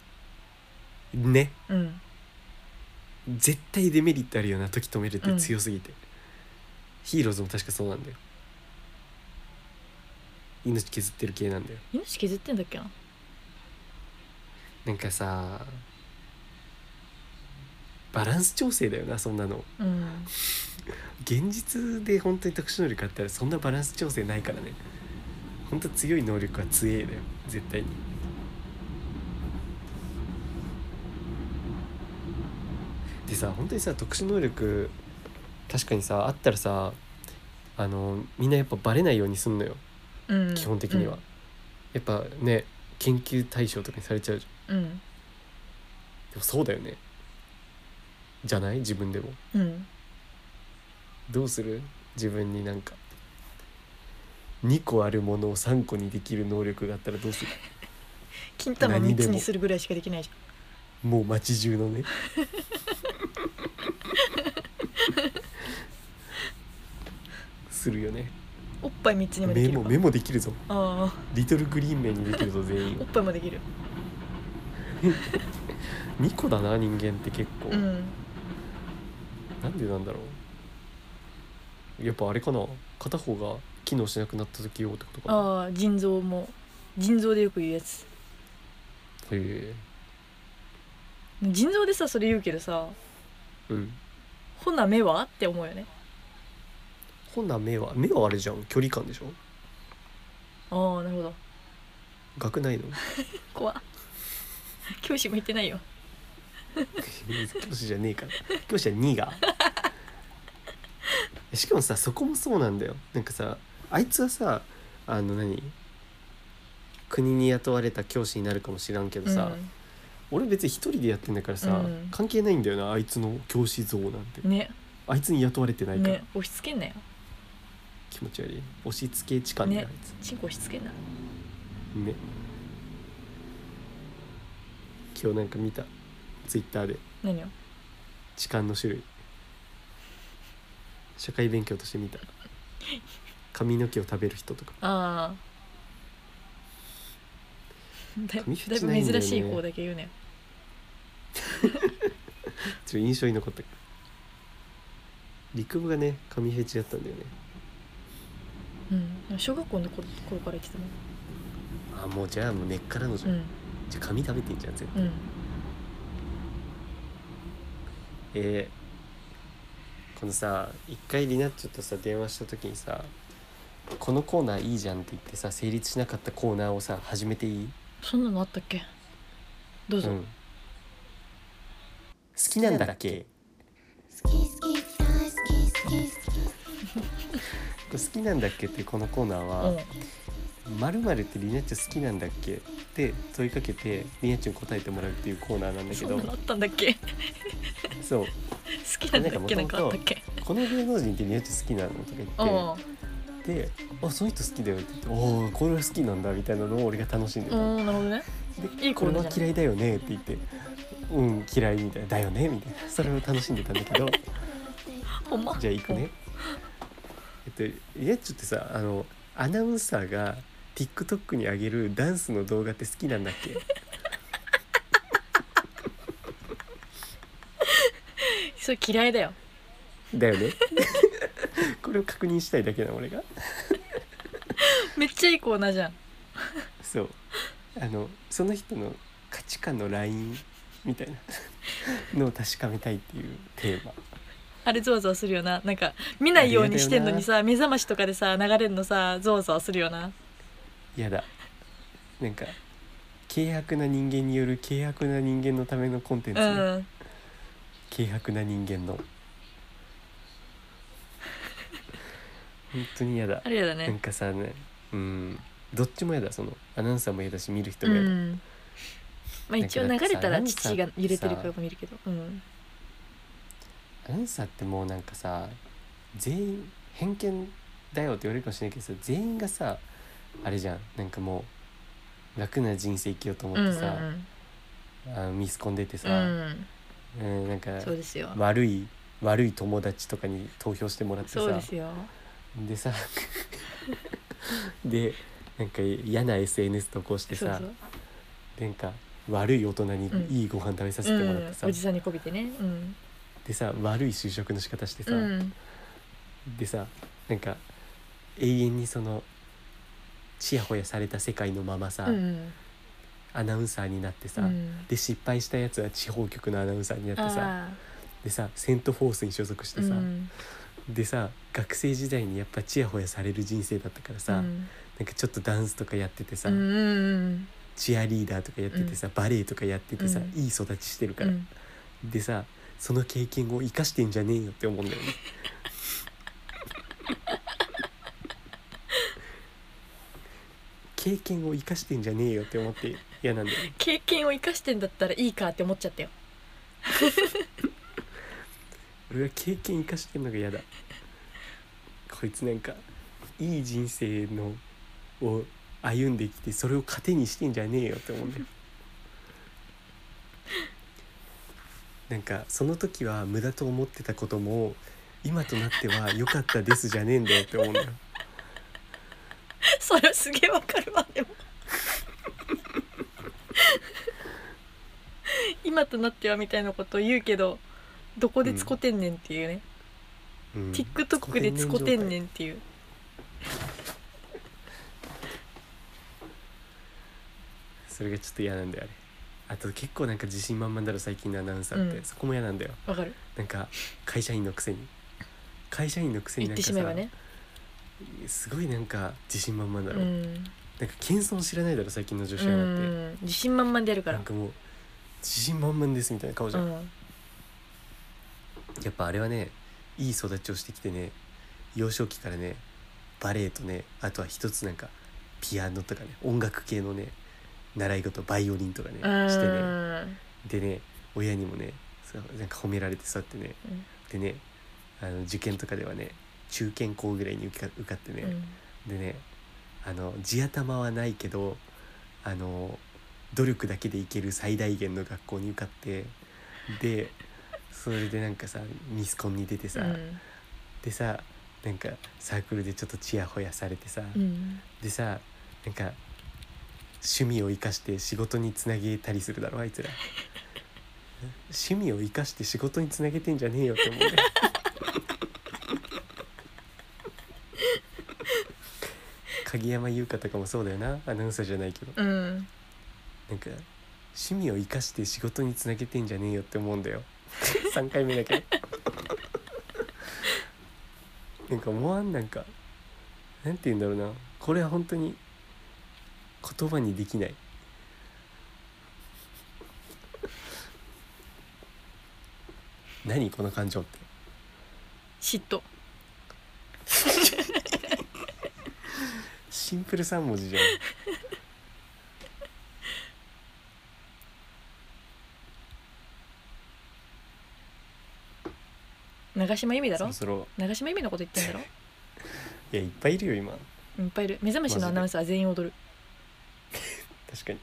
Speaker 1: ね
Speaker 2: うん
Speaker 1: 絶対デメリットあるよな時止めるって強すぎて、ヒーローズも確かそうなんだよ命削ってる系なんだよ
Speaker 2: 命削ってんだっけな
Speaker 1: なんかさバランス調整だよなそんなの
Speaker 2: うん
Speaker 1: 現実で本当に特殊能力あったらそんなバランス調整ないからね本当強い能力は強えだよ絶対にでさ本当にさ特殊能力確かにさあったらさあのみんなやっぱバレないようにすんのよ
Speaker 2: うん
Speaker 1: 基本的には、やっぱね研究対象とかにされちゃうじゃん
Speaker 2: うん
Speaker 1: でもそうだよねじゃない自分でも
Speaker 2: うん
Speaker 1: どうする自分になんか2個あるものを3個にできる能力があったらどうする
Speaker 2: 金玉
Speaker 1: 何
Speaker 2: 3
Speaker 1: で
Speaker 2: つ
Speaker 1: も
Speaker 2: にするぐらいしかできないじ
Speaker 1: もう街中のねするよね
Speaker 2: ゃんおっぱい3つにもで
Speaker 1: メ
Speaker 2: きる
Speaker 1: モ
Speaker 2: わ
Speaker 1: メモできるぞ
Speaker 2: あ
Speaker 1: リトルグリーンメンにできるぞ全
Speaker 2: あお
Speaker 1: 員
Speaker 2: っぱいもできる
Speaker 1: 2個だな人間って結構、
Speaker 2: うん
Speaker 1: なんでなんだろうやっぱあれかな片方が機能しなくなった時用ってことかな
Speaker 2: ああ腎臓も腎臓でよく言うやつ
Speaker 1: へ
Speaker 2: 腎臓でさそれ言うけどさ
Speaker 1: えうん
Speaker 2: ほな目はって思うよね
Speaker 1: ほな目は目はあれじゃん距離感でしょ
Speaker 2: ああなるほど
Speaker 1: 学ないの
Speaker 2: 怖っ <laughs> 教師向いてないよ
Speaker 1: 教師じゃねえから教師は2が <laughs> しかもさそこもそうなんだよなんかさあいつはさあの何国に雇われた教師になるかもしらんけどさ、俺別に一人でやってんだからさ、
Speaker 2: うん
Speaker 1: 関係ないんだよなあいつの教師像なんて
Speaker 2: うん、ね
Speaker 1: あいつに雇われてないから、
Speaker 2: ね押し付けんなよ
Speaker 1: 気持ち悪い押し付け痴漢だよ、
Speaker 2: ねチンコ押し付けんな
Speaker 1: あいつね今日なんか見たツイッターで
Speaker 2: 何を
Speaker 1: 痴漢の種類社会勉強として見た髪の毛を食べる人とか
Speaker 2: ああだい
Speaker 1: 紙フェ
Speaker 2: だい
Speaker 1: チないんだ
Speaker 2: ぶ
Speaker 1: よね
Speaker 2: 珍しい子だけ言うね
Speaker 1: ちょっと印象に残った陸部がね髪フェチだったんだよね
Speaker 2: うん小学校の頃頃から言ってたもん
Speaker 1: あもうじゃあもう根っからのじゃん、
Speaker 2: うん
Speaker 1: じゃあ髪食べてんじゃん絶対
Speaker 2: うん
Speaker 1: えーこのさ一回りなっちょっとさ電話した時にさ「このコーナーいいじゃん」って言ってさ成立しなかったコーナーをさ始めていい
Speaker 2: そんなのあったっけどうぞ、
Speaker 1: 好きなんだっけ <laughs> 好きなんだっけっていうこのコーナー
Speaker 2: うん
Speaker 1: は「まるまるってりなちゃん好きなんだっけ?」って問いかけてりなちゃんに答えてもらうっていうコーナーなんだけ
Speaker 2: そん
Speaker 1: ど
Speaker 2: なのあったんだっけ <laughs> 好
Speaker 1: そう
Speaker 2: きなんだっけ
Speaker 1: な
Speaker 2: なんん
Speaker 1: か
Speaker 2: か
Speaker 1: 元々
Speaker 2: あったっけ
Speaker 1: 「この芸能人ってりなちゃん好きなの?」とか
Speaker 2: う
Speaker 1: 言っ
Speaker 2: ん
Speaker 1: てで「あその人好きだよ」って言って「おおこれは好きなんだ」みたいなのを俺が楽しんでた
Speaker 2: うんなるほどね
Speaker 1: で
Speaker 2: いい
Speaker 1: こ
Speaker 2: コ
Speaker 1: れ
Speaker 2: ーナー
Speaker 1: は嫌いだよねって言って「うん嫌い」みたいな「だよね」みたいなそれを楽しんでたんだけど
Speaker 2: ほんま
Speaker 1: じゃあ行くねえっとやっちょってさあのアナウンサーが TikTok に上げるダンスの動画って好きなんだっけ
Speaker 2: それ嫌いだよ
Speaker 1: だよねこれを確認したいだけな俺が
Speaker 2: めっちゃいいコーナーじゃん
Speaker 1: そうあのその人の価値観のラインみたいなのを確かめたいっていうテーマ
Speaker 2: あれゾワゾワするよななんか見ないようにしてんのにさ目覚ましとかでさ流れるのさゾワゾワするよな
Speaker 1: やだなんか軽薄な人間による軽薄な人間のためのコンテンツ、
Speaker 2: う
Speaker 1: ね
Speaker 2: ん
Speaker 1: 軽薄な人間の本当に嫌だ
Speaker 2: あれやだ
Speaker 1: なん
Speaker 2: ね
Speaker 1: かさねうんどっちも嫌だそのアナウンサーも嫌だし見る人
Speaker 2: う
Speaker 1: も嫌だ、うん
Speaker 2: んまあ一応流れたら父が揺れてるから
Speaker 1: さ
Speaker 2: 見るけどうん
Speaker 1: アナウンサーってもうなんかさ全員偏見だよって言われるかもしれないけどさ全員がさあれじゃんなんかもう楽な人生生きようと思
Speaker 2: うんう
Speaker 1: って
Speaker 2: ん
Speaker 1: さ、あのミスコンでてさ、
Speaker 2: うん
Speaker 1: うんなんか
Speaker 2: そうですよ
Speaker 1: 悪い悪い友達とかに投票してもらってさ
Speaker 2: そうですよ
Speaker 1: でさでなんか嫌な SNS 投稿して
Speaker 2: そう
Speaker 1: さ
Speaker 2: そう
Speaker 1: なんか悪い大人に
Speaker 2: うん
Speaker 1: いいご飯食べさせ
Speaker 2: う
Speaker 1: てもらっ
Speaker 2: ん
Speaker 1: てさ、
Speaker 2: おじさんにこびてねうん
Speaker 1: でさ悪い就職の仕方してさ、
Speaker 2: うん
Speaker 1: でさなんか永遠にそのちやほやされた世界のままさ、
Speaker 2: うん
Speaker 1: アナウンサーになってさ、
Speaker 2: うん
Speaker 1: で失敗したやつは地方局のアナウンサーになってさ
Speaker 2: あ
Speaker 1: でさセント・フォースに所属し
Speaker 2: ー
Speaker 1: て
Speaker 2: う
Speaker 1: さ、
Speaker 2: ん
Speaker 1: でさ学生時代にやっぱちやほやされる人生だったからさ、
Speaker 2: うん
Speaker 1: なんかちょっとダンスとかやっててさ、
Speaker 2: うんうん
Speaker 1: チアリーダーとかやっててさ、バレエとかやっててさ、
Speaker 2: うん
Speaker 1: いい育ちしてる
Speaker 2: う
Speaker 1: から、
Speaker 2: ん
Speaker 1: でさその経験を生かしてんじゃねえよって思うんだ
Speaker 2: <laughs>
Speaker 1: よね経験を生かしてんじゃねえよって思って嫌なんだよね
Speaker 2: 経験を生かしてんだったらいいかって思っちゃったよ <laughs>
Speaker 1: 俺は経験生かしてんのが嫌だこいつなんかいい人生のを歩んできてそれを糧にしてんじゃねえよって思うんだよなんかその時は無駄と思ってたことも今となっては良かったですじゃねえんだよって思うんだよ
Speaker 2: それすげえわかるわでも <laughs> 今となってはみたいなことを言うけどどこでつこてんねんっていうね、
Speaker 1: うん、
Speaker 2: TikTok でつこてんね
Speaker 1: ん
Speaker 2: んっていう
Speaker 1: それがちょっと嫌なんだよあれあと結構なんか自信満々だろ最近のアナウンサーって、
Speaker 2: うん
Speaker 1: そこも嫌なんだよ
Speaker 2: わかる
Speaker 1: なんか会社員のくせに会社員のくせに
Speaker 2: 言
Speaker 1: な
Speaker 2: っ
Speaker 1: んか
Speaker 2: て
Speaker 1: さ
Speaker 2: しまえばね
Speaker 1: すごいなんか自信満々だ
Speaker 2: う
Speaker 1: ろ、うんなんか謙遜知らないだろ最近の女子
Speaker 2: う
Speaker 1: アナって、
Speaker 2: ん自信満々でやるか
Speaker 1: な
Speaker 2: ら
Speaker 1: んかもう自信満々ですみたいな顔じ
Speaker 2: う
Speaker 1: ゃん、
Speaker 2: ん
Speaker 1: やっぱあれはねいい育ちをしてきてね幼少期からねバレエとねあとは一つなんかピアノとかね音楽系のね習い事バイオリンとかね
Speaker 2: うん
Speaker 1: してねでね親にもねそうなんか褒められてそうやってね
Speaker 2: うん
Speaker 1: でねあの受験とかではね中堅校ぐらいに受か受かってね、
Speaker 2: うん
Speaker 1: でねあの地頭はないけどあの努力だけでいける最大限の学校に受かってでそれでなんかさミスコンに出てさ、
Speaker 2: うん
Speaker 1: でさなんかサークルでちょっとちやほやされてさ、
Speaker 2: うん
Speaker 1: でさなんか趣味を生かして仕事につなげたりするだろあいつら <laughs> 趣味を生かして仕事につなげてんじゃねえよって思うね鍵山優香とかもそうだよなアナウンサーじゃないけど
Speaker 2: うん
Speaker 1: なんか趣味を生かして仕事につなげてんじゃねえよって思うんだよ3回目だけどなんか思わんなんかなんて言うんだろうなこれは本当に言葉にできない何この感情って
Speaker 2: 嫉妬
Speaker 1: シンプル3文字じゃん
Speaker 2: 長島由美だ
Speaker 1: そ
Speaker 2: ろ
Speaker 1: ろそろ
Speaker 2: 長島由美のこと言ってんだろ
Speaker 1: <laughs> いやいっぱいいるよ今
Speaker 2: うんいっぱいいる目覚ましのアナウンサーは全員踊る
Speaker 1: 確かに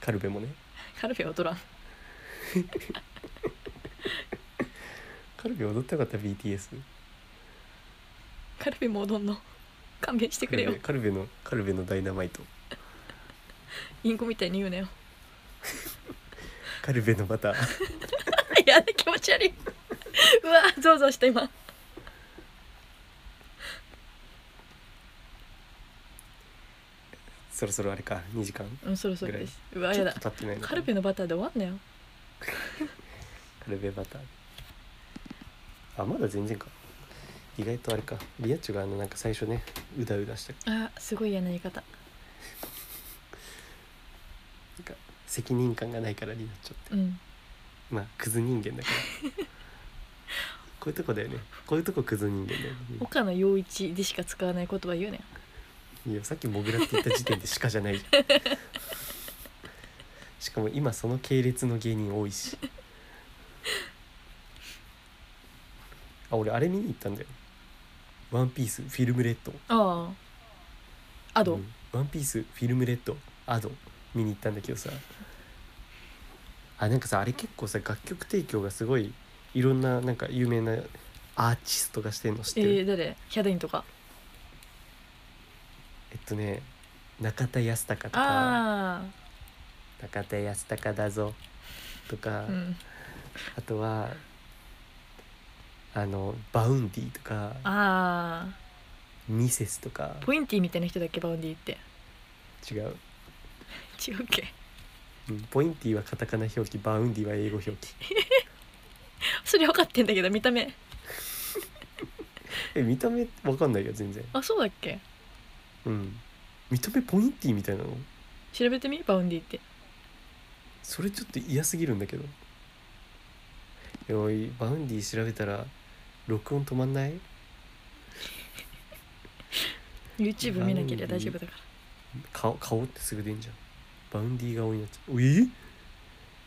Speaker 1: カルベもね
Speaker 2: カルフェは踊らん
Speaker 1: カルベ踊ったかった BTS
Speaker 2: カルフェも踊んの勘弁してくれよ
Speaker 1: カルベのカルベのダイナマイト
Speaker 2: インコみたいに言うなよ <laughs>
Speaker 1: カルベのバター
Speaker 2: い <laughs> や気持ち悪いうわゾウゾウした今
Speaker 1: そろそろあれか2時間
Speaker 2: うんそろそろですうわやだ
Speaker 1: ちょっと経ってないのか
Speaker 2: カルビのバターで終わんなよ
Speaker 1: カルベバターあまだ全然か意外とあれかリアッチョがあのなんか最初ねうだうだした
Speaker 2: あーすごい嫌な言い方
Speaker 1: 責任感がないからリアッチョって
Speaker 2: うん
Speaker 1: まあクズ人間だから
Speaker 2: <laughs>
Speaker 1: こういうとこだよねこういうとこクズ人間だよね
Speaker 2: 岡野陽一でしか使わない言葉言うね
Speaker 1: いやさっきモグラって言った時点で鹿じゃ
Speaker 2: <laughs>
Speaker 1: ないじゃんしかも今その系列の芸人多いしあ俺あれ見に行ったんだよ「ワンピースフィルムレッド」
Speaker 2: ああアド、
Speaker 1: うんワンピースフィルムレッド」アド見に行ったんだけどさあなんかさあれ結構さ楽曲提供がすごいいろんななんか有名なアーティストがしてんの知って
Speaker 2: え
Speaker 1: る、
Speaker 2: ー、誰ヒャダインとか
Speaker 1: えっとね中田康隆とか
Speaker 2: あ
Speaker 1: 中田康隆だぞとか、
Speaker 2: あうん
Speaker 1: あとはあのバウンディとか
Speaker 2: あ
Speaker 1: ミセスとか
Speaker 2: あポインティみたいな人だっけバウンディって
Speaker 1: 違う、
Speaker 2: 違うっけ
Speaker 1: うんポインティはカタカナ表記バウンディは英語表記 <laughs>
Speaker 2: それ分かってんだけど見た目
Speaker 1: え見た目わかんないよ全然
Speaker 2: あそうだっけ
Speaker 1: うん見た目ポインティみたいなの
Speaker 2: 調べてみバウンディって
Speaker 1: それちょっと嫌すぎるんだけどえおいバウンディ調べたら録音止まんない
Speaker 2: YouTube 見なければ大丈夫だか
Speaker 1: 顔顔ってすぐ出んじゃんバウンディ顔になっちゃうえ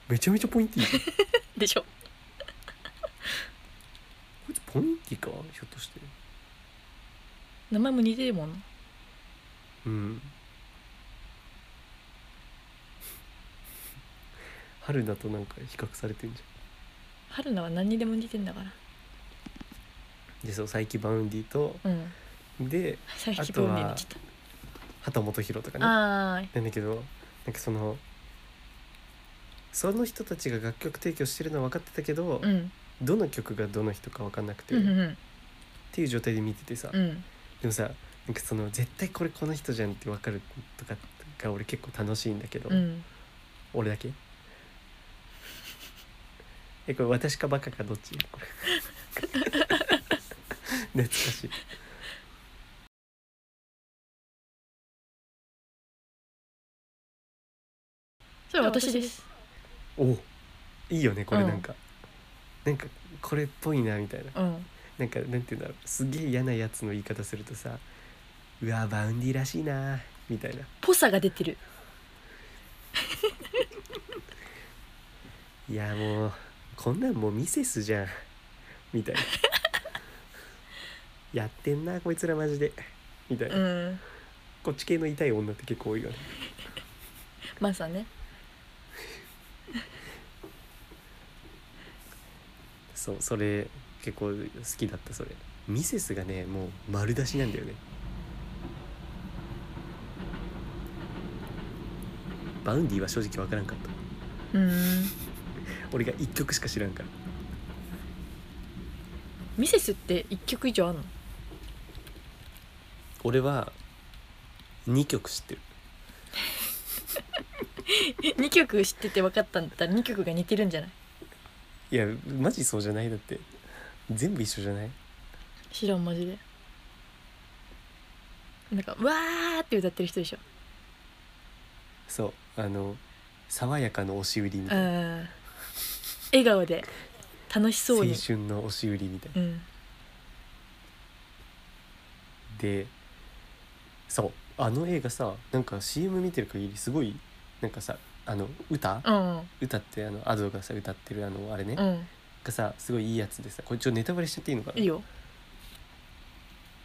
Speaker 1: めちゃめちゃポインティじゃ
Speaker 2: <laughs>
Speaker 1: んこ
Speaker 2: らでしょ
Speaker 1: いつポインティかひょっとして
Speaker 2: 名前も似てるもんな
Speaker 1: うん春だとなんか比較されてんじ
Speaker 2: 春菜は何にでも似てんだか
Speaker 1: ゃんでそう佐伯バウンディと
Speaker 2: らうん
Speaker 1: で
Speaker 2: 最近バウンディになっちゃっ
Speaker 1: 畑本博とか
Speaker 2: た
Speaker 1: ね
Speaker 2: あ
Speaker 1: なんだけどなんかそのその人たちが楽曲提供してるのは分かってたけど、
Speaker 2: あうん
Speaker 1: どの曲がどの人か分かんなくて、
Speaker 2: うんう
Speaker 1: っ
Speaker 2: ん
Speaker 1: ていう状態で見ててさ、
Speaker 2: うんうん
Speaker 1: でもさなんかその絶対これこの人じゃんって分かるとかが俺結構楽しいんだけど、
Speaker 2: うん
Speaker 1: 俺だけえこれ私かバカかどっち <laughs> これ懐かしい
Speaker 2: それは私です
Speaker 1: おいいよねこれなんか、なんかこれっぽいなみたいな
Speaker 2: うん
Speaker 1: なんかなんて言うんだろうすげえ嫌なやつの言い方するとさうわバウンディらしいなみたいな
Speaker 2: ぽさが出てる
Speaker 1: いやもうこんなんもうミセスじゃんみたいな <laughs> やってんなこいつらマジでみたいな、
Speaker 2: うん
Speaker 1: こっち系の痛い女って結構多いよね
Speaker 2: マンさんね
Speaker 1: そうそれ結構好きだったそれミセスがねもう丸出しなんだよねバウンディは正直わからんかった
Speaker 2: うん
Speaker 1: 俺が1曲しか知らんから
Speaker 2: ミセスって一曲以上あんの
Speaker 1: 俺は2曲知ってる
Speaker 2: 2曲知ってて分かったんだったら2曲が似てるんじゃない
Speaker 1: いやマジそうじゃないだって全部一緒じゃない
Speaker 2: 知らんマジでなんか「わー」って歌ってる人でしょ
Speaker 1: そうあの爽やかの押し売りみ
Speaker 2: うん
Speaker 1: たいな
Speaker 2: 笑顔で楽しそう
Speaker 1: 青
Speaker 2: に
Speaker 1: 春の押し売りみたいな
Speaker 2: うん
Speaker 1: でそうあの映画さなんか CM 見てる限りすごいなんかさあの歌
Speaker 2: うん
Speaker 1: 歌ってあのアドがさ歌ってるあのあれね、
Speaker 2: うん
Speaker 1: がさすごいいいやつでさこれちょっとネタバレしちゃっていいのかない
Speaker 2: いよ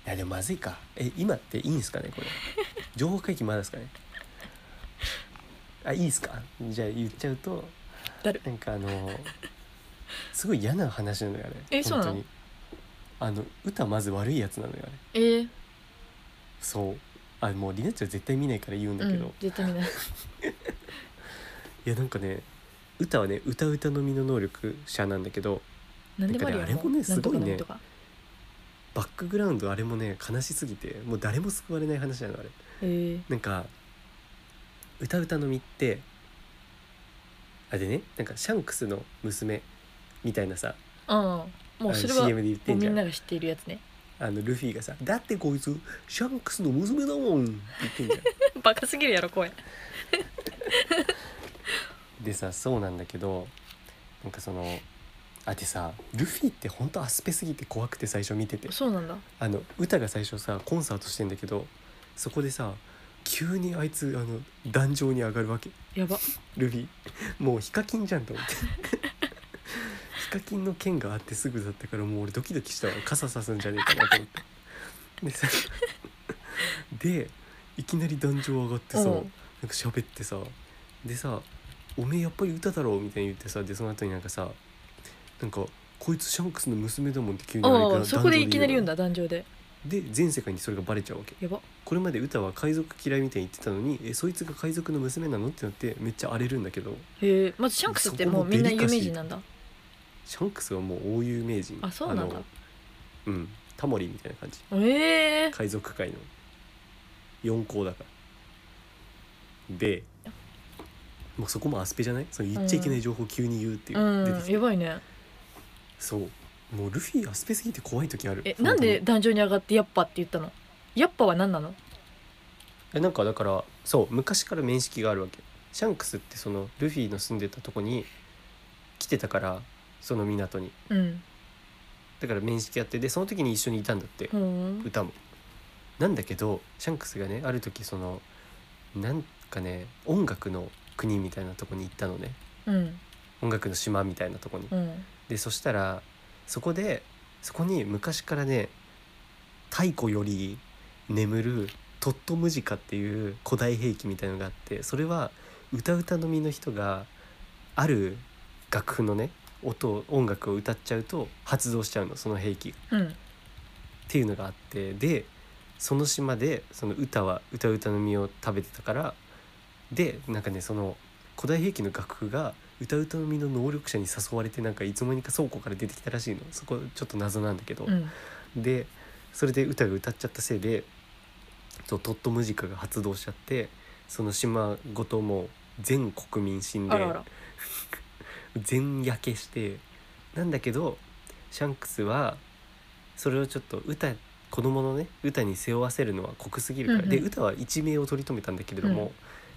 Speaker 1: やでもまずいかえ今っていいんすかねこ
Speaker 2: <laughs>
Speaker 1: れ情報解禁まだですかねあいいですかじゃあ言っちゃうと
Speaker 2: だる
Speaker 1: なんかあのすごい嫌な話なのよあれ
Speaker 2: えそうなの
Speaker 1: にあの歌まず悪いやつなのよあれ
Speaker 2: えー、
Speaker 1: そうあもうリナッチは絶対見ないから言うんだ
Speaker 2: う
Speaker 1: けど、
Speaker 2: ん絶対
Speaker 1: <laughs>
Speaker 2: 見ない
Speaker 1: いやなんかね歌はね歌うたのみの能力者なんだけど
Speaker 2: 何でもあるよ
Speaker 1: なんかねあれもねすごいね
Speaker 2: なんとかなんとか
Speaker 1: バックグラウンドあれもね悲しすぎてもう誰も救われない話なのあれ
Speaker 2: えー、
Speaker 1: なんか歌うたの実ってあでねなんかシャンクスの娘みたいなさ
Speaker 2: ああもうそれ
Speaker 1: あの
Speaker 2: は
Speaker 1: CM で言って
Speaker 2: もうん
Speaker 1: じ
Speaker 2: み
Speaker 1: ゃ
Speaker 2: ん
Speaker 1: ん
Speaker 2: なが知っているやつね <laughs>
Speaker 1: あのルフィがさ「だってこいつシャンクスの娘だもん」って言ってんじ <laughs> ゃ
Speaker 2: バカすぎるやろ声
Speaker 1: んでさそうなんだけどなんかそのあでさルフィってほんとアスペすぎて怖くて最初見てて
Speaker 2: そうなんだ
Speaker 1: あの歌が最初さコンサートしてんだけどそこでさ急にあいつあの壇上に上がるわけ
Speaker 2: やば
Speaker 1: ルフィもうヒカキンじゃんと思って <laughs> ヒカキンの剣があってすぐだったからもう俺ドキドキしたわ傘さすんじゃねえかなと思ってでさでいきなり壇上上がってさ、
Speaker 2: うん
Speaker 1: なんか喋ってさでさ「おめえやっぱり歌だろ」みたいに言ってさでその後になんかさなんか「こいつシャンクスの娘だもん」って急にあれ
Speaker 2: あ
Speaker 1: が
Speaker 2: あそこでいきなり言うん
Speaker 1: だ
Speaker 2: だ壇上で
Speaker 1: で全世界にそれがバレちゃうわけ
Speaker 2: やば
Speaker 1: これまで歌は海賊嫌いみたいに言ってたのにえそいつが海賊の娘なのってなってめっちゃ荒れるんだけど
Speaker 2: へえまずシャンクスってもうみんな有名人なんだ
Speaker 1: シャンクスはもう大有名人
Speaker 2: あそうなんだ
Speaker 1: あのうんタモリみたいな感じ
Speaker 2: ええ
Speaker 1: 海賊界の4校だからでもうそこもアスペじゃないその言っちゃいけない情報を急に言うっていう、出て
Speaker 2: う
Speaker 1: き
Speaker 2: ん
Speaker 1: て
Speaker 2: やばいね
Speaker 1: そうもうルフィアスペすぎて怖い時ある
Speaker 2: えなんで
Speaker 1: 本
Speaker 2: 壇上に上がって「やっぱ」って言ったのやっぱは何なの
Speaker 1: 当にえなんかだからそう昔から面識があるわけシャンクスってそのルフィの住んでたとこに来てたからその港に
Speaker 2: うん
Speaker 1: だから面識あってでその時に一緒にいたんだって
Speaker 2: ふーん
Speaker 1: 歌もなんだけどシャンクスがねある時そのなんかね音楽の国みたいなとこに行ったのね
Speaker 2: うん
Speaker 1: 音楽の島みたいなとこに
Speaker 2: うん
Speaker 1: でそしたらそこでそこに昔からね太古より眠るトットムジカっていう古代兵器みたいのがあってそれは歌うたのみの人がある楽譜のね音を音楽を歌っちゃうと発動しちゃうのその兵器が
Speaker 2: うん
Speaker 1: っていうのがあってでその島でその歌は歌う歌の実を食べてたからでなんかねその古代兵器の楽譜が歌うたの実の能力者に誘われてなんかいつもにか倉庫から出てきたらしいのそこちょっと謎なんだけど、
Speaker 2: うん
Speaker 1: でそれで歌が歌っちゃったせいでそうトットムジカが発動しちゃってその島ごともう全国民死んで
Speaker 2: あらあら
Speaker 1: 全焼けしてなんだけどシャンクスはそれをちょっと歌子供のね歌に背負わせるのは酷すぎるから、
Speaker 2: うんうん
Speaker 1: で歌は一命を取り留めたんだけれども、
Speaker 2: うん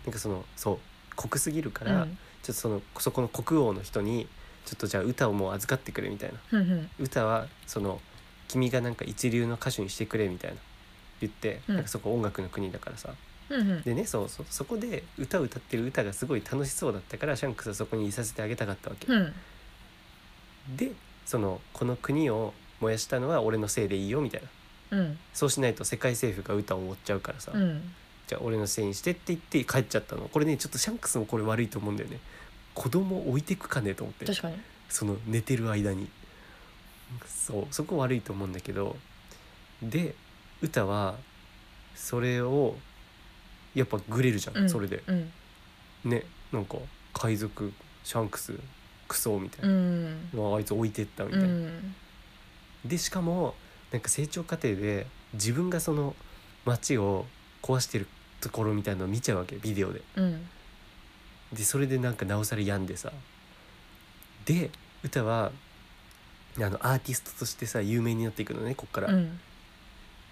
Speaker 1: なんかそのそう酷すぎるか
Speaker 2: う
Speaker 1: ら、
Speaker 2: ん
Speaker 1: ちょっとそのそこの国王の人にちょっとじゃあ歌をもう預かってくれみたいな
Speaker 2: うんうん
Speaker 1: 歌はその君がなんか一流の歌手にしてくれみたいな言って、
Speaker 2: うん
Speaker 1: なんかそこ音楽の国だからさ
Speaker 2: うんうん
Speaker 1: でねそうそうそこで歌を歌ってる歌がすごい楽しそうだったからシャンクスはそこにいさせてあげたかったわけ。
Speaker 2: うん
Speaker 1: でそのこの国を燃やしたのは俺のせいでいいよみたいな
Speaker 2: うん
Speaker 1: そうしないと世界政府が歌を追っちゃうからさ、
Speaker 2: うん
Speaker 1: じゃあ俺のせいにしてって言って帰っちゃったのこれねちょっとシャンクスもこれ悪いと思うんだよね子供置いてくかねと思って
Speaker 2: 確かに
Speaker 1: その寝てる間にそうそこ悪いと思うんだけどで歌はそれをやっぱグレるじゃん、
Speaker 2: うん
Speaker 1: それで
Speaker 2: うん
Speaker 1: ねなんか海賊シャンクスクソみたいうな、
Speaker 2: ん
Speaker 1: うわあいつ置いてったみた
Speaker 2: う
Speaker 1: いな、
Speaker 2: ん
Speaker 1: でしかもなんか成長過程で自分がその街を壊してるところみたいのを見ちゃうわけビデオで
Speaker 2: うん
Speaker 1: でそれでなんかなおさら病んでさで歌はあのアーティストとしてさ有名になっていくのねこっから、
Speaker 2: うん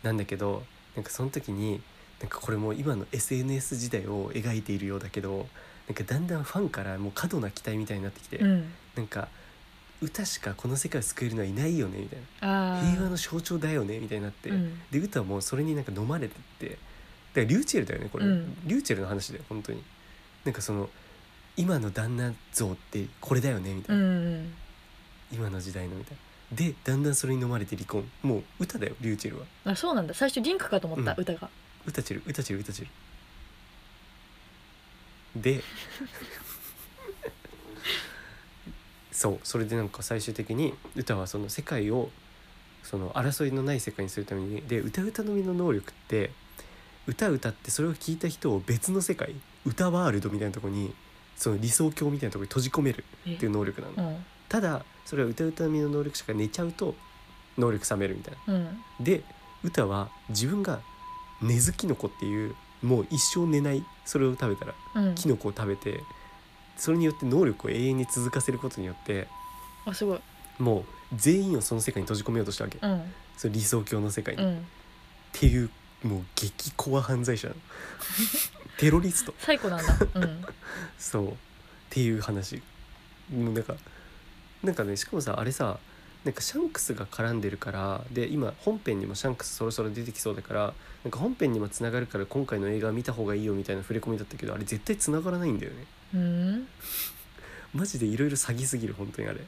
Speaker 1: なんだけどなんかその時になんかこれもう今の SNS 時代を描いているようだけどなんかだんだんファンからもう過度な期待みたいになってきて、
Speaker 2: うん
Speaker 1: なんか歌しかこの世界を救えるのはいないよねみたい
Speaker 2: あ
Speaker 1: な
Speaker 2: ー
Speaker 1: 平和の象徴だよねみたいになって、
Speaker 2: うん
Speaker 1: で歌もそれになんか飲まれてってだからリューチェルだよねこれ、
Speaker 2: うん
Speaker 1: リューチェルの話だよ本当になんかその今の旦那像ってこれだよねみた
Speaker 2: う
Speaker 1: いな、
Speaker 2: ん
Speaker 1: 今の時代のみたいなでだんだんそれに飲まれて離婚もう歌だよリューチェルは
Speaker 2: あそうなんだ最初リンクかと思った
Speaker 1: うん
Speaker 2: 歌が
Speaker 1: 歌チェル歌チェル歌チェルでそうそれでなんか最終的に歌はその世界をその争いのない世界にするためにで歌うたのみの能力って歌歌ってそれを聞いた人を別の世界歌ワールドみたいなとこにその理想郷みたいなとこに閉じ込める
Speaker 2: え
Speaker 1: っていう能力な
Speaker 2: う
Speaker 1: の
Speaker 2: ん
Speaker 1: ただそれは歌うたのみの能力者が寝ちゃうと能力冷めるみたいな
Speaker 2: うん
Speaker 1: で歌は自分が「根付きの子」っていうもう一生寝ないそれを食べたら
Speaker 2: うん
Speaker 1: キノコを食べてそれによって能力を永遠に続かせることによって
Speaker 2: あすごい
Speaker 1: もう全員をその世界に閉じ込めようとしたわけ、
Speaker 2: うん
Speaker 1: その理想郷の世界に、っ
Speaker 2: うん
Speaker 1: ていうもう激コア犯罪
Speaker 2: <laughs>
Speaker 1: 者テロリスト
Speaker 2: 最高なんだ
Speaker 1: <laughs>
Speaker 2: うん
Speaker 1: そうっていう話もうなんかなんかねしかもさあれさなんかシャンクスが絡んでるからで今本編にもシャンクスそろそろ出てきそうだからなんか本編にもつながるから今回の映画見た方がいいよみたいな触れ込みだったけどあれ絶対つながらないんだよね
Speaker 2: うん
Speaker 1: マジでいろいろ詐欺すぎる本当にあれ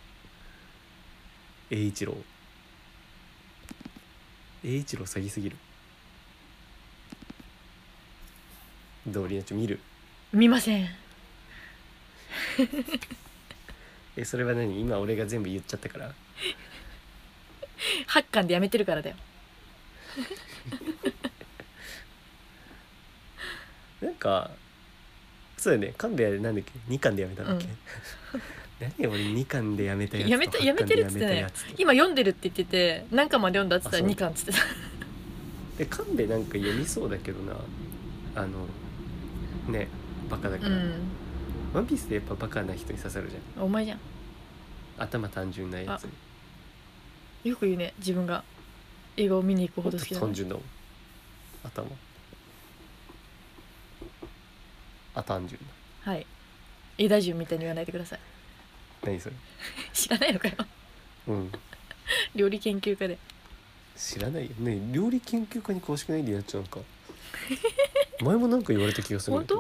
Speaker 1: 栄一郎栄一郎詐欺すぎるどうりなちょ見る
Speaker 2: 見ません
Speaker 1: えそれは何今俺が全部言っちゃったから
Speaker 2: 8巻でやめてるからだよ
Speaker 1: なんかそうだよね勘弁なんだっけ二巻でやめたんだっけ、
Speaker 2: うん
Speaker 1: <laughs> 何俺二巻でやめたやつと
Speaker 2: やめた
Speaker 1: 八
Speaker 2: やめ
Speaker 1: 巻
Speaker 2: て
Speaker 1: で
Speaker 2: るっ
Speaker 1: や
Speaker 2: つっ
Speaker 1: め
Speaker 2: て
Speaker 1: た
Speaker 2: ね
Speaker 1: やつと
Speaker 2: 今読んでるって言ってて何巻まで読んだって言ったら
Speaker 1: あそう
Speaker 2: 2巻っつってた
Speaker 1: で勘弁なんか読みそうだけどなあのねバカだか
Speaker 2: う
Speaker 1: ら、
Speaker 2: ん
Speaker 1: ワンピースってやっぱバカな人に刺さるじゃん
Speaker 2: お前じゃん
Speaker 1: 頭単純なやつに
Speaker 2: よく言うね自分が映画を見に行くほど好きだ
Speaker 1: 単純だもん頭あ単純だ
Speaker 2: はいエダジュンみたいに言わないでください <laughs>
Speaker 1: 何それ
Speaker 2: 知らないのかよ <laughs>
Speaker 1: うん
Speaker 2: 料理研究家で
Speaker 1: 知らないよねえ料理研究家に詳しくないでやっちゃうか <laughs> 前もなんか言われた気がするんだけど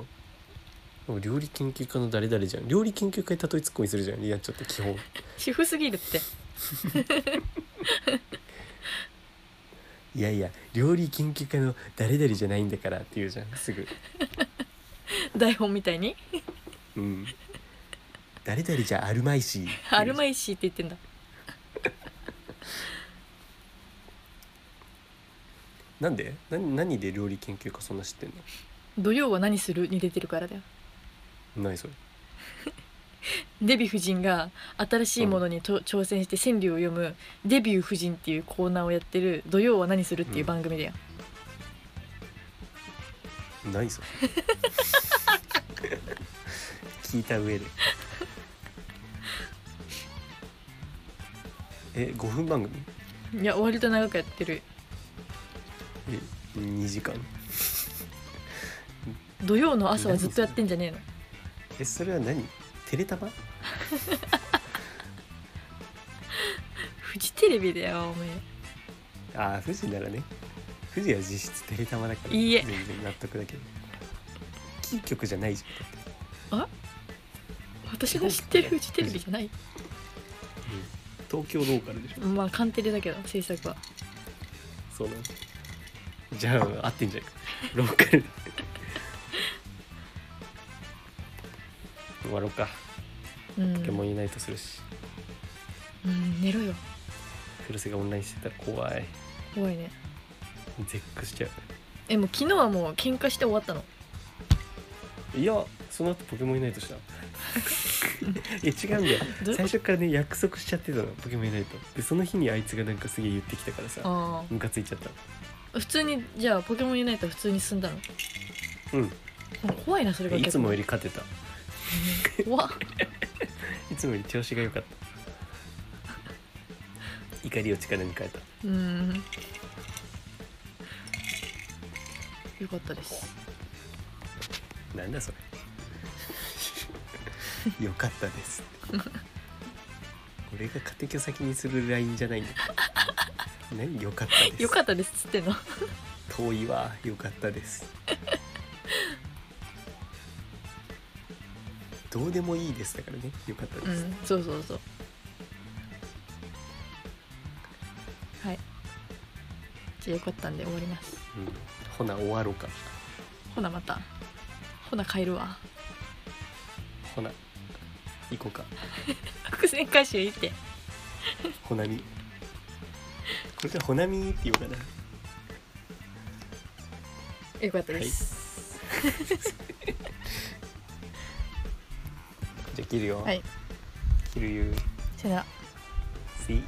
Speaker 1: な
Speaker 2: 本
Speaker 1: んか料理研究家の誰々じゃん料理研究家に例えツッコミするじゃんリアッチョって基 <laughs> 本
Speaker 2: 主婦すぎるって
Speaker 1: いやいや料理研究家の誰々じゃないんだからって言うじゃんすぐ
Speaker 2: 台本みたいに
Speaker 1: うん誰々じゃあるまいしって言うじゃん
Speaker 2: アルマイシーって言ってんだ
Speaker 1: なんでな何で料理研究家そんな知ってん
Speaker 2: 土曜は何するに出てるからだよ
Speaker 1: の何それ
Speaker 2: デヴィ夫人が新しいものにと、挑戦して川柳を読む「デビュー夫人」っていうコーナーをやってる「土曜は何する」っていう番組だよ、
Speaker 1: 何それ聞いた上でえ5分番組
Speaker 2: いや割と長くやってる
Speaker 1: え2時間
Speaker 2: 土曜の朝はずっとやってんじゃねえの
Speaker 1: えそれは何テレタバ
Speaker 2: フジテレビだよおめえ
Speaker 1: ああ富士ならね富士は実質テレタバだから
Speaker 2: いいえ
Speaker 1: 全然納得だけどキー局じゃないじゃんだって
Speaker 2: 私の知ってるフジテレビじゃない
Speaker 1: 東京ローカルでしょ
Speaker 2: まあカンテレだけど制作は
Speaker 1: そうなのじゃあ合ってんじゃないかローカ
Speaker 2: <laughs>
Speaker 1: ルで終わろうか
Speaker 2: うん、
Speaker 1: ポケモンユナイトするし
Speaker 2: うん、寝ろよ
Speaker 1: 古瀬がオンラインしてたら怖い
Speaker 2: 怖いね
Speaker 1: 絶句しちゃ
Speaker 2: えもう昨日はもう喧嘩して終わったの
Speaker 1: ういやその後ポケモンユナイト
Speaker 2: <laughs>
Speaker 1: したえ違うんだよ
Speaker 2: どう
Speaker 1: 最
Speaker 2: いうこ
Speaker 1: 初からね約束しちゃってたのポケモンユナイトでその日にあいつがなんかすげえ言ってきたからさ
Speaker 2: あ
Speaker 1: ムカついちゃった
Speaker 2: あ普通にじゃあポケモンユナイトは普通に進んだの
Speaker 1: うん
Speaker 2: 怖いなそれが
Speaker 1: い
Speaker 2: 逆に
Speaker 1: つもより勝てた
Speaker 2: 怖っ
Speaker 1: いつもより調子が良かった怒りを力に変えた
Speaker 2: うんよかったです
Speaker 1: なんだそ
Speaker 2: <laughs>
Speaker 1: れよかったです俺が家庭教先にするラインじゃないん
Speaker 2: <laughs>
Speaker 1: だから何よかったです
Speaker 2: よかったですっつってんの
Speaker 1: 遠いわよかったですどうでもいいですだからねよかった
Speaker 2: う
Speaker 1: です、
Speaker 2: んそうそうそうはいじゃあよかったんで終わります
Speaker 1: うんほな終わろうか
Speaker 2: ほなまたほな帰るわ
Speaker 1: ほな行こうか
Speaker 2: 伏線回収いいって
Speaker 1: ほなみこれからほなみって言おうかな
Speaker 2: よかっ
Speaker 1: <laughs>
Speaker 2: たです
Speaker 1: じゃあ切るよ、
Speaker 2: はい、
Speaker 1: 切るよ
Speaker 2: さよなら
Speaker 1: See